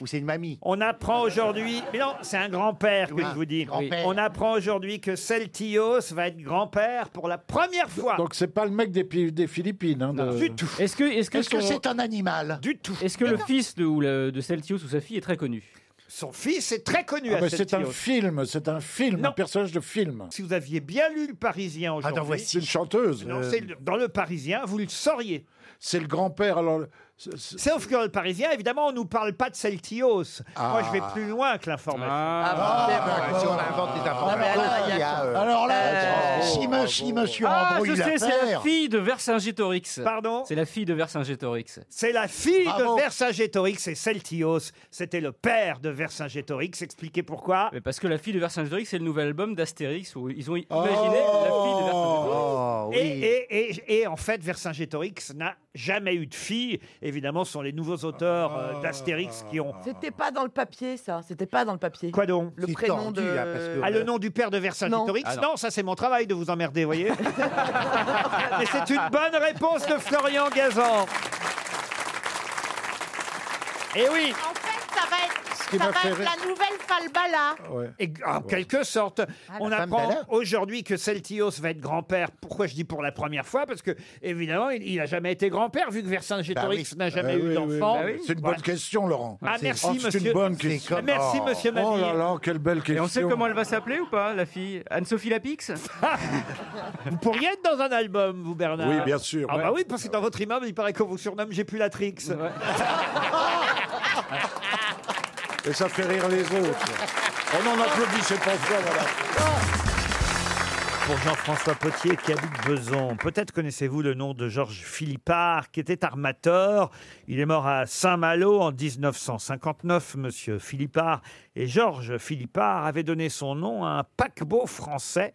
[SPEAKER 5] Ou c'est une mamie.
[SPEAKER 1] On apprend aujourd'hui. Mais non, c'est un grand-père que
[SPEAKER 5] Oui,
[SPEAKER 1] je vous dis.
[SPEAKER 5] grand-père.
[SPEAKER 1] On apprend aujourd'hui que Celtios va être grand-père pour la première fois.
[SPEAKER 18] Donc, c'est pas le mec des, pi- des Philippines. Hein, de-
[SPEAKER 1] du tout.
[SPEAKER 8] Est-ce que, est-ce que,
[SPEAKER 5] Est-ce que
[SPEAKER 8] son-
[SPEAKER 5] c'est un animal
[SPEAKER 1] Du tout.
[SPEAKER 8] est-ce que le fils de, ou le- de Celtius ou sa fille est très connu
[SPEAKER 1] Son fils est très connu
[SPEAKER 18] Ah,
[SPEAKER 1] à
[SPEAKER 18] mais c'est un
[SPEAKER 1] Celtios.
[SPEAKER 18] film, c'est un film,
[SPEAKER 1] Non.
[SPEAKER 18] un personnage de film.
[SPEAKER 1] Si vous aviez bien lu le Parisien aujourd'hui.
[SPEAKER 5] dans Voici.
[SPEAKER 18] C'est une chanteuse.
[SPEAKER 1] Non,
[SPEAKER 18] Euh,
[SPEAKER 1] c'est le- dans le Parisien, vous le sauriez.
[SPEAKER 18] C'est le grand-père. Alors, c'est- c'est-
[SPEAKER 1] Sauf que dans le Parisien, évidemment, on ne nous parle pas de Celtios.
[SPEAKER 18] Ah.
[SPEAKER 1] Moi, je vais plus loin que l'information.
[SPEAKER 16] Ah, bordel.
[SPEAKER 5] Si on invente des
[SPEAKER 16] Ah, mais
[SPEAKER 5] informations.
[SPEAKER 16] alors, il y a-
[SPEAKER 18] alors
[SPEAKER 15] Ah,
[SPEAKER 18] là,
[SPEAKER 16] Euh,
[SPEAKER 18] si, me- si monsieur
[SPEAKER 8] Ah,
[SPEAKER 18] embrouille
[SPEAKER 8] je sais, c'est la
[SPEAKER 18] l'affaire,
[SPEAKER 8] fille de Vercingétorix.
[SPEAKER 1] Pardon
[SPEAKER 8] C'est la fille de Vercingétorix.
[SPEAKER 1] C'est la fille
[SPEAKER 5] Bravo.
[SPEAKER 1] de Vercingétorix et Celtios. C'était le père de Vercingétorix. Expliquez pourquoi.
[SPEAKER 8] Mais parce que la fille de Vercingétorix, c'est le nouvel album d'Astérix où
[SPEAKER 16] Oh.
[SPEAKER 8] ils ont imaginé la fille de Vercingétorix.
[SPEAKER 5] Oh,
[SPEAKER 1] Et,
[SPEAKER 5] oui.
[SPEAKER 1] et- et- et en fait, Vercingétorix n'a jamais eu de fille. Évidemment, ce sont les nouveaux auteurs euh, d'Astérix qui ont.
[SPEAKER 16] C'était pas dans le papier, ça. C'était pas dans le papier.
[SPEAKER 1] Quoi donc
[SPEAKER 16] Le
[SPEAKER 5] C'est
[SPEAKER 16] prénom
[SPEAKER 5] tordu,
[SPEAKER 16] de.
[SPEAKER 5] là, parce que- euh,
[SPEAKER 1] Ah, le nom du père de Vercingétorix
[SPEAKER 8] Non.
[SPEAKER 1] non. ça c'est mon travail de vous emmerder, voyez. Mais c'est une bonne réponse de Florian Gazan. Et oui, Eh
[SPEAKER 7] En fait, ça va être
[SPEAKER 5] qui
[SPEAKER 7] ça
[SPEAKER 5] m'a
[SPEAKER 7] va
[SPEAKER 5] fait
[SPEAKER 7] être
[SPEAKER 5] rire.
[SPEAKER 7] la nouvelle Falbala.
[SPEAKER 1] Et, en quelque sorte, on
[SPEAKER 7] la femme
[SPEAKER 1] apprend
[SPEAKER 7] d'Alain.
[SPEAKER 1] aujourd'hui que Celtios va être grand-père. Pourquoi je dis pour la première fois Parce que évidemment, il n'a jamais été grand-père vu que
[SPEAKER 5] Bah
[SPEAKER 1] Vercingétorix n'a jamais eu d'enfant.
[SPEAKER 5] C'est une bonne
[SPEAKER 1] Voilà.
[SPEAKER 5] question, Laurent.
[SPEAKER 1] Ah, merci,
[SPEAKER 5] Oh, C'est
[SPEAKER 1] monsieur-
[SPEAKER 5] une bonne
[SPEAKER 1] c'est
[SPEAKER 5] question.
[SPEAKER 1] comme- Merci,
[SPEAKER 5] Oh.
[SPEAKER 1] monsieur
[SPEAKER 5] Oh là
[SPEAKER 1] Mabille.
[SPEAKER 5] là, quelle belle question.
[SPEAKER 12] Et on sait comment elle va s'appeler ou pas, la fille Anne-Sophie Lapix
[SPEAKER 1] Vous pourriez être dans un album, vous, Bernard
[SPEAKER 5] Oui, bien sûr,
[SPEAKER 1] Ah
[SPEAKER 5] ouais.
[SPEAKER 1] bah oui, parce que dans votre immeuble, il paraît qu'on vous surnomme J'ai plus la Trix.
[SPEAKER 5] Et ça fait rire les autres. On en applaudit, c'est pas ça, voilà.
[SPEAKER 1] Pour Jean-François Potier qui habite Beson, peut-être connaissez-vous le nom de Georges Philippard qui était armateur. Il est mort à Saint-Malo en 1959, monsieur Philippard. Et Georges Philippard avait donné son nom à un paquebot français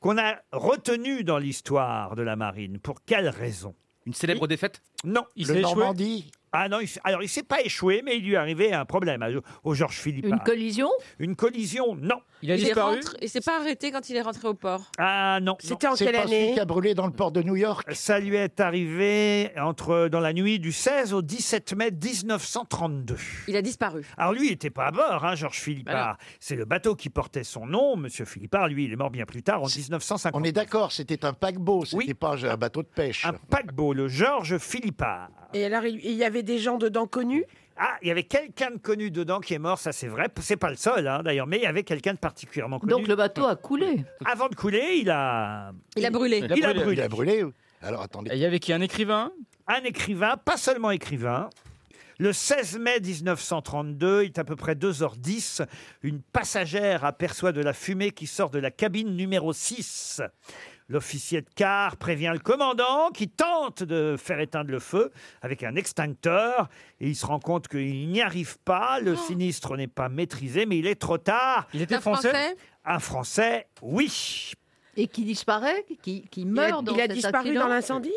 [SPEAKER 1] qu'on a retenu dans l'histoire de la marine. Pour quelle raison
[SPEAKER 8] Une célèbre défaite
[SPEAKER 1] Non.
[SPEAKER 8] Il Le s'est échoué Normandie
[SPEAKER 1] Ah non, il s- alors il s'est pas échoué, mais il lui est arrivé un problème à- au Georges Philippard.
[SPEAKER 17] Une collision
[SPEAKER 1] Une collision, non.
[SPEAKER 17] est rentré- il s'est pas arrêté quand il est rentré au port.
[SPEAKER 1] Ah non.
[SPEAKER 17] C'était en C'est quelle pas celui année qui a
[SPEAKER 1] brûlé dans le port de New York. Ça lui est arrivé entre dans la nuit du 16 au 17 mai 1932.
[SPEAKER 17] Il a disparu. Bah
[SPEAKER 1] Alors lui, il n'était pas à bord, hein, Georges Philippard. C'est le bateau qui portait son nom, Monsieur Philippard. Lui, il est mort bien plus tard, en 1950. On est d'accord, c'était un paquebot, c'était pas un bateau de pêche. Un paquebot, le Georges Philippard.
[SPEAKER 18] Et alors, il il y avait des gens dedans connus
[SPEAKER 1] Ah, il y avait quelqu'un de connu dedans qui est mort, ça c'est vrai. C'est pas le seul, hein, d'ailleurs, mais il y avait quelqu'un de particulièrement connu.
[SPEAKER 17] Donc le bateau a
[SPEAKER 1] coulé. Avant de couler, il a.
[SPEAKER 17] Il a brûlé.
[SPEAKER 1] Il a brûlé.
[SPEAKER 17] Il a
[SPEAKER 1] Alors attendez. Il y avait qui Un écrivain Un écrivain, pas seulement écrivain. Le 16 mai 1932, il est à peu près 2h10, une passagère aperçoit de la fumée qui sort de la cabine numéro 6. L'officier de quart prévient le commandant qui tente de faire éteindre le feu avec un extincteur et il se rend compte qu'il n'y arrive pas, le sinistre n'est pas maîtrisé mais il est trop tard. Il
[SPEAKER 17] était Oh. Un Français Français
[SPEAKER 1] Un français, oui.
[SPEAKER 17] Et qui disparaît, qui, qui meurt dans cet accident.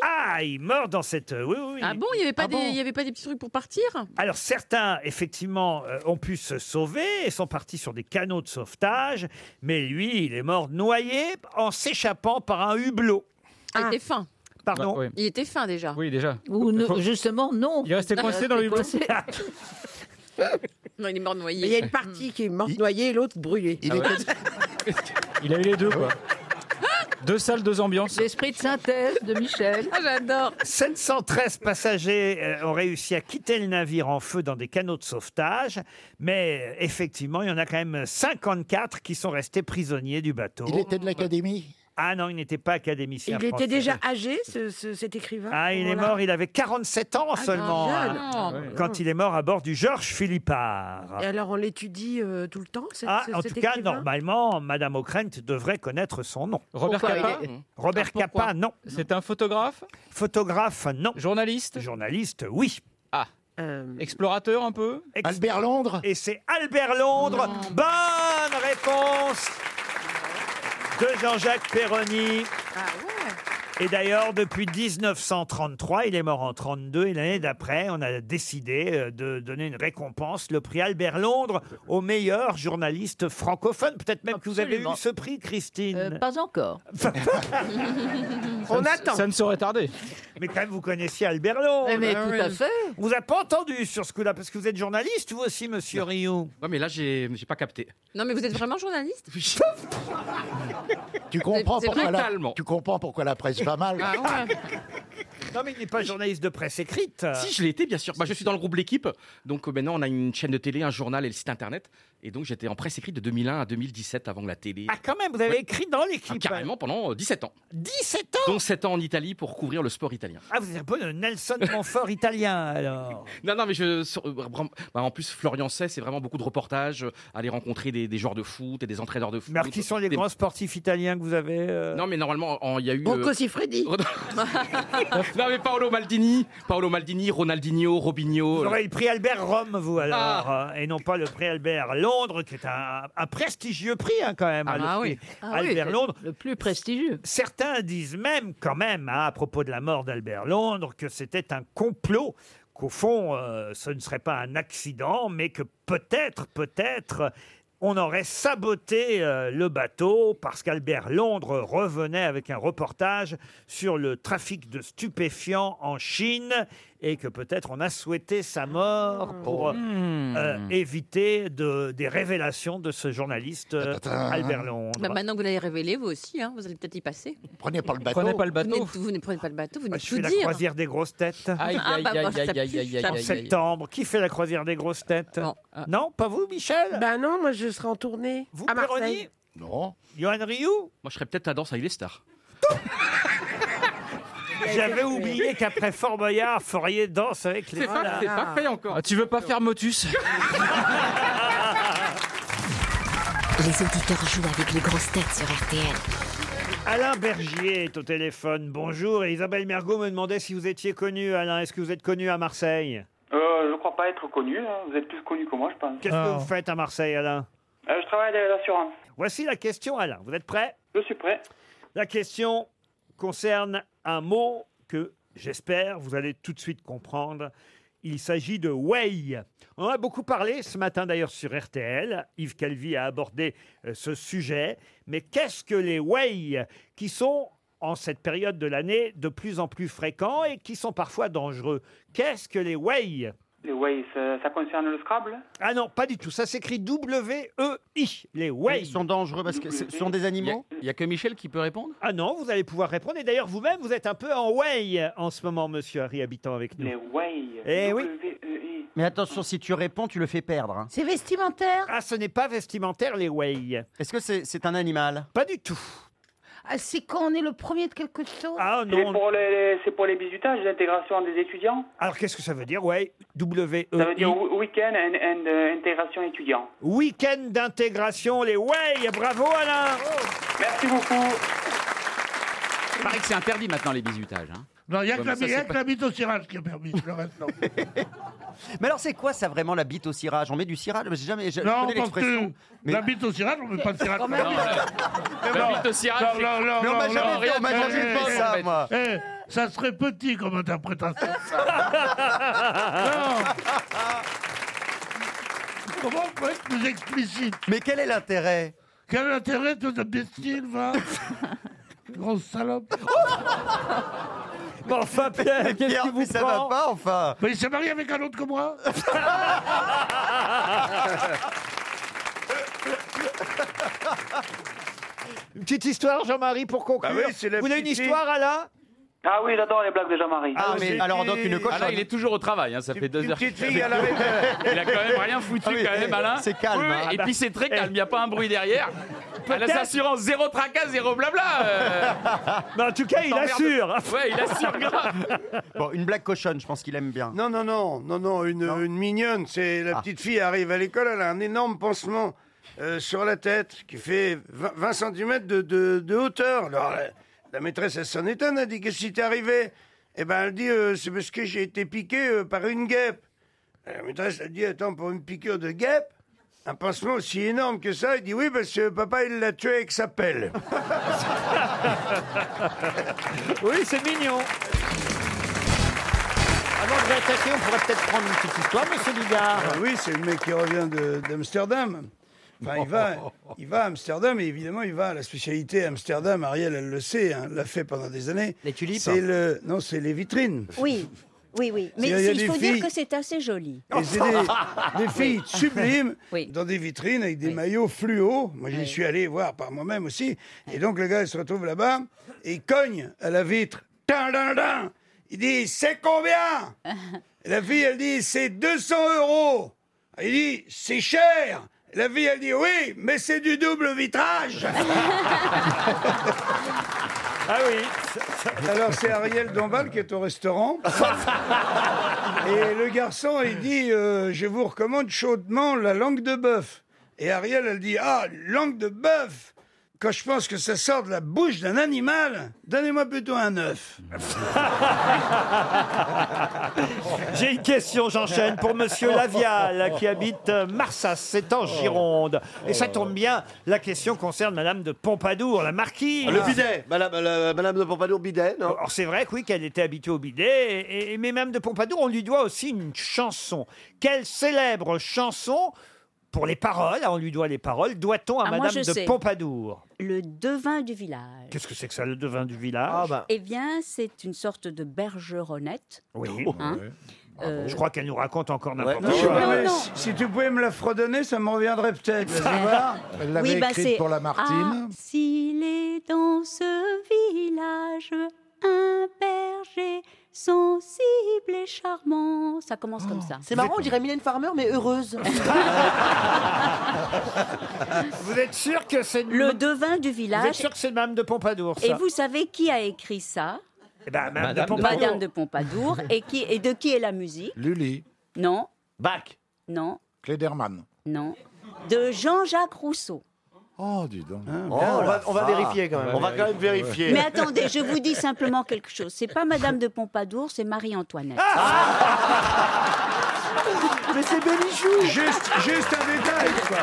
[SPEAKER 1] Ah, il meurt dans cette... Oui, oui, oui.
[SPEAKER 17] Ah bon, il n'y avait, pas
[SPEAKER 1] Ah
[SPEAKER 17] des-
[SPEAKER 1] bon
[SPEAKER 17] il y avait pas des petits trucs pour partir
[SPEAKER 1] Alors certains, effectivement, euh, ont pu se sauver et sont partis sur des canaux de sauvetage, mais lui, il est mort noyé en s'échappant par un hublot.
[SPEAKER 17] Il était Ah. fin.
[SPEAKER 1] Pardon
[SPEAKER 17] Il était fin déjà.
[SPEAKER 1] Oui, déjà.
[SPEAKER 17] Ou justement, non.
[SPEAKER 1] Il est resté coincé dans le hublot.
[SPEAKER 17] non, il est mort noyé.
[SPEAKER 18] Mais il y a une partie qui est morte noyée et l'autre brûlée.
[SPEAKER 12] Ah ouais. Il a eu les deux, quoi. Deux salles, deux ambiances.
[SPEAKER 17] L'esprit de synthèse de Michel. Ah, j'adore.
[SPEAKER 1] 713 passagers euh, ont réussi à quitter le navire en feu dans des canaux de sauvetage, mais euh, effectivement, il y en a quand même 54 qui sont restés prisonniers du bateau.
[SPEAKER 18] Il était
[SPEAKER 1] de l'académie Ah non, il n'était pas académicien.
[SPEAKER 18] Il était
[SPEAKER 1] français.
[SPEAKER 18] déjà âgé, ce- ce- cet écrivain
[SPEAKER 1] Ah, il est
[SPEAKER 18] Voilà. Ah,
[SPEAKER 1] mort, il avait 47 ans seulement
[SPEAKER 18] jeune.
[SPEAKER 1] hein,
[SPEAKER 18] Ah, ouais.
[SPEAKER 1] quand il est mort à bord du Georges Philippard.
[SPEAKER 18] Et alors, on l'étudie euh, tout le temps cet-
[SPEAKER 1] Ah,
[SPEAKER 18] ce-
[SPEAKER 1] en
[SPEAKER 18] cet
[SPEAKER 1] tout cas,
[SPEAKER 18] écrivain
[SPEAKER 1] normalement, Madame O'Krent devrait connaître son nom.
[SPEAKER 12] Robert Pourquoi Capa il est-
[SPEAKER 1] Robert
[SPEAKER 12] Pourquoi
[SPEAKER 1] Capa, non. C'est un photographe Photographe, non. Journaliste Journaliste, oui. Ah.
[SPEAKER 18] Euh,
[SPEAKER 1] Explorateur un peu Albert Londres Et c'est Albert Londres. Bonne réponse de Jean-Jacques Perroni.
[SPEAKER 17] Ah
[SPEAKER 1] Et d'ailleurs, depuis 1933, il est mort en 32, et l'année d'après, on a décidé euh, de donner une récompense, le prix Albert Londres, au meilleur journaliste francophone. Peut-être même que vous avez
[SPEAKER 17] Absolument. Euh,
[SPEAKER 1] eu ce prix, Christine.
[SPEAKER 17] pas encore.
[SPEAKER 1] Ça ne- Ça ne saurait tarder. Mais quand même, vous connaissiez Albert Londres.
[SPEAKER 17] Mais- mais Ah tout à oui. fait.
[SPEAKER 1] On vous a pas entendu sur ce coup-là, parce que vous êtes journaliste, vous aussi, monsieur Rio.
[SPEAKER 8] Ouais, mais là, j'ai j'ai pas capté.
[SPEAKER 17] Non, mais vous êtes vraiment journaliste
[SPEAKER 29] Tu comprends,
[SPEAKER 17] C'est- c'est
[SPEAKER 29] pourquoi la,
[SPEAKER 17] totalement.
[SPEAKER 29] tu comprends pourquoi la presse va mal
[SPEAKER 8] Ah
[SPEAKER 5] Ah
[SPEAKER 1] Non, mais il n'est pas journaliste de presse écrite.
[SPEAKER 8] Si, je l'ai été, bien sûr. Bah, je suis dans le groupe L'équipe. Donc euh, maintenant, on a une chaîne de télé, un journal et le site internet. Et donc, j'étais en presse écrite de 2001 à 2017 avant la télé.
[SPEAKER 1] Ah, quand même, vous avez
[SPEAKER 8] Ouais.
[SPEAKER 1] écrit dans l'équipe.
[SPEAKER 8] Ah, carrément pendant euh, 17 ans.
[SPEAKER 1] 17 ans
[SPEAKER 8] Dont 7 ans en Italie pour couvrir le sport italien.
[SPEAKER 1] Ah, vous êtes un peu le Nelson Montfort italien, alors.
[SPEAKER 8] Non, non, mais je. sur- euh, vraiment- bah, en plus, Florian Say, c'est vraiment beaucoup de reportages, euh, aller rencontrer des, des joueurs de foot et des entraîneurs de foot.
[SPEAKER 1] Mais alors, qui sont les
[SPEAKER 8] Des-
[SPEAKER 1] grands sportifs italiens que vous avez euh,
[SPEAKER 8] Non, mais normalement, en- il y a eu.
[SPEAKER 1] Rocco
[SPEAKER 8] euh,
[SPEAKER 1] Siffredi.
[SPEAKER 8] non, mais Paolo Maldini, Paolo Maldini, Ronaldinho, Robinho.
[SPEAKER 1] Vous
[SPEAKER 8] euh,
[SPEAKER 1] aurez le prix Albert Rome, vous,
[SPEAKER 17] Ah.
[SPEAKER 1] alors, euh, et non pas le prix Albert Londres, qui est un, un prestigieux prix, hein, quand même.
[SPEAKER 17] Ah,
[SPEAKER 1] le
[SPEAKER 17] bah
[SPEAKER 1] prix
[SPEAKER 17] oui. Ah oui,
[SPEAKER 1] Albert
[SPEAKER 17] c'est
[SPEAKER 1] Londres.
[SPEAKER 17] Le plus prestigieux.
[SPEAKER 1] Certains disent même, quand même, hein, à propos de la mort d'Albert Londres, que c'était un complot, qu'au fond, euh, ce ne serait pas un accident, mais que peut-être, peut-être, on aurait saboté euh, le bateau parce qu'Albert Londres revenait avec un reportage sur le trafic de stupéfiants en Chine et que peut-être on a souhaité sa mort pour euh,
[SPEAKER 17] Hmm.
[SPEAKER 1] euh, éviter de- des révélations de ce journaliste euh, Albert Londres.
[SPEAKER 17] Bah, maintenant que vous l'avez révélé, vous aussi, hein, vous allez peut-être y passer.
[SPEAKER 1] Prenez pas le bateau.
[SPEAKER 17] Prenez pas
[SPEAKER 1] le bateau.
[SPEAKER 17] Vous, venez de- vous ne prenez pas le bateau, vous
[SPEAKER 1] Ah,
[SPEAKER 17] venez de
[SPEAKER 1] je
[SPEAKER 17] tout
[SPEAKER 1] fais la
[SPEAKER 17] dire.
[SPEAKER 1] croisière des grosses têtes.
[SPEAKER 17] Aïe, Ah, aïe, bah, aïe, moi, ça aïe, pue. aïe, aïe, aïe,
[SPEAKER 1] En
[SPEAKER 17] aïe, aïe.
[SPEAKER 1] septembre, qui fait la croisière des grosses têtes Non, pas vous, Michel
[SPEAKER 20] Ben non, moi je serai en tournée à Marseille.
[SPEAKER 1] Non. Johan Rioux
[SPEAKER 24] Moi, je serais peut-être à danse avec les stars.
[SPEAKER 1] J'avais oublié qu'après Fort Boyard, Forier danse avec les
[SPEAKER 24] C'est pas-
[SPEAKER 1] Voilà.
[SPEAKER 24] c'est pas fait
[SPEAKER 13] encore.
[SPEAKER 24] Ah,
[SPEAKER 8] Ah,
[SPEAKER 24] tu veux pas faire Motus
[SPEAKER 21] Les auditeurs jouent avec les grosses têtes sur RTL.
[SPEAKER 1] Alain Bergier est au téléphone. Bonjour. Et Isabelle Mergot me demandait si vous étiez connu, Alain. Est-ce que vous êtes connu à Marseille
[SPEAKER 12] Euh, je crois pas être connu. hein. Vous êtes plus connu que moi, je pense.
[SPEAKER 1] Qu'est-ce que vous faites à Marseille, Alain
[SPEAKER 12] Euh, Je travaille à l'assurance.
[SPEAKER 1] Voici la question, Alain. Vous êtes prêt
[SPEAKER 12] Je suis prêt.
[SPEAKER 1] La question concerne un mot que j'espère vous allez tout de suite comprendre. Il s'agit de way. On en a beaucoup parlé ce matin d'ailleurs sur RTL. Yves Calvi a abordé euh, ce sujet. Mais qu'est-ce que les way qui sont en cette période de l'année de plus en plus fréquents et qui sont parfois dangereux Qu'est-ce que les way
[SPEAKER 12] Les Waze, ça, ça concerne le Scrabble
[SPEAKER 1] Ah non, pas du tout. Ça s'écrit W-E-I. Les way.
[SPEAKER 12] Ils
[SPEAKER 1] sont dangereux parce que ce
[SPEAKER 12] sont des animaux
[SPEAKER 1] Il n'y a, que Michel qui peut répondre Ah non, vous allez pouvoir répondre. Et d'ailleurs, vous-même, vous êtes un peu en way en ce moment, monsieur Harry, habitant avec nous.
[SPEAKER 12] Les Waze.
[SPEAKER 1] Eh oui.
[SPEAKER 12] W-E-I.
[SPEAKER 1] Mais attention, si tu réponds, tu le fais perdre. hein.
[SPEAKER 12] C'est vestimentaire
[SPEAKER 1] Ah, ce n'est pas vestimentaire, les way. Est-ce que c'est un animal Pas du tout.
[SPEAKER 7] Ah, c'est quand on est le premier de quelque chose
[SPEAKER 1] Ah
[SPEAKER 12] C'est pour les, c'est pour les bisutages, l'intégration des étudiants.
[SPEAKER 1] Alors, qu'est-ce que ça veut dire, way w E
[SPEAKER 12] Ça veut dire wi- week-end and, and, euh, intégration étudiant.
[SPEAKER 1] Week-end d'intégration, les way. Bravo, Alain
[SPEAKER 12] Merci beaucoup.
[SPEAKER 24] Il paraît que c'est interdit maintenant les bisutages. hein.
[SPEAKER 9] Non, il n'y a
[SPEAKER 24] Ouais,
[SPEAKER 9] que
[SPEAKER 24] mais
[SPEAKER 9] la-
[SPEAKER 24] ça,
[SPEAKER 9] il y a
[SPEAKER 24] c'est
[SPEAKER 9] que
[SPEAKER 24] pas-
[SPEAKER 9] la bite au cirage qui est permis. Le reste, non.
[SPEAKER 22] Mais alors, c'est quoi ça vraiment la bite au cirage On met du cirage J'ai jamais. Je, je
[SPEAKER 9] Non,
[SPEAKER 22] connais
[SPEAKER 9] parce que
[SPEAKER 22] l'expression. Mais...
[SPEAKER 9] la bite au cirage, on ne met pas de cirage.
[SPEAKER 22] Quand même.
[SPEAKER 9] Non,
[SPEAKER 22] La
[SPEAKER 9] non.
[SPEAKER 22] bite au cirage,
[SPEAKER 9] Non,
[SPEAKER 22] c'est-
[SPEAKER 9] non, non,
[SPEAKER 22] Mais on
[SPEAKER 9] non,
[SPEAKER 22] m'a
[SPEAKER 9] non.
[SPEAKER 22] jamais fait- on m'a
[SPEAKER 9] Eh,
[SPEAKER 22] jamais fait
[SPEAKER 9] eh,
[SPEAKER 22] ça,
[SPEAKER 9] eh,
[SPEAKER 22] moi.
[SPEAKER 9] eh, ça serait petit comme interprétation. Comment on peut être plus explicite
[SPEAKER 22] Mais quel est l'intérêt
[SPEAKER 9] Quel intérêt, tout imbécile, va Grosse salope.
[SPEAKER 1] Bon, enfin, Pierre,
[SPEAKER 22] Mais qu'est-ce Pierre, qui vous mais ça prend va pas, enfin
[SPEAKER 9] Mais il s'est marié avec un autre que moi
[SPEAKER 1] Une petite histoire, Jean-Marie, pour conclure.
[SPEAKER 12] Bah oui, c'est la
[SPEAKER 1] vous voulez une
[SPEAKER 12] petite-
[SPEAKER 1] histoire, Alain
[SPEAKER 12] Ah oui, j'adore les blagues de Jean-Marie.
[SPEAKER 24] Ah, mais alors donc une
[SPEAKER 1] Ah,
[SPEAKER 24] cochonne. il est toujours au travail, hein, ça fait deux heures.
[SPEAKER 12] petite
[SPEAKER 24] qu'il est
[SPEAKER 12] fille
[SPEAKER 24] avec
[SPEAKER 12] à la
[SPEAKER 24] nous.
[SPEAKER 12] réveil.
[SPEAKER 24] Il a quand même rien foutu
[SPEAKER 12] Ah oui,
[SPEAKER 24] quand même, Alain.
[SPEAKER 12] c'est calme,
[SPEAKER 24] Oui, oui,
[SPEAKER 12] hein.
[SPEAKER 24] Et
[SPEAKER 12] Ah
[SPEAKER 24] puis
[SPEAKER 12] bah.
[SPEAKER 24] c'est très calme, il n'y a pas un bruit derrière. Elle a
[SPEAKER 12] Peut-être.
[SPEAKER 24] sa assurance, zéro tracas, zéro blabla. euh.
[SPEAKER 1] Mais en tout cas, il
[SPEAKER 24] T'emmerdes.
[SPEAKER 1] assure.
[SPEAKER 24] Ouais, il
[SPEAKER 5] Ah,
[SPEAKER 24] assure grave.
[SPEAKER 22] Bon, une blague cochonne, je pense qu'il aime bien. Ah.
[SPEAKER 28] Non, non, non, non, non, une, une mignonne. C'est la petite fille arrive à l'école, elle a un énorme pansement euh, sur la tête qui fait 20, cm de, de- de hauteur. Alors, la, la maîtresse, elle s'en étonne, elle dit Qu'est-ce qui t'est arrivé Eh ben, elle dit Euh, C'est parce que j'ai été piqué euh, par une guêpe. Et la maîtresse, elle dit Attends, pour une piqûre de guêpe un pansement aussi énorme que ça, il dit oui parce que papa il l'a tué avec sa pelle.
[SPEAKER 1] oui, c'est mignon.
[SPEAKER 22] Avant de réattaquer, on pourrait peut-être prendre une petite histoire, monsieur Bigard.
[SPEAKER 28] Ah oui, c'est le mec qui revient de- d'Amsterdam. Enfin, il va, il va à Amsterdam et évidemment, il va à la spécialité Amsterdam. Ariel, elle le sait, hein, l'a fait pendant des années. Les tulipes C'est le, non, c'est les vitrines.
[SPEAKER 2] Oui, oui, oui. Mais
[SPEAKER 28] Il y a
[SPEAKER 2] il
[SPEAKER 28] des
[SPEAKER 2] faut
[SPEAKER 28] filles-
[SPEAKER 2] dire que c'est assez joli. Oh,
[SPEAKER 28] Et c'est des, des filles sublimes dans des vitrines avec des maillots fluo. Moi, j'y suis allé voir par moi-même aussi. Et donc, le gars, il se retrouve là-bas et il cogne à la vitre. Tin, tin, tin. Il dit C'est combien
[SPEAKER 2] oh.
[SPEAKER 28] Et La fille, elle dit C'est 200 euros. Il dit C'est cher. Et La fille, elle dit Oui, mais c'est du double vitrage.
[SPEAKER 1] Ah oui.
[SPEAKER 28] Alors c'est Ariel Dombal qui est au restaurant. Et le garçon, il dit, euh, je vous recommande chaudement la langue de bœuf. Et Ariel, elle dit, ah, langue de bœuf Quand je pense que ça sort de la bouche d'un animal, donnez-moi plutôt un œuf.
[SPEAKER 1] J'ai une question, j'enchaîne, pour Monsieur Lavial, qui habite euh, Marsas, c'est en Gironde. Et ça tombe bien, la question concerne Madame de Pompadour, la marquise.
[SPEAKER 30] Le bidet, madame, la- madame de Pompadour, bidet, non
[SPEAKER 1] Alors c'est vrai que oui, qu'elle était habituée au bidet, et, et- mais Madame de Pompadour, on lui doit aussi une chanson. Quelle célèbre chanson pour les paroles, ah, on lui doit les paroles, doit-on à
[SPEAKER 2] Ah, moi,
[SPEAKER 1] Madame
[SPEAKER 2] je
[SPEAKER 1] de
[SPEAKER 2] sais.
[SPEAKER 1] Pompadour
[SPEAKER 2] Le devin du village.
[SPEAKER 1] Qu'est-ce que c'est que ça, le devin du
[SPEAKER 28] Ah,
[SPEAKER 1] village
[SPEAKER 28] ben.
[SPEAKER 2] Eh bien, c'est une sorte de bergeronnette.
[SPEAKER 1] Oui.
[SPEAKER 2] Hein Euh,
[SPEAKER 1] Je crois qu'elle nous raconte encore n'importe
[SPEAKER 28] Non,
[SPEAKER 1] quoi.
[SPEAKER 28] mais Si, si tu pouvais me la fredonner, ça me reviendrait peut-être. vous allez voir.
[SPEAKER 2] oui, bah, c'est- Ah, S'il est dans ce village, un berger sensible et charmant. Ça commence comme ça.
[SPEAKER 3] C'est marrant, on dirait Mylène Farmer, mais heureuse.
[SPEAKER 1] Vous êtes sûr que c'est
[SPEAKER 2] le devin du village
[SPEAKER 1] Vous êtes sûr que c'est Madame de Pompadour ça
[SPEAKER 2] Et vous savez qui a écrit ça
[SPEAKER 1] Eh ben, Madame, de
[SPEAKER 2] Madame
[SPEAKER 1] Pompadour.
[SPEAKER 2] de Pompadour. et, qui, et de qui est la musique
[SPEAKER 5] Lully.
[SPEAKER 2] Non.
[SPEAKER 5] Bach.
[SPEAKER 2] Non.
[SPEAKER 5] Klederman.
[SPEAKER 2] Non. De Jean-Jacques Rousseau.
[SPEAKER 5] Oh, dis donc.
[SPEAKER 30] Oh, on va- on va vérifier quand même. On va quand même vérifier.
[SPEAKER 2] Mais attendez, je vous dis simplement quelque chose. C'est pas Madame de Pompadour, c'est Marie-Antoinette.
[SPEAKER 5] Ah
[SPEAKER 3] Mais c'est Bénichou
[SPEAKER 28] Juste, juste un détail, Eh, quoi.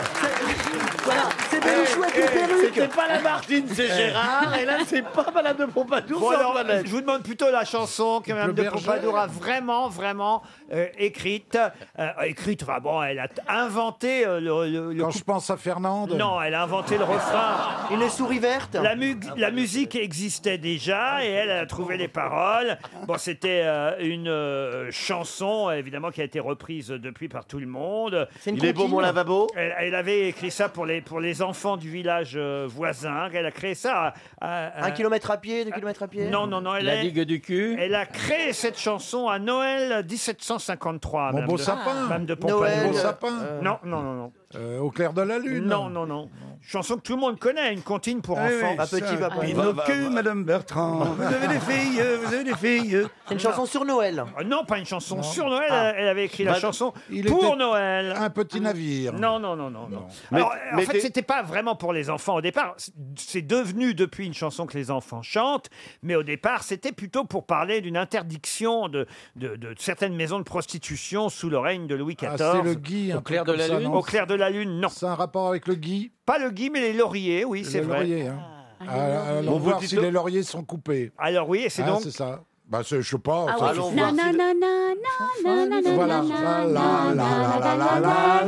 [SPEAKER 3] Voilà, c'est Bénichou avec les perruques
[SPEAKER 30] Eh, C'était pas la Martine, c'est
[SPEAKER 5] Eh.
[SPEAKER 30] Gérard. Et là, c'est pas Madame de Pompadour,
[SPEAKER 1] Bon,
[SPEAKER 30] c'est
[SPEAKER 1] alors,
[SPEAKER 30] Antoinette.
[SPEAKER 1] je vous demande plutôt la chanson que Madame de
[SPEAKER 30] berger.
[SPEAKER 1] Pompadour a vraiment, vraiment euh, écrite. Euh, écrite, enfin bon, elle a t- inventé euh, le, le- le
[SPEAKER 5] Quand
[SPEAKER 1] coup-
[SPEAKER 5] je pense à Fernande.
[SPEAKER 1] Non, elle a inventé le refrain.
[SPEAKER 3] Et les souris vertes
[SPEAKER 1] La, mu- la musique existait
[SPEAKER 5] Ah,
[SPEAKER 1] déjà et elle a trouvé les paroles. Bon, c'était euh, une euh, chanson, évidemment, qui a été reprise depuis par tout le monde.
[SPEAKER 30] une Il est beau, contine. mon lavabo
[SPEAKER 1] elle, elle avait écrit ça pour les, pour les enfants du village euh, voisin. Elle a créé ça à, à- à-
[SPEAKER 3] Un kilomètre à pied, deux kilomètres à pied
[SPEAKER 1] Non, non, non. Elle
[SPEAKER 3] La
[SPEAKER 1] est-
[SPEAKER 3] digue
[SPEAKER 24] du cul.
[SPEAKER 1] Elle a créé cette chanson à Noël 1753.
[SPEAKER 5] Mon
[SPEAKER 1] Madame
[SPEAKER 5] beau
[SPEAKER 1] de-
[SPEAKER 5] sapin.
[SPEAKER 1] Madame de
[SPEAKER 5] Noël,
[SPEAKER 1] Pompadour.
[SPEAKER 5] Mon beau sapin.
[SPEAKER 1] Euh, Non, non, non, non.
[SPEAKER 5] Euh, au clair de la lune. Ah
[SPEAKER 1] Non, non, non. Chanson que tout le monde connaît, une comptine pour
[SPEAKER 28] Oui, Eh oui,
[SPEAKER 1] enfants. Ah,
[SPEAKER 28] ça, Pinocchio, Madame Bertrand.
[SPEAKER 1] Oh,
[SPEAKER 28] Vous avez des filles, euh, vous avez des filles.
[SPEAKER 3] C'est une chanson sur Noël.
[SPEAKER 1] Ah Non, pas une chanson
[SPEAKER 28] Non.
[SPEAKER 1] sur Noël.
[SPEAKER 28] Ah.
[SPEAKER 1] elle- Elle avait écrit la
[SPEAKER 28] Bah,
[SPEAKER 1] chanson
[SPEAKER 28] il
[SPEAKER 1] pour
[SPEAKER 28] était
[SPEAKER 1] Noël.
[SPEAKER 5] Un petit navire.
[SPEAKER 1] Non, non, non, non. non.
[SPEAKER 5] Mais-
[SPEAKER 1] Alors, en
[SPEAKER 5] mais
[SPEAKER 1] fait,
[SPEAKER 5] t'es-
[SPEAKER 1] c'était pas vraiment pour les enfants au départ. C'est- C'est devenu depuis une chanson que les enfants chantent, mais au départ, c'était plutôt pour parler d'une interdiction de, de, de certaines maisons de prostitution sous le règne de Louis XIV.
[SPEAKER 5] Ah, c'est le Guy, un Au clair truc de comme la ça, lune non
[SPEAKER 1] Au clair de la lune, non.
[SPEAKER 5] C'est un rapport avec le Guy
[SPEAKER 1] Pas le Guy, mais les lauriers, oui, c'est
[SPEAKER 5] Les
[SPEAKER 1] vrai.
[SPEAKER 5] lauriers, hein.
[SPEAKER 1] Ah, les
[SPEAKER 5] Ah,
[SPEAKER 1] lauriers.
[SPEAKER 5] allons
[SPEAKER 1] Bon,
[SPEAKER 5] voir
[SPEAKER 1] vous dites
[SPEAKER 5] si
[SPEAKER 1] donc-
[SPEAKER 5] les lauriers sont coupés.
[SPEAKER 1] Alors oui, et c'est
[SPEAKER 5] Ah,
[SPEAKER 1] donc-
[SPEAKER 5] C'est ça. Bah, c'est- je sais pas.
[SPEAKER 2] Ah
[SPEAKER 5] ça
[SPEAKER 2] oui.
[SPEAKER 5] suffit.
[SPEAKER 2] Na, na, na, na, na, na, na, na,
[SPEAKER 5] Voilà.
[SPEAKER 2] na, na.
[SPEAKER 5] La, la, la, la, la, la,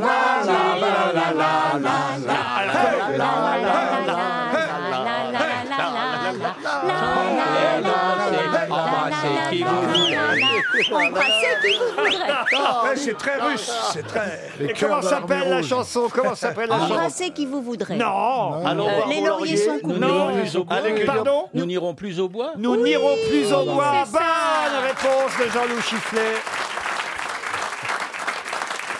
[SPEAKER 5] la, la, la, la, la, la, la.
[SPEAKER 2] Embrassez qui vous voudrez.
[SPEAKER 28] Ah, Ouais, c'est très russe, c'est très.
[SPEAKER 1] Les Et comment cœurs de s'appelle l'armée la rouge. chanson Comment s'appelle la chanson
[SPEAKER 2] Embrassez qui vous voudrez.
[SPEAKER 1] Non.
[SPEAKER 2] Euh, les lauriers sont coupés.
[SPEAKER 1] Nous n'irons plus au bois. Pardon
[SPEAKER 24] Nous n'irons plus au bois
[SPEAKER 1] Nous n'irons plus
[SPEAKER 5] Ah,
[SPEAKER 1] au
[SPEAKER 5] bah,
[SPEAKER 24] c'est
[SPEAKER 1] bois.
[SPEAKER 24] ça.
[SPEAKER 1] Bonne réponse de Jean-Louis Chifflet.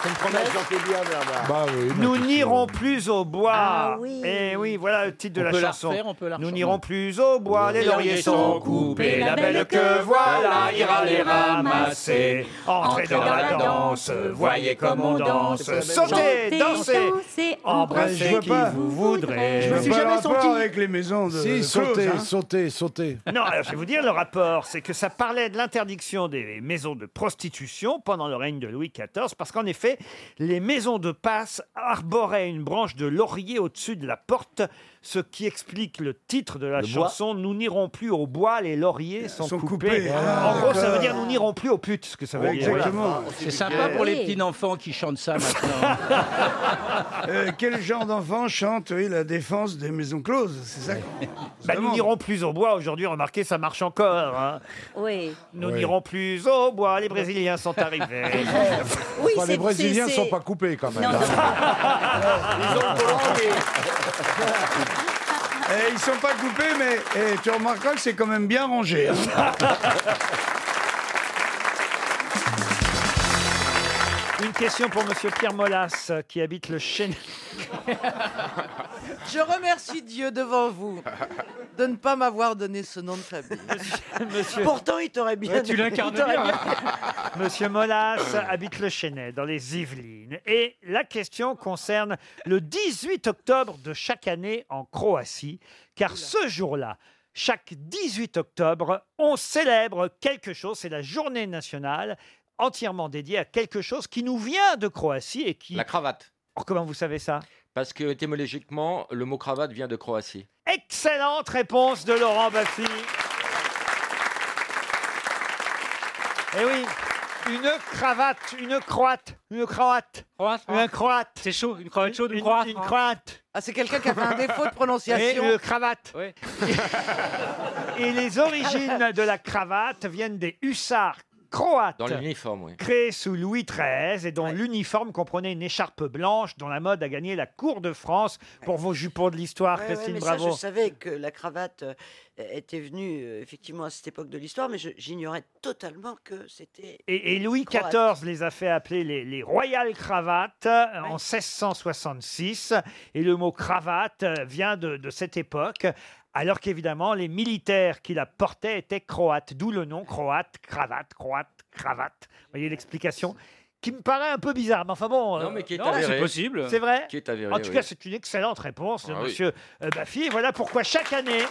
[SPEAKER 30] C'est une promesse jean bien
[SPEAKER 1] Ah,
[SPEAKER 30] là-bas.
[SPEAKER 5] Bah oui. mais
[SPEAKER 1] Nous
[SPEAKER 5] qu'est-ce que-
[SPEAKER 1] n'irons plus au bois.
[SPEAKER 30] Ah oui.
[SPEAKER 1] Et oui, voilà le titre de
[SPEAKER 30] On
[SPEAKER 1] la
[SPEAKER 30] peut la
[SPEAKER 1] chanson.
[SPEAKER 30] refaire, on peut la
[SPEAKER 1] Nous
[SPEAKER 30] refaire.
[SPEAKER 1] n'irons plus au bois, les lauriers sont coupés, la belle que voilà ira les ramasser. Entrez dans la danse, voyez comme on danse, sautez, dansez, embrassez qui vous voudrez.
[SPEAKER 28] Je me suis jamais senti avec les maisons de.
[SPEAKER 5] Si,
[SPEAKER 28] de
[SPEAKER 5] sauter,
[SPEAKER 28] closes, hein.
[SPEAKER 5] sauter, sauter.
[SPEAKER 1] Non, alors je vais vous dire le rapport, c'est que ça parlait de l'interdiction des maisons de prostitution pendant le règne de Louis XIV, parce qu'en effet, les maisons de passe arboraient une branche de laurier au-dessus de la porte, ce qui explique le titre de la
[SPEAKER 30] Le bois.
[SPEAKER 1] chanson Nous n'irons plus au bois, les lauriers sont, coupés.
[SPEAKER 28] coupés.
[SPEAKER 1] en
[SPEAKER 28] Ah,
[SPEAKER 1] gros, ça veut
[SPEAKER 28] d'accord.
[SPEAKER 1] dire Nous n'irons plus aux putes, ce que ça veut dire.
[SPEAKER 28] Exactement.
[SPEAKER 24] C'est sympa pour les petits enfants qui chantent ça maintenant.
[SPEAKER 28] Euh, quel genre d'enfant chante oui, la défense des maisons closes C'est ça qu'on-
[SPEAKER 1] Bah, nous n'irons plus au bois aujourd'hui, remarquez, ça marche encore. hein.
[SPEAKER 2] Oui.
[SPEAKER 1] Nous
[SPEAKER 5] Oui.
[SPEAKER 1] n'irons plus au bois, les Brésiliens sont arrivés.
[SPEAKER 2] Oui,
[SPEAKER 5] Enfin,
[SPEAKER 2] c'est-
[SPEAKER 5] les Brésiliens
[SPEAKER 2] c'est-
[SPEAKER 5] sont pas coupés quand même. hein.
[SPEAKER 2] Non, non.
[SPEAKER 28] Eh, ils sont pas coupés, mais eh, tu remarqueras que c'est quand même bien rangé. hein.
[SPEAKER 1] Une question pour Monsieur Pierre Molas euh, qui habite le Chêne.
[SPEAKER 14] Je remercie Dieu devant vous de ne pas m'avoir donné ce nom de famille.
[SPEAKER 1] Monsieur-
[SPEAKER 3] Pourtant, il t'aurait bien.
[SPEAKER 1] Ouais, tu l'incarnes
[SPEAKER 3] il t'aurait
[SPEAKER 1] bien. Monsieur Molas habite le Chênay dans les Yvelines et la question concerne le 18 octobre de chaque année en Croatie car ce jour-là chaque 18 octobre, on célèbre quelque chose, c'est la journée nationale entièrement dédiée à quelque chose qui nous vient de Croatie et qui...
[SPEAKER 10] La cravate.
[SPEAKER 1] Alors, comment vous savez ça
[SPEAKER 10] Parce que étymologiquement, le mot cravate vient de Croatie.
[SPEAKER 1] Excellente réponse de Laurent Baffy. Eh oui. Une cravate, une croate, une croate. Une croate.
[SPEAKER 8] C'est chaud, une croate chaude, une,
[SPEAKER 1] croate. Une croate.
[SPEAKER 14] Ah, c'est quelqu'un qui a fait un défaut de prononciation.
[SPEAKER 1] Et une cravate. Et les origines de la cravate viennent des hussards croates.
[SPEAKER 24] Dans l'uniforme, oui.
[SPEAKER 1] Créé sous Louis XIII et dont l'uniforme comprenait une écharpe blanche dont la mode a gagné la cour de France pour vos jupons de l'histoire,
[SPEAKER 16] Ouais, ouais,
[SPEAKER 1] Christine
[SPEAKER 16] mais ça,
[SPEAKER 1] Bravo.
[SPEAKER 16] je savais que la cravate euh, était venue euh, effectivement à cette époque de l'histoire, mais je- j'ignorais totalement que c'était.
[SPEAKER 1] Et, et Louis
[SPEAKER 16] croate.
[SPEAKER 1] XIV les a fait appeler les, les royales cravates euh, en 1666. Et le mot cravate euh, vient de, de cette époque. Alors qu'évidemment, les militaires qui la portaient étaient croates, d'où le nom croate, cravate, croate, cravate. Vous voyez l'explication qui me paraît un peu bizarre, mais enfin bon.
[SPEAKER 24] Non,
[SPEAKER 1] euh,
[SPEAKER 24] mais qui est avéré.
[SPEAKER 1] c'est possible. C'est vrai
[SPEAKER 24] Qui est avéré,
[SPEAKER 1] En tout
[SPEAKER 24] oui.
[SPEAKER 1] cas, c'est une excellente réponse de
[SPEAKER 24] Ah oui.
[SPEAKER 1] monsieur euh, Baffy. Et voilà pourquoi chaque année.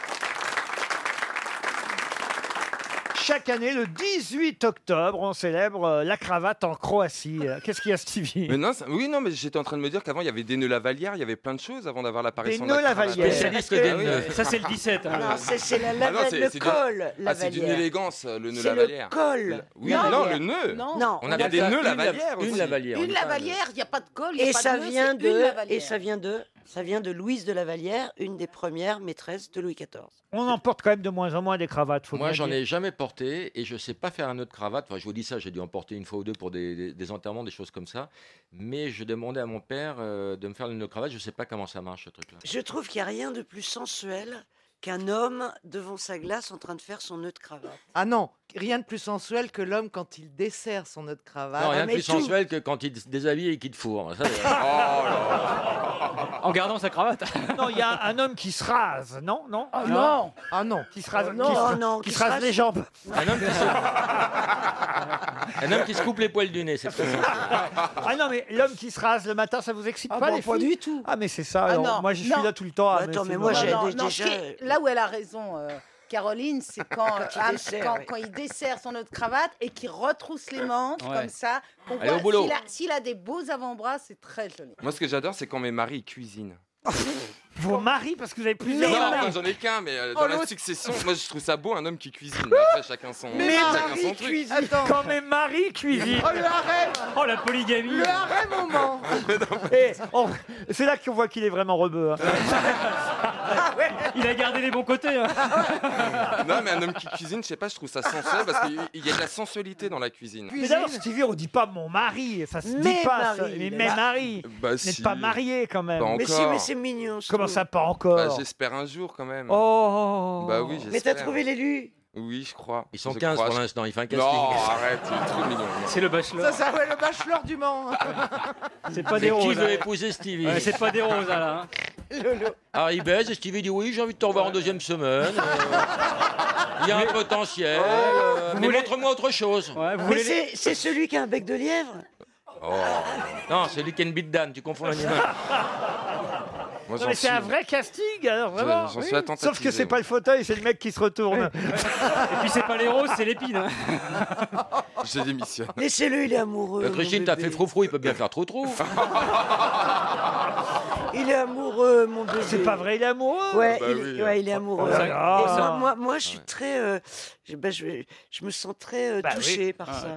[SPEAKER 1] Chaque année, le 18 octobre, on célèbre euh, la cravate en Croatie. Euh, Qu'est-ce qu'il y a, Stevie
[SPEAKER 24] Mais non, ça- oui, non, mais j'étais en train de me dire qu'avant, il y avait des nœuds lavalières, il y avait plein de choses avant d'avoir l'apparition
[SPEAKER 1] Des
[SPEAKER 24] de la
[SPEAKER 1] nœuds
[SPEAKER 24] cravate.
[SPEAKER 1] lavalières. Spécialiste des
[SPEAKER 24] Ah oui.
[SPEAKER 1] nœuds.
[SPEAKER 8] Ça, c'est le 17, hein.
[SPEAKER 16] Non, c'est- c'est la
[SPEAKER 24] Ah non,
[SPEAKER 16] lava-
[SPEAKER 24] c'est-
[SPEAKER 16] le
[SPEAKER 24] c'est du-
[SPEAKER 16] col,
[SPEAKER 24] Ah, c'est d'une
[SPEAKER 16] lavalière.
[SPEAKER 24] élégance, le nœud
[SPEAKER 16] C'est le
[SPEAKER 24] lavalière.
[SPEAKER 16] col,
[SPEAKER 24] Oui,
[SPEAKER 16] lavalière.
[SPEAKER 24] non, le nœud.
[SPEAKER 16] Non. Non.
[SPEAKER 24] On,
[SPEAKER 16] On
[SPEAKER 24] avait
[SPEAKER 16] appelle
[SPEAKER 24] des
[SPEAKER 16] ça
[SPEAKER 24] nœuds
[SPEAKER 16] une
[SPEAKER 24] lavalières aussi.
[SPEAKER 16] une lavalière,
[SPEAKER 6] Une lavalière, il n'y a pas de col, il n'y a
[SPEAKER 16] Et
[SPEAKER 6] pas
[SPEAKER 16] ça
[SPEAKER 6] de nœud,
[SPEAKER 16] vient
[SPEAKER 6] c'est une
[SPEAKER 16] de
[SPEAKER 6] lavalière.
[SPEAKER 16] et ça vient de ça vient de Louise de Lavalière, une des premières maîtresses de Louis XIV.
[SPEAKER 1] On en porte quand même de moins en moins des cravates. Faut
[SPEAKER 24] Moi,
[SPEAKER 1] bien
[SPEAKER 24] j'en
[SPEAKER 1] dire.
[SPEAKER 24] ai jamais porté et je sais pas faire un nœud de cravate. Enfin, je vous dis ça, j'ai dû en porter une fois ou deux pour des, des- des enterrements, des choses comme ça. Mais je demandais à mon père euh, de me faire le nœud de cravate. Je sais pas comment ça marche, ce truc-là.
[SPEAKER 16] Je trouve qu'il n'y a rien de plus sensuel qu'un homme devant sa glace en train de faire son nœud de cravate.
[SPEAKER 14] Ah non, rien de plus sensuel que l'homme quand il dessert son nœud de cravate.
[SPEAKER 24] non,
[SPEAKER 16] Ah,
[SPEAKER 24] rien de plus sensuel que quand il te déshabille et qu'il te fourre. Ça, c'est- Oh là là.
[SPEAKER 8] En gardant sa cravate.
[SPEAKER 1] Non, il y a un homme qui se rase, non Non
[SPEAKER 14] Ah non Ah non
[SPEAKER 1] Qui se rase,
[SPEAKER 16] non.
[SPEAKER 1] qui se-
[SPEAKER 16] Oh non,
[SPEAKER 1] qui
[SPEAKER 16] qui
[SPEAKER 1] se
[SPEAKER 16] se
[SPEAKER 1] rase
[SPEAKER 16] rase-
[SPEAKER 1] les jambes.
[SPEAKER 24] Un homme, qui se... un homme qui se coupe les poils du nez, c'est très simple.
[SPEAKER 1] Ah non, mais l'homme qui se rase le matin, ça vous excite
[SPEAKER 6] Ah
[SPEAKER 1] pas,
[SPEAKER 6] bon,
[SPEAKER 1] les
[SPEAKER 6] pas
[SPEAKER 1] filles
[SPEAKER 6] du tout.
[SPEAKER 1] Ah, mais c'est ça.
[SPEAKER 6] Ah
[SPEAKER 1] alors,
[SPEAKER 6] non,
[SPEAKER 1] moi, je suis
[SPEAKER 6] non.
[SPEAKER 1] là tout le temps. Ah,
[SPEAKER 16] Bah, attends, mais moi,
[SPEAKER 1] c'est
[SPEAKER 16] j'ai-
[SPEAKER 1] normal.
[SPEAKER 6] Non, non,
[SPEAKER 16] déjà-
[SPEAKER 6] ce qui est- là où elle a raison, euh, Caroline, c'est quand,
[SPEAKER 16] Quand il
[SPEAKER 6] ah,
[SPEAKER 16] dessert,
[SPEAKER 6] quand-
[SPEAKER 16] oui.
[SPEAKER 6] quand il dessert son autre cravate et qu'il retrousse les manches
[SPEAKER 24] Ouais.
[SPEAKER 6] comme ça. qu'on
[SPEAKER 24] Allez, au
[SPEAKER 6] voit
[SPEAKER 24] boulot.
[SPEAKER 6] S'il a, s'il a des beaux avant-bras, c'est très joli.
[SPEAKER 24] Moi, ce que j'adore, c'est quand mes maris cuisinent.
[SPEAKER 1] Vos maris, parce que vous avez
[SPEAKER 24] Non,
[SPEAKER 1] plusieurs
[SPEAKER 24] enfin,
[SPEAKER 1] maris.
[SPEAKER 24] j'en ai qu'un, mais euh,
[SPEAKER 1] Oh,
[SPEAKER 24] dans la
[SPEAKER 1] l'autre.
[SPEAKER 24] succession, moi je trouve ça beau un homme qui cuisine. Mais après, chacun son,
[SPEAKER 1] Mais
[SPEAKER 24] chacun
[SPEAKER 1] Marie
[SPEAKER 24] son truc.
[SPEAKER 1] cuisine. Quand mes maris cuisinent.
[SPEAKER 24] Oh, le
[SPEAKER 1] harem
[SPEAKER 8] Oh, la polygamie
[SPEAKER 1] harem moment Eh, C'est là qu'on voit qu'il est vraiment rebeu. hein.
[SPEAKER 8] Il a gardé les bons côtés. hein.
[SPEAKER 24] Non, mais un homme qui cuisine, je sais pas, je trouve ça sensuel parce qu'il il y a de la sensualité dans la cuisine.
[SPEAKER 1] Mais d'abord, Stevie, on dit pas mon mari, ça se
[SPEAKER 16] Mes
[SPEAKER 1] dit pas. ça.
[SPEAKER 16] maris,
[SPEAKER 1] Mais
[SPEAKER 16] mais
[SPEAKER 1] mes
[SPEAKER 16] bah-
[SPEAKER 1] maris.
[SPEAKER 24] Bah,
[SPEAKER 1] Vous n'êtes
[SPEAKER 24] si.
[SPEAKER 1] pas mariés quand même.
[SPEAKER 24] Pas
[SPEAKER 16] Mais si,
[SPEAKER 24] encore.
[SPEAKER 16] mais c'est mignon. je
[SPEAKER 1] Comment
[SPEAKER 16] trouve.
[SPEAKER 1] ça, pas encore
[SPEAKER 24] Bah, J'espère un jour quand même.
[SPEAKER 1] Oh
[SPEAKER 24] Bah oui, j'espère.
[SPEAKER 16] Mais t'as trouvé l'élu
[SPEAKER 24] Oui, je crois. Ils
[SPEAKER 10] sont 15 pour l'instant, il fait un casting.
[SPEAKER 24] Non, arrête, il est trop mignon.
[SPEAKER 8] C'est le bachelor.
[SPEAKER 14] Ça, ça, ouais, le bachelor du Mans.
[SPEAKER 1] C'est
[SPEAKER 8] pas des
[SPEAKER 10] Mais Qui
[SPEAKER 8] roses,
[SPEAKER 10] veut
[SPEAKER 8] hein.
[SPEAKER 10] épouser Stevie
[SPEAKER 8] Ouais, c'est pas des roses, là. hein.
[SPEAKER 10] Alors il baise et Stevie dit oui, j'ai envie de te revoir en deuxième semaine. euh, Il y a un potentiel. euh, mais montre-moi autre chose.
[SPEAKER 16] Mais c'est- c'est celui qui a un bec de lièvre
[SPEAKER 10] Oh. Non, c'est Luke and Beat Dan, tu confonds l'animal.
[SPEAKER 24] Moi,
[SPEAKER 1] Non, mais c'est un vrai casting, alors vraiment.
[SPEAKER 24] J'en suis attentatisé,
[SPEAKER 1] Sauf que c'est
[SPEAKER 24] moi.
[SPEAKER 1] pas le fauteuil, c'est le mec qui se retourne.
[SPEAKER 8] Et puis, c'est pas Euh, les roses, c'est l'épine. hein.
[SPEAKER 24] J'ai démissionné.
[SPEAKER 16] Laissez-le, il est amoureux.
[SPEAKER 10] Euh,
[SPEAKER 16] mon
[SPEAKER 10] Christine, t'as
[SPEAKER 16] bébé.
[SPEAKER 10] fait froufrou, il peut bien faire trop-trop.
[SPEAKER 16] Il est amoureux, mon bébé.
[SPEAKER 1] C'est pas vrai, il est amoureux
[SPEAKER 16] Ouais,
[SPEAKER 10] Bah
[SPEAKER 16] il,
[SPEAKER 10] oui.
[SPEAKER 16] est, ouais, il est amoureux.
[SPEAKER 1] Oh là
[SPEAKER 16] Et
[SPEAKER 1] là.
[SPEAKER 16] moi, moi, moi, je suis très. euh, je, ben, je, vais- je me sens très euh,
[SPEAKER 1] Bah oui.
[SPEAKER 16] touchée par
[SPEAKER 24] Ah
[SPEAKER 16] ça.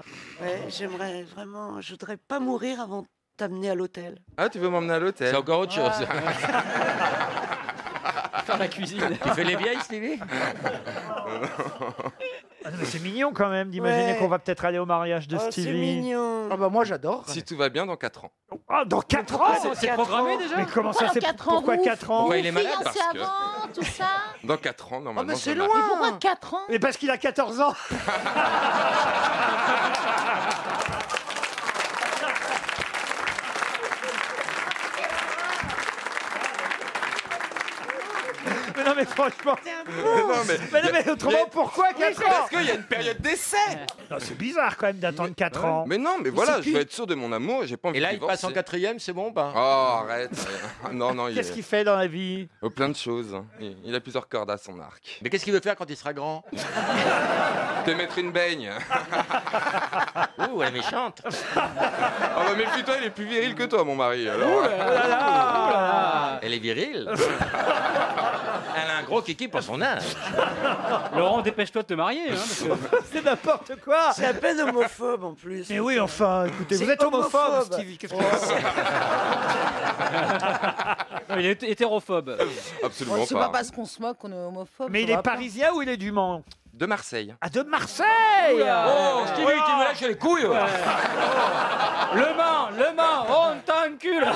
[SPEAKER 16] Ouais, J'aimerais vraiment. Je voudrais pas mourir avant de t'amener à l'hôtel.
[SPEAKER 24] Ah, tu veux m'emmener à l'hôtel
[SPEAKER 10] C'est encore autre chose.
[SPEAKER 8] Faire la cuisine.
[SPEAKER 10] tu fais les vieilles, Stevie
[SPEAKER 1] Ah non, mais c'est mignon quand même d'imaginer
[SPEAKER 16] Ouais. Oh,
[SPEAKER 1] qu'on va peut-être aller au mariage de Stevie.
[SPEAKER 16] mignon.
[SPEAKER 14] bah moi j'adore.
[SPEAKER 24] Si tout va bien, dans 4 ans.
[SPEAKER 1] Ah, dans 4 ans
[SPEAKER 24] c'est
[SPEAKER 1] c'est-
[SPEAKER 24] quatre programmé, ans. déjà
[SPEAKER 1] Mais comment ça,
[SPEAKER 6] Pourquoi
[SPEAKER 1] c'est
[SPEAKER 6] dans quatre ans,
[SPEAKER 1] pourquoi
[SPEAKER 6] vous-
[SPEAKER 1] 4 ans
[SPEAKER 6] vous
[SPEAKER 24] Ouais, il est malade
[SPEAKER 6] fiancez
[SPEAKER 24] parce que-
[SPEAKER 6] avant, tout ça.
[SPEAKER 24] Dans 4
[SPEAKER 1] Oh,
[SPEAKER 24] ans, normalement.
[SPEAKER 6] mais c'est
[SPEAKER 24] je me marie.
[SPEAKER 6] loin. Mais pourquoi 4 ans
[SPEAKER 1] Mais parce qu'il a 14 ans Mais non mais franchement
[SPEAKER 24] Non, mais-
[SPEAKER 1] Mais non, mais
[SPEAKER 24] Il y
[SPEAKER 1] autrement
[SPEAKER 24] a-
[SPEAKER 1] pourquoi 4 ans
[SPEAKER 24] Parce qu'il y a une période d'essai
[SPEAKER 1] Non, c'est bizarre quand même d'attendre 4 ans.
[SPEAKER 24] Mais non, mais voilà, je veux être sûr de mon amour, j'ai pas envie
[SPEAKER 10] Et là,
[SPEAKER 24] de
[SPEAKER 10] il passe en
[SPEAKER 24] divorcer.
[SPEAKER 10] quatrième, c'est bon, bah.
[SPEAKER 24] Oh, arrête. Euh, non, non, il
[SPEAKER 1] Qu'est-ce
[SPEAKER 24] est-
[SPEAKER 1] qu'il fait dans la vie
[SPEAKER 24] Oh, plein de choses. Il il a plusieurs cordes à son arc.
[SPEAKER 10] Mais qu'est-ce qu'il veut faire quand il sera grand
[SPEAKER 24] Te mettre une baigne.
[SPEAKER 10] Ouh, elle est méchante.
[SPEAKER 24] Ah bah, mais putain, il est plus viril que toi, mon mari. Alors.
[SPEAKER 1] Oh là là
[SPEAKER 10] Elle est virile. Elle a un gros kiki pour son âge.
[SPEAKER 8] Laurent, dépêche-toi de te marier. hein,
[SPEAKER 10] C'est n'importe quoi.
[SPEAKER 16] C'est à peine homophobe en plus.
[SPEAKER 1] Mais oui, enfin, écoutez, vous
[SPEAKER 16] C'est
[SPEAKER 1] êtes homophobe,
[SPEAKER 16] homophobe.
[SPEAKER 1] Stevie. Qu'est-ce que
[SPEAKER 8] il est hétérophobe.
[SPEAKER 10] Absolument
[SPEAKER 6] Oh,
[SPEAKER 18] c'est pas parce qu'on se moque qu'on est homophobe.
[SPEAKER 1] Mais
[SPEAKER 18] ça
[SPEAKER 1] il est
[SPEAKER 18] va pas.
[SPEAKER 1] parisien ou il est du Mans
[SPEAKER 10] De Marseille.
[SPEAKER 1] Ah, de Marseille Ah.
[SPEAKER 10] Oula. Oh, Stevie, tu me lâches les couilles.
[SPEAKER 8] Le Mans, le Mans, on t'encule.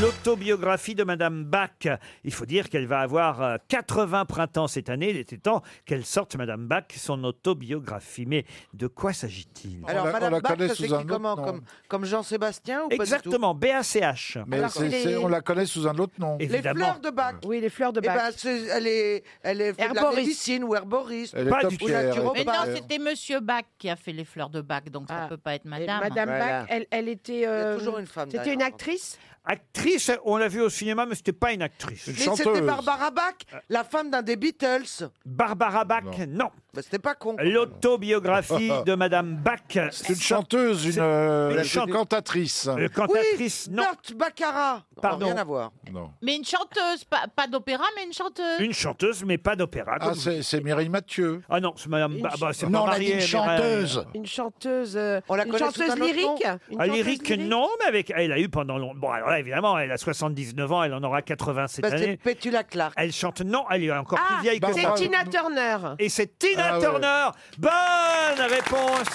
[SPEAKER 1] L'autobiographie de Madame Bach. Il faut dire qu'elle va avoir euh, 80 printemps cette année. Il était temps qu'elle sorte, Madame Bach, son autobiographie. Mais de quoi s'agit-il
[SPEAKER 14] Alors, Madame Bach, ça s'écrit comment comme, comme Jean-Sébastien ou pas du tout
[SPEAKER 1] Exactement, B-A-C-H.
[SPEAKER 14] Mais Alors, c'est- les- c'est- on la
[SPEAKER 1] connaît sous un autre nom.
[SPEAKER 14] Les
[SPEAKER 1] Évidemment.
[SPEAKER 14] fleurs de Bach.
[SPEAKER 18] Oui, les fleurs de
[SPEAKER 14] Eh
[SPEAKER 18] Bach.
[SPEAKER 14] ben, c'est- elle est, elle est fait de la
[SPEAKER 7] Herboriste.
[SPEAKER 14] médecine ou herboriste.
[SPEAKER 1] Elle est Pas top du tout.
[SPEAKER 14] Ou
[SPEAKER 1] tiers, elle est
[SPEAKER 7] Mais
[SPEAKER 14] naturopathe.
[SPEAKER 7] non, c'était Monsieur Bach qui a fait les fleurs de Bach, donc
[SPEAKER 5] Ah.
[SPEAKER 7] ça peut pas être Madame.
[SPEAKER 18] Madame Bach, elle, elle était. euh,
[SPEAKER 7] toujours une femme
[SPEAKER 18] C'était
[SPEAKER 7] derrière,
[SPEAKER 18] une actrice.
[SPEAKER 1] Actrice, on l'a vu au cinéma, mais c'était pas une actrice.
[SPEAKER 14] Mais c'était Barbara Bach, la femme d'un des Beatles. Bah,
[SPEAKER 1] Barbara Bach, non.
[SPEAKER 14] c'était pas con.
[SPEAKER 1] L'autobiographie de Madame Bach. C'est une chanteuse, une,
[SPEAKER 5] une cantatrice.
[SPEAKER 1] Une cantatrice,
[SPEAKER 14] oui,
[SPEAKER 1] non.
[SPEAKER 14] Burt Baccarat.
[SPEAKER 1] Pardon.
[SPEAKER 14] Rien à voir.
[SPEAKER 7] Mais une chanteuse, pas, pas d'opéra, mais une chanteuse.
[SPEAKER 1] Une chanteuse, mais pas d'opéra.
[SPEAKER 5] Ah, c'est c'est Mireille Mathieu.
[SPEAKER 1] Ah non, c'est Madame
[SPEAKER 5] Une
[SPEAKER 1] Ba- bah,
[SPEAKER 5] ch-
[SPEAKER 1] c'est
[SPEAKER 5] Non,
[SPEAKER 1] pas
[SPEAKER 5] on a dit
[SPEAKER 1] marié,
[SPEAKER 5] une
[SPEAKER 1] Mireille.
[SPEAKER 5] chanteuse.
[SPEAKER 18] Une chanteuse. euh,
[SPEAKER 14] la
[SPEAKER 18] une
[SPEAKER 14] connaît sous
[SPEAKER 18] chanteuse
[SPEAKER 14] un autre nom.
[SPEAKER 18] lyrique. Une
[SPEAKER 1] Ah,
[SPEAKER 18] chanteuse
[SPEAKER 1] lyrique, non, mais avec, elle a eu pendant longtemps. Bon, alors là, évidemment, elle a 79 ans, elle en aura 80 cette
[SPEAKER 14] Bah, c'est
[SPEAKER 1] année.
[SPEAKER 14] Petula Clark.
[SPEAKER 1] Elle chante, non, elle est encore
[SPEAKER 18] Ah,
[SPEAKER 1] plus vieille que
[SPEAKER 18] c'est
[SPEAKER 1] moi.
[SPEAKER 18] Tina Turner.
[SPEAKER 1] Et c'est Tina
[SPEAKER 18] Ah ouais.
[SPEAKER 1] Turner. Bonne réponse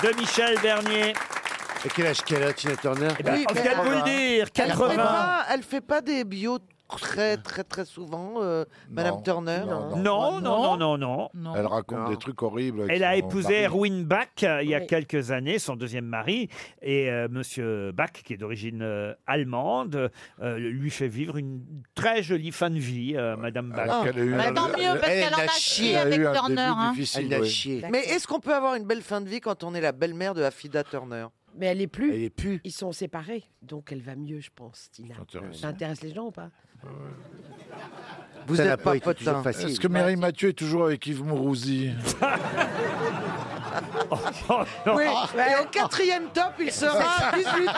[SPEAKER 1] de Michel Bernier.
[SPEAKER 5] Et quel âge qu'elle a, Tina Turner
[SPEAKER 1] Eh ben, Oui, on mais vient de elle- vous
[SPEAKER 15] hein.
[SPEAKER 1] le dire,
[SPEAKER 14] Elle fait
[SPEAKER 1] 80.
[SPEAKER 14] pas, elle fait pas des bios très très très souvent, euh, Madame Turner. hein.
[SPEAKER 1] Non, non, non, non, non.
[SPEAKER 5] Elle raconte des trucs horribles. avec
[SPEAKER 1] Elle a
[SPEAKER 5] son
[SPEAKER 1] épousé
[SPEAKER 5] mari.
[SPEAKER 1] Erwin Bach euh, il y a
[SPEAKER 5] Oui.
[SPEAKER 1] quelques années, son deuxième mari, et euh, Monsieur Bach, qui est d'origine euh, allemande, euh, lui fait vivre une très jolie fin de vie, euh, Madame Bach.
[SPEAKER 5] Alors qu'elle a eu Bah, un- tant mieux, parce elle qu'elle en a a chié chié avec avec Turner, hein. difficile,
[SPEAKER 14] Elle a
[SPEAKER 5] oui.
[SPEAKER 14] chié.
[SPEAKER 18] D'accord.
[SPEAKER 14] Mais est-ce qu'on peut avoir une belle fin de vie quand on est la belle-mère de Affida Turner
[SPEAKER 18] Mais elle est plus.
[SPEAKER 14] Elle est plus.
[SPEAKER 18] Ils sont séparés, donc elle va mieux, je pense, Tina.
[SPEAKER 5] Intéressant.
[SPEAKER 18] Ça intéresse les gens ou pas
[SPEAKER 5] Vous
[SPEAKER 14] êtes
[SPEAKER 5] n'avez
[SPEAKER 14] pas potin. facile. Bah,
[SPEAKER 5] Est-ce que Mireille Mathieu est toujours avec Yves Mourouzi
[SPEAKER 14] Oui. Et au quatrième top, il sera à 18 h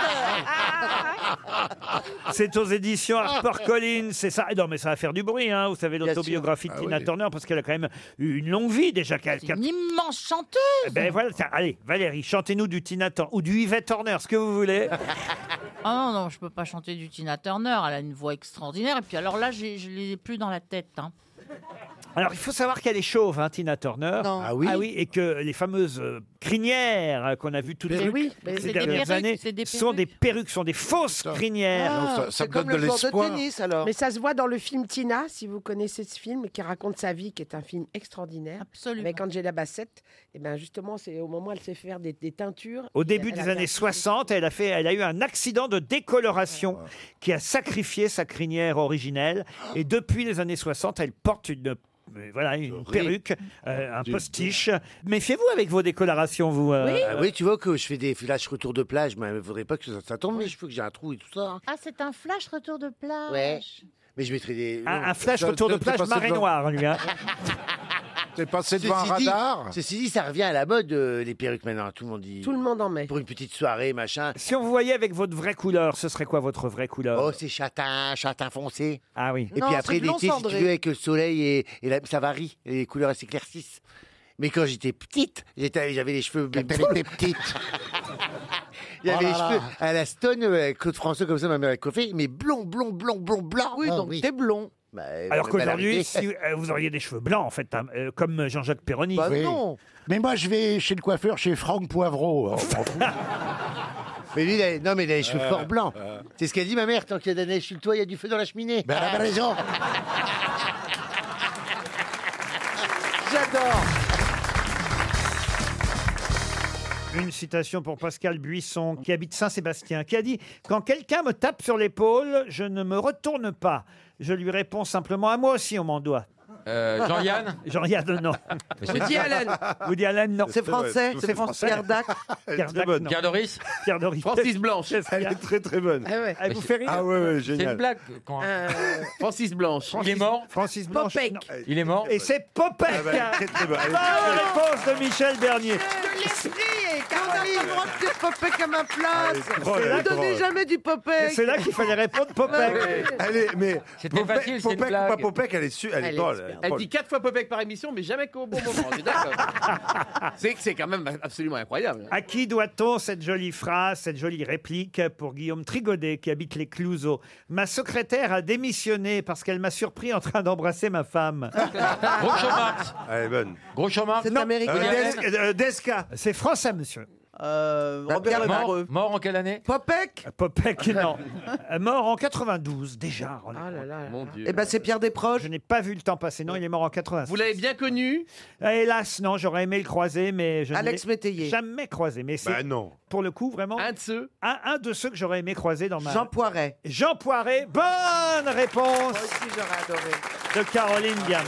[SPEAKER 1] Ah, C'est aux éditions
[SPEAKER 5] Ah.
[SPEAKER 1] HarperCollins, c'est ça. Non, mais ça va faire du bruit, hein, vous savez, l'autobiographie de
[SPEAKER 5] Ah
[SPEAKER 1] Tina
[SPEAKER 5] oui.
[SPEAKER 1] Turner, parce qu'elle a quand même eu une longue vie déjà. qu'elle-
[SPEAKER 7] Une immense chanteuse.
[SPEAKER 1] Ben voilà, tiens, allez, Valérie, chantez-nous du Tina Turner ou du Yvette Turner, ce que vous voulez.
[SPEAKER 7] Ah non, non, je peux pas chanter du Tina Turner. Elle a une voix extraordinaire. Et puis alors là, j'ai- je l'ai plus dans la tête. hein.
[SPEAKER 1] Alors, il faut savoir qu'elle est chauve, hein, Tina Turner.
[SPEAKER 7] Non.
[SPEAKER 1] Ah oui Et que les fameuses euh, crinières euh, qu'on a vues toutes
[SPEAKER 5] Mais
[SPEAKER 1] les
[SPEAKER 5] oui, mais
[SPEAKER 1] ces
[SPEAKER 5] c'est des
[SPEAKER 1] dernières
[SPEAKER 5] perruques,
[SPEAKER 1] années
[SPEAKER 5] c'est des
[SPEAKER 1] sont des perruques, sont des fausses
[SPEAKER 18] Ah,
[SPEAKER 1] crinières.
[SPEAKER 18] Mais ça se voit dans le film Tina, si vous connaissez ce film, qui raconte sa vie, qui est un film extraordinaire. Avec Angela Bassett. Et ben justement, c'est au moment où elle s'est fait faire des, des teintures.
[SPEAKER 1] Au
[SPEAKER 18] Et
[SPEAKER 1] début
[SPEAKER 18] elle
[SPEAKER 1] des
[SPEAKER 18] avait un-
[SPEAKER 1] années 60, elle a, fait, elle a eu un accident de décoloration
[SPEAKER 15] Ah.
[SPEAKER 1] qui a sacrifié sa crinière originelle. Et depuis les années 60, elle porte une, euh, voilà, une perruque, euh, un postiche. Méfiez-vous avec vos décolorations, vous. euh,
[SPEAKER 15] Ah oui, tu vois que je fais des flash retour de plage, mais il ne faudrait pas que ça, ça tombe, mais je veux que j'ai un trou et tout ça. hein.
[SPEAKER 7] Ah, c'est un flash retour de plage.
[SPEAKER 15] Ouais. Mais je mettrai des.
[SPEAKER 1] Un-
[SPEAKER 15] non.
[SPEAKER 1] un flash
[SPEAKER 15] Ça-
[SPEAKER 1] retour de
[SPEAKER 15] ça- t'es
[SPEAKER 1] plage
[SPEAKER 15] passé
[SPEAKER 1] marée
[SPEAKER 15] devant-
[SPEAKER 1] noire, lui. hein.
[SPEAKER 5] T'es passé
[SPEAKER 15] Ceci
[SPEAKER 5] devant un
[SPEAKER 15] dit-
[SPEAKER 5] radar
[SPEAKER 15] Ceci dit, ça revient à la mode, euh, les perruques maintenant. Tout le monde dit.
[SPEAKER 18] Tout le monde en met.
[SPEAKER 15] Pour une petite soirée, machin.
[SPEAKER 1] Si on vous voyait avec votre vraie couleur, ce serait quoi votre vraie couleur
[SPEAKER 15] Oh, c'est châtain, châtain foncé.
[SPEAKER 1] Ah oui.
[SPEAKER 15] Et
[SPEAKER 1] Non,
[SPEAKER 15] puis
[SPEAKER 1] c'est
[SPEAKER 15] après,
[SPEAKER 1] blond
[SPEAKER 15] l'été, si tu
[SPEAKER 1] cendré.
[SPEAKER 15] veux, avec le soleil, et, et la- ça varie, les couleurs elles s'éclaircissent. Mais quand j'étais petite, j'étais- j'avais les cheveux. J'étais petite. Il y avait
[SPEAKER 5] Oh là
[SPEAKER 15] les
[SPEAKER 5] là.
[SPEAKER 15] cheveux à la Stone, euh, Claude François, comme ça, ma mère a coiffé, mais blond, blond, blond, blond, blanc. Ah
[SPEAKER 14] Oui, donc t'es blond.
[SPEAKER 15] Bah,
[SPEAKER 1] Alors
[SPEAKER 15] euh, bah, l'arrivée.
[SPEAKER 1] qu'aujourd'hui, si euh, vous auriez des cheveux blancs, en fait, hein, euh, comme Jean-Jacques Perroni.
[SPEAKER 15] Bah Oui. non.
[SPEAKER 5] Mais moi, je vais chez le coiffeur, chez Franck Poivreau. Oh, on m'en fout.
[SPEAKER 15] Mais lui, il a, non, mais il a les cheveux
[SPEAKER 5] Euh,
[SPEAKER 15] fort blancs.
[SPEAKER 5] euh.
[SPEAKER 15] C'est ce qu'a dit ma mère, tant qu'il y a de la neige sur le toit, il y a du feu dans la cheminée.
[SPEAKER 5] Ben, elle avait raison.
[SPEAKER 14] J'adore.
[SPEAKER 1] Une citation pour Pascal Buisson, qui habite Saint-Sébastien, qui a dit « Quand quelqu'un me tape sur l'épaule, je ne me retourne pas. Je lui réponds simplement « À moi aussi, on m'en doit.
[SPEAKER 10] Euh, Jean-Yann
[SPEAKER 1] Jean-Yann, non.
[SPEAKER 10] Mais c'est- Woody Allen.
[SPEAKER 1] Woody Allen, non.
[SPEAKER 10] C'est français, c'est français. Pierre Dac.
[SPEAKER 1] Pierre Dac, non.
[SPEAKER 10] Pierre Doris
[SPEAKER 1] Pierre Doris.
[SPEAKER 10] Francis Blanche.
[SPEAKER 1] Elle est
[SPEAKER 10] très très bonne.
[SPEAKER 1] Ah ouais. Elle vous fait rire
[SPEAKER 10] Ah ouais, ouais,
[SPEAKER 1] C'est une
[SPEAKER 10] génial.
[SPEAKER 1] blague,
[SPEAKER 10] quand-
[SPEAKER 1] Francis Blanche.
[SPEAKER 10] Il est mort
[SPEAKER 1] Francis Blanche.
[SPEAKER 10] Popek.
[SPEAKER 1] non.
[SPEAKER 10] Il est mort
[SPEAKER 1] Et c'est Popek.
[SPEAKER 10] Ah bah, elle est très, très bonne. Elle est
[SPEAKER 1] Bonne réponse de Michel Bernier.
[SPEAKER 14] L'esprit, car on n'a pas le droit de dire Popek à ma place.
[SPEAKER 1] Elle est drôle, elle
[SPEAKER 14] Ne
[SPEAKER 1] est
[SPEAKER 14] donnez
[SPEAKER 1] drôle.
[SPEAKER 14] jamais du Popek.
[SPEAKER 1] C'est là qu'il fallait répondre Popek.
[SPEAKER 28] Allez, mais
[SPEAKER 10] C'était
[SPEAKER 28] Popek-
[SPEAKER 10] facile, c'est une
[SPEAKER 28] Popek ou pas
[SPEAKER 10] blague.
[SPEAKER 28] Popek, elle est, su- elle est drôle. elle est
[SPEAKER 8] Elle
[SPEAKER 28] drôle.
[SPEAKER 8] dit quatre fois Popek par émission, mais jamais qu'au bon moment. on est d'accord. C'est que c'est quand même absolument incroyable.
[SPEAKER 1] À qui doit-on cette jolie phrase, cette jolie réplique pour Guillaume Trigodet qui habite les Clouseaux Ma secrétaire a démissionné parce qu'elle m'a surpris en train d'embrasser ma femme.
[SPEAKER 10] Groucho Marx.
[SPEAKER 28] Elle est bonne.
[SPEAKER 10] Gros chômage.
[SPEAKER 1] Non, euh,
[SPEAKER 10] Des-
[SPEAKER 1] Des- euh, Desca. C'est français, monsieur.
[SPEAKER 10] Robert Bah, Mort- Lamoureux. mort en quelle année
[SPEAKER 1] Popek Popek, non. Euh, mort en 92, déjà. Ah là là.
[SPEAKER 8] Mon Dieu.
[SPEAKER 1] Eh ben, c'est Pierre Desproges. Je n'ai pas vu le temps passer. Non, il est mort en 96.
[SPEAKER 8] Vous l'avez bien connu
[SPEAKER 1] Ah, Hélas, non, j'aurais aimé le croiser, mais je ne
[SPEAKER 8] Alex
[SPEAKER 1] l'ai
[SPEAKER 8] Métayer.
[SPEAKER 1] Jamais croisé, mais c'est.
[SPEAKER 28] Bah non.
[SPEAKER 1] Pour le coup, vraiment. Un de
[SPEAKER 8] ceux.
[SPEAKER 1] Un, de ceux que j'aurais aimé croiser dans ma.
[SPEAKER 14] Jean Poiret.
[SPEAKER 1] Jean Poiret, bonne réponse
[SPEAKER 14] j'aurais adoré.
[SPEAKER 1] de Caroline Diamant.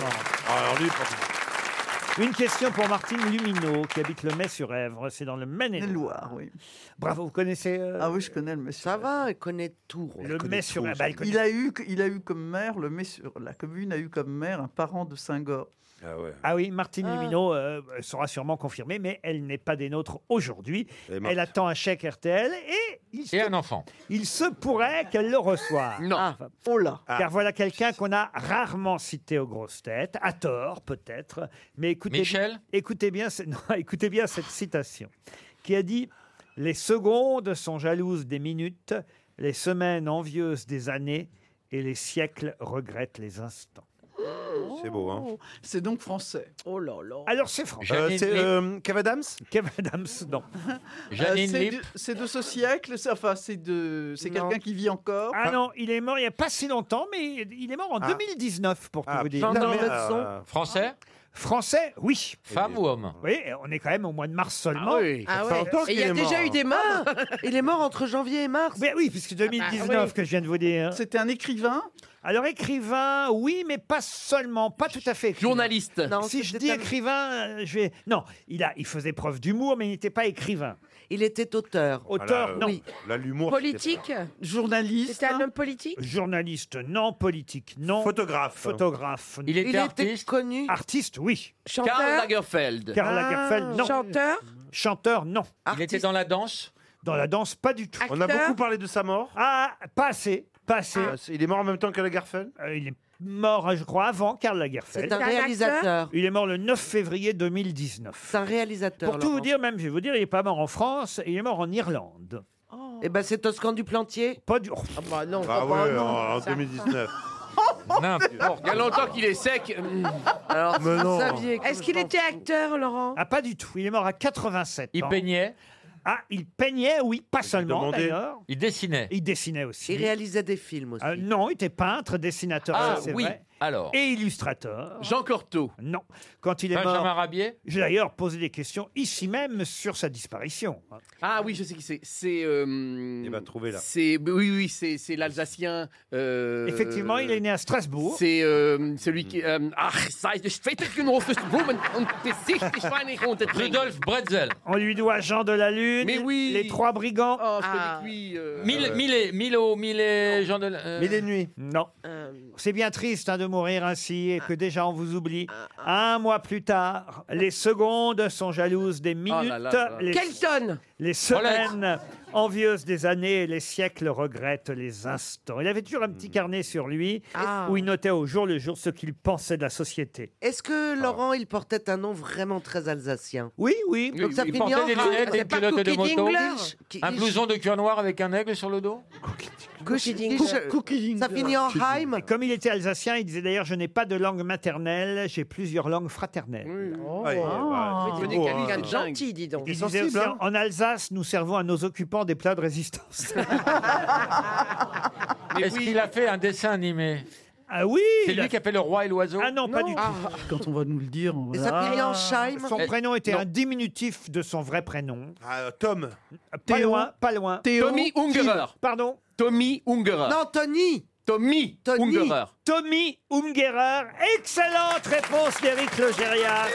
[SPEAKER 1] Une question pour Martine Lumineau, qui habite le Mai-sur-Èvre. C'est dans le Maine-et-Loire.
[SPEAKER 14] oui.
[SPEAKER 1] Bravo, vous connaissez. euh,
[SPEAKER 14] Ah oui, je connais le monsieur. Ça va, elle connaît tout.
[SPEAKER 1] Le Elle connaît Messurel, tout, bah, elle connaît
[SPEAKER 3] il, a eu, il a eu comme maire, le Messur, la commune a eu comme maire un parent de Saint-Gor.
[SPEAKER 28] Ah ouais.
[SPEAKER 1] Ah oui, Martine
[SPEAKER 3] Ah.
[SPEAKER 1] Lumineau euh, sera sûrement confirmée, mais elle n'est pas des nôtres aujourd'hui.
[SPEAKER 28] Elle est morte.
[SPEAKER 1] Elle attend un chèque RTL et il se,
[SPEAKER 10] Et un enfant.
[SPEAKER 1] il se pourrait qu'elle le reçoive.
[SPEAKER 8] Non.
[SPEAKER 1] oh là.
[SPEAKER 28] Ah.
[SPEAKER 1] Car voilà quelqu'un qu'on a rarement cité aux grosses têtes, à tort peut-être, mais écoutez,
[SPEAKER 10] Michel
[SPEAKER 1] écoutez, bien, ce- non, écoutez bien cette citation qui a dit « Les secondes sont jalouses des minutes, les semaines envieuses des années et les siècles regrettent les instants. »
[SPEAKER 28] C'est beau, hein
[SPEAKER 3] Oh. C'est donc français.
[SPEAKER 14] Oh là là.
[SPEAKER 1] Alors c'est français.
[SPEAKER 28] Euh, c'est euh, Kev Adams
[SPEAKER 1] Kev Adams, non.
[SPEAKER 3] Euh, c'est de- c'est de, ce siècle, c'est enfin, c'est de- c'est
[SPEAKER 1] Non.
[SPEAKER 3] quelqu'un qui vit encore.
[SPEAKER 1] Ah non, il est mort il n'y a pas si longtemps, mais il est mort
[SPEAKER 28] Ah.
[SPEAKER 1] en 2019, pour tout vous dire.
[SPEAKER 10] putain, Non, mais, Hudson. euh, Français
[SPEAKER 1] Français, oui.
[SPEAKER 10] Femme ou homme
[SPEAKER 1] Oui, on est quand même au mois de mars seulement.
[SPEAKER 18] Ah ouais. Et il y a déjà eu des morts.
[SPEAKER 1] Il est mort entre janvier et mars. Ah. Mais oui, puisque 2019
[SPEAKER 3] Ah bah oui.
[SPEAKER 1] que je viens de vous dire.
[SPEAKER 3] C'était un écrivain
[SPEAKER 1] Alors écrivain, oui, mais pas seulement, pas tout à fait. écrivain.
[SPEAKER 8] Journaliste. Non,
[SPEAKER 1] si je
[SPEAKER 8] c'était
[SPEAKER 1] dis
[SPEAKER 8] un-
[SPEAKER 1] écrivain, euh, je vais. Non, il a, il faisait preuve d'humour, mais il n'était pas écrivain. Il était auteur. Auteur,
[SPEAKER 28] Ah là, euh,
[SPEAKER 1] non.
[SPEAKER 28] Là, l'humour.
[SPEAKER 3] Journaliste.
[SPEAKER 18] C'était un homme politique
[SPEAKER 1] Journaliste, non. Politique, non.
[SPEAKER 28] Photographe.
[SPEAKER 1] Photographe.
[SPEAKER 28] Il était Il était artiste
[SPEAKER 1] connu. Artiste, oui.
[SPEAKER 18] Chanteur
[SPEAKER 10] Karl Lagerfeld.
[SPEAKER 1] Karl
[SPEAKER 10] Ah,
[SPEAKER 1] Lagerfeld, non.
[SPEAKER 18] Chanteur
[SPEAKER 1] Chanteur, non.
[SPEAKER 10] Il était dans la danse
[SPEAKER 1] Dans la danse, pas du tout.
[SPEAKER 28] On a beaucoup parlé de sa mort
[SPEAKER 1] Ah, pas assez. Pas assez.
[SPEAKER 28] Euh, c'est- il est mort en même temps que Lagerfeld
[SPEAKER 1] Euh, il est mort, je crois, avant Karl Lagerfeld.
[SPEAKER 28] C'est un C'est un réalisateur acteur
[SPEAKER 1] Il est mort le 9 février 2019. C'est
[SPEAKER 14] un réalisateur.
[SPEAKER 1] Pour tout vous
[SPEAKER 14] Laurent.
[SPEAKER 1] dire, même, je vais vous dire, il n'est pas mort en France, il est mort en Irlande.
[SPEAKER 14] Eh ben, c'est Toscan du Plantier.
[SPEAKER 1] Pas du.
[SPEAKER 14] Ah bah non.
[SPEAKER 28] Ah ouais, en, en 2019.
[SPEAKER 8] Il y a longtemps qu'il est sec.
[SPEAKER 18] euh, hmm.
[SPEAKER 14] Alors,
[SPEAKER 28] Mais non.
[SPEAKER 18] Est-ce qu'il était acteur, Laurent
[SPEAKER 1] Ah, pas du tout. Il est mort à 87
[SPEAKER 10] Il
[SPEAKER 1] ans.
[SPEAKER 10] peignait
[SPEAKER 1] Ah, il peignait, oui, pas seulement
[SPEAKER 10] demandé.
[SPEAKER 1] d'ailleurs.
[SPEAKER 10] Il dessinait
[SPEAKER 1] Il dessinait aussi.
[SPEAKER 10] Il
[SPEAKER 1] réalisait des films aussi. Euh, non, il était peintre, dessinateur,
[SPEAKER 10] Ah
[SPEAKER 1] ça, c'est
[SPEAKER 10] oui,
[SPEAKER 1] vrai.
[SPEAKER 10] alors.
[SPEAKER 1] Et illustrateur. Jean
[SPEAKER 8] Corteau.
[SPEAKER 1] Non. Quand il est
[SPEAKER 10] Benjamin
[SPEAKER 1] mort.
[SPEAKER 10] Rabier
[SPEAKER 1] J'ai d'ailleurs posé des questions ici même sur sa disparition.
[SPEAKER 8] Ah oui, je sais qui c'est. C'est. euh,
[SPEAKER 28] Il va trouver là.
[SPEAKER 8] C'est oui oui c'est c'est l'Alsacien. euh,
[SPEAKER 1] Effectivement, il est né à Strasbourg.
[SPEAKER 8] C'est euh, celui qui. euh, ah, ça, je fais une rose de Blumen und Gesicht, ich war nicht unterdrückt.
[SPEAKER 10] Rudolf Bretzel.
[SPEAKER 1] On lui doit Jean de la Lune,
[SPEAKER 8] Mais oui.
[SPEAKER 1] les trois brigands.
[SPEAKER 8] Oh, je connais que lui, euh,
[SPEAKER 10] Ah. Mille, Millet, Milo, Millet, Jean de. la- euh,
[SPEAKER 1] nuits. Non.
[SPEAKER 14] Euh,
[SPEAKER 1] C'est bien triste hein, de mourir ainsi et que déjà on vous oublie.
[SPEAKER 14] Ah,
[SPEAKER 1] Un mois plus tard, les secondes sont jalouses des minutes.
[SPEAKER 8] là là là.
[SPEAKER 1] Les,
[SPEAKER 18] Kelton
[SPEAKER 1] les semaines envieuses des années et les siècles regrettent les instants. Il avait toujours un petit carnet sur lui
[SPEAKER 14] Ah.
[SPEAKER 1] où il notait au jour le jour ce qu'il pensait de la société.
[SPEAKER 14] Est-ce que
[SPEAKER 10] Ah.
[SPEAKER 14] Laurent, il portait un nom vraiment très alsacien
[SPEAKER 1] Oui, oui.
[SPEAKER 14] Donc ça
[SPEAKER 10] il
[SPEAKER 14] finit en
[SPEAKER 10] portait des
[SPEAKER 14] rap.
[SPEAKER 10] lunettes et
[SPEAKER 14] C'est
[SPEAKER 10] une
[SPEAKER 14] pas
[SPEAKER 10] culotte de
[SPEAKER 14] Cookie
[SPEAKER 10] moto.
[SPEAKER 14] Dingler.
[SPEAKER 10] Un
[SPEAKER 14] Qui-
[SPEAKER 10] blouson de cuir noir avec un aigle sur le dos
[SPEAKER 14] Cookie Dingler. Ça finit en Heim.
[SPEAKER 1] Et comme il était alsacien, il disait d'ailleurs Je n'ai pas de langue maternelle, j'ai plusieurs langues fraternelles.
[SPEAKER 14] Oh.
[SPEAKER 28] Ah, il est- bah, c'est beau, hein.
[SPEAKER 18] gentil, dis donc.
[SPEAKER 1] Il disait aussi,
[SPEAKER 18] hein.
[SPEAKER 14] hein.
[SPEAKER 1] en- En Alsace, nous servons à nos occupants des plats de résistance.
[SPEAKER 10] Est-ce qu'il a fait un dessin animé
[SPEAKER 1] Ah oui
[SPEAKER 10] C'est
[SPEAKER 1] il a-
[SPEAKER 10] lui qui a fait le roi et l'oiseau
[SPEAKER 1] Ah non, pas du tout.
[SPEAKER 3] Quand on va nous le dire. on va-
[SPEAKER 14] Et ça finit en Scheim.
[SPEAKER 1] Son
[SPEAKER 14] Eh,
[SPEAKER 1] prénom était
[SPEAKER 14] non.
[SPEAKER 1] un diminutif de son vrai prénom.
[SPEAKER 14] Ah, euh,
[SPEAKER 28] Tom.
[SPEAKER 1] Pas loin, pas loin.
[SPEAKER 8] Tommy Ungerer.
[SPEAKER 1] Pardon
[SPEAKER 8] Tommy Ungerer.
[SPEAKER 14] Non, Tony.
[SPEAKER 1] Tommy
[SPEAKER 20] Ungerer.
[SPEAKER 1] Tommy Ungerer. Excellente réponse d'Éric Logérias.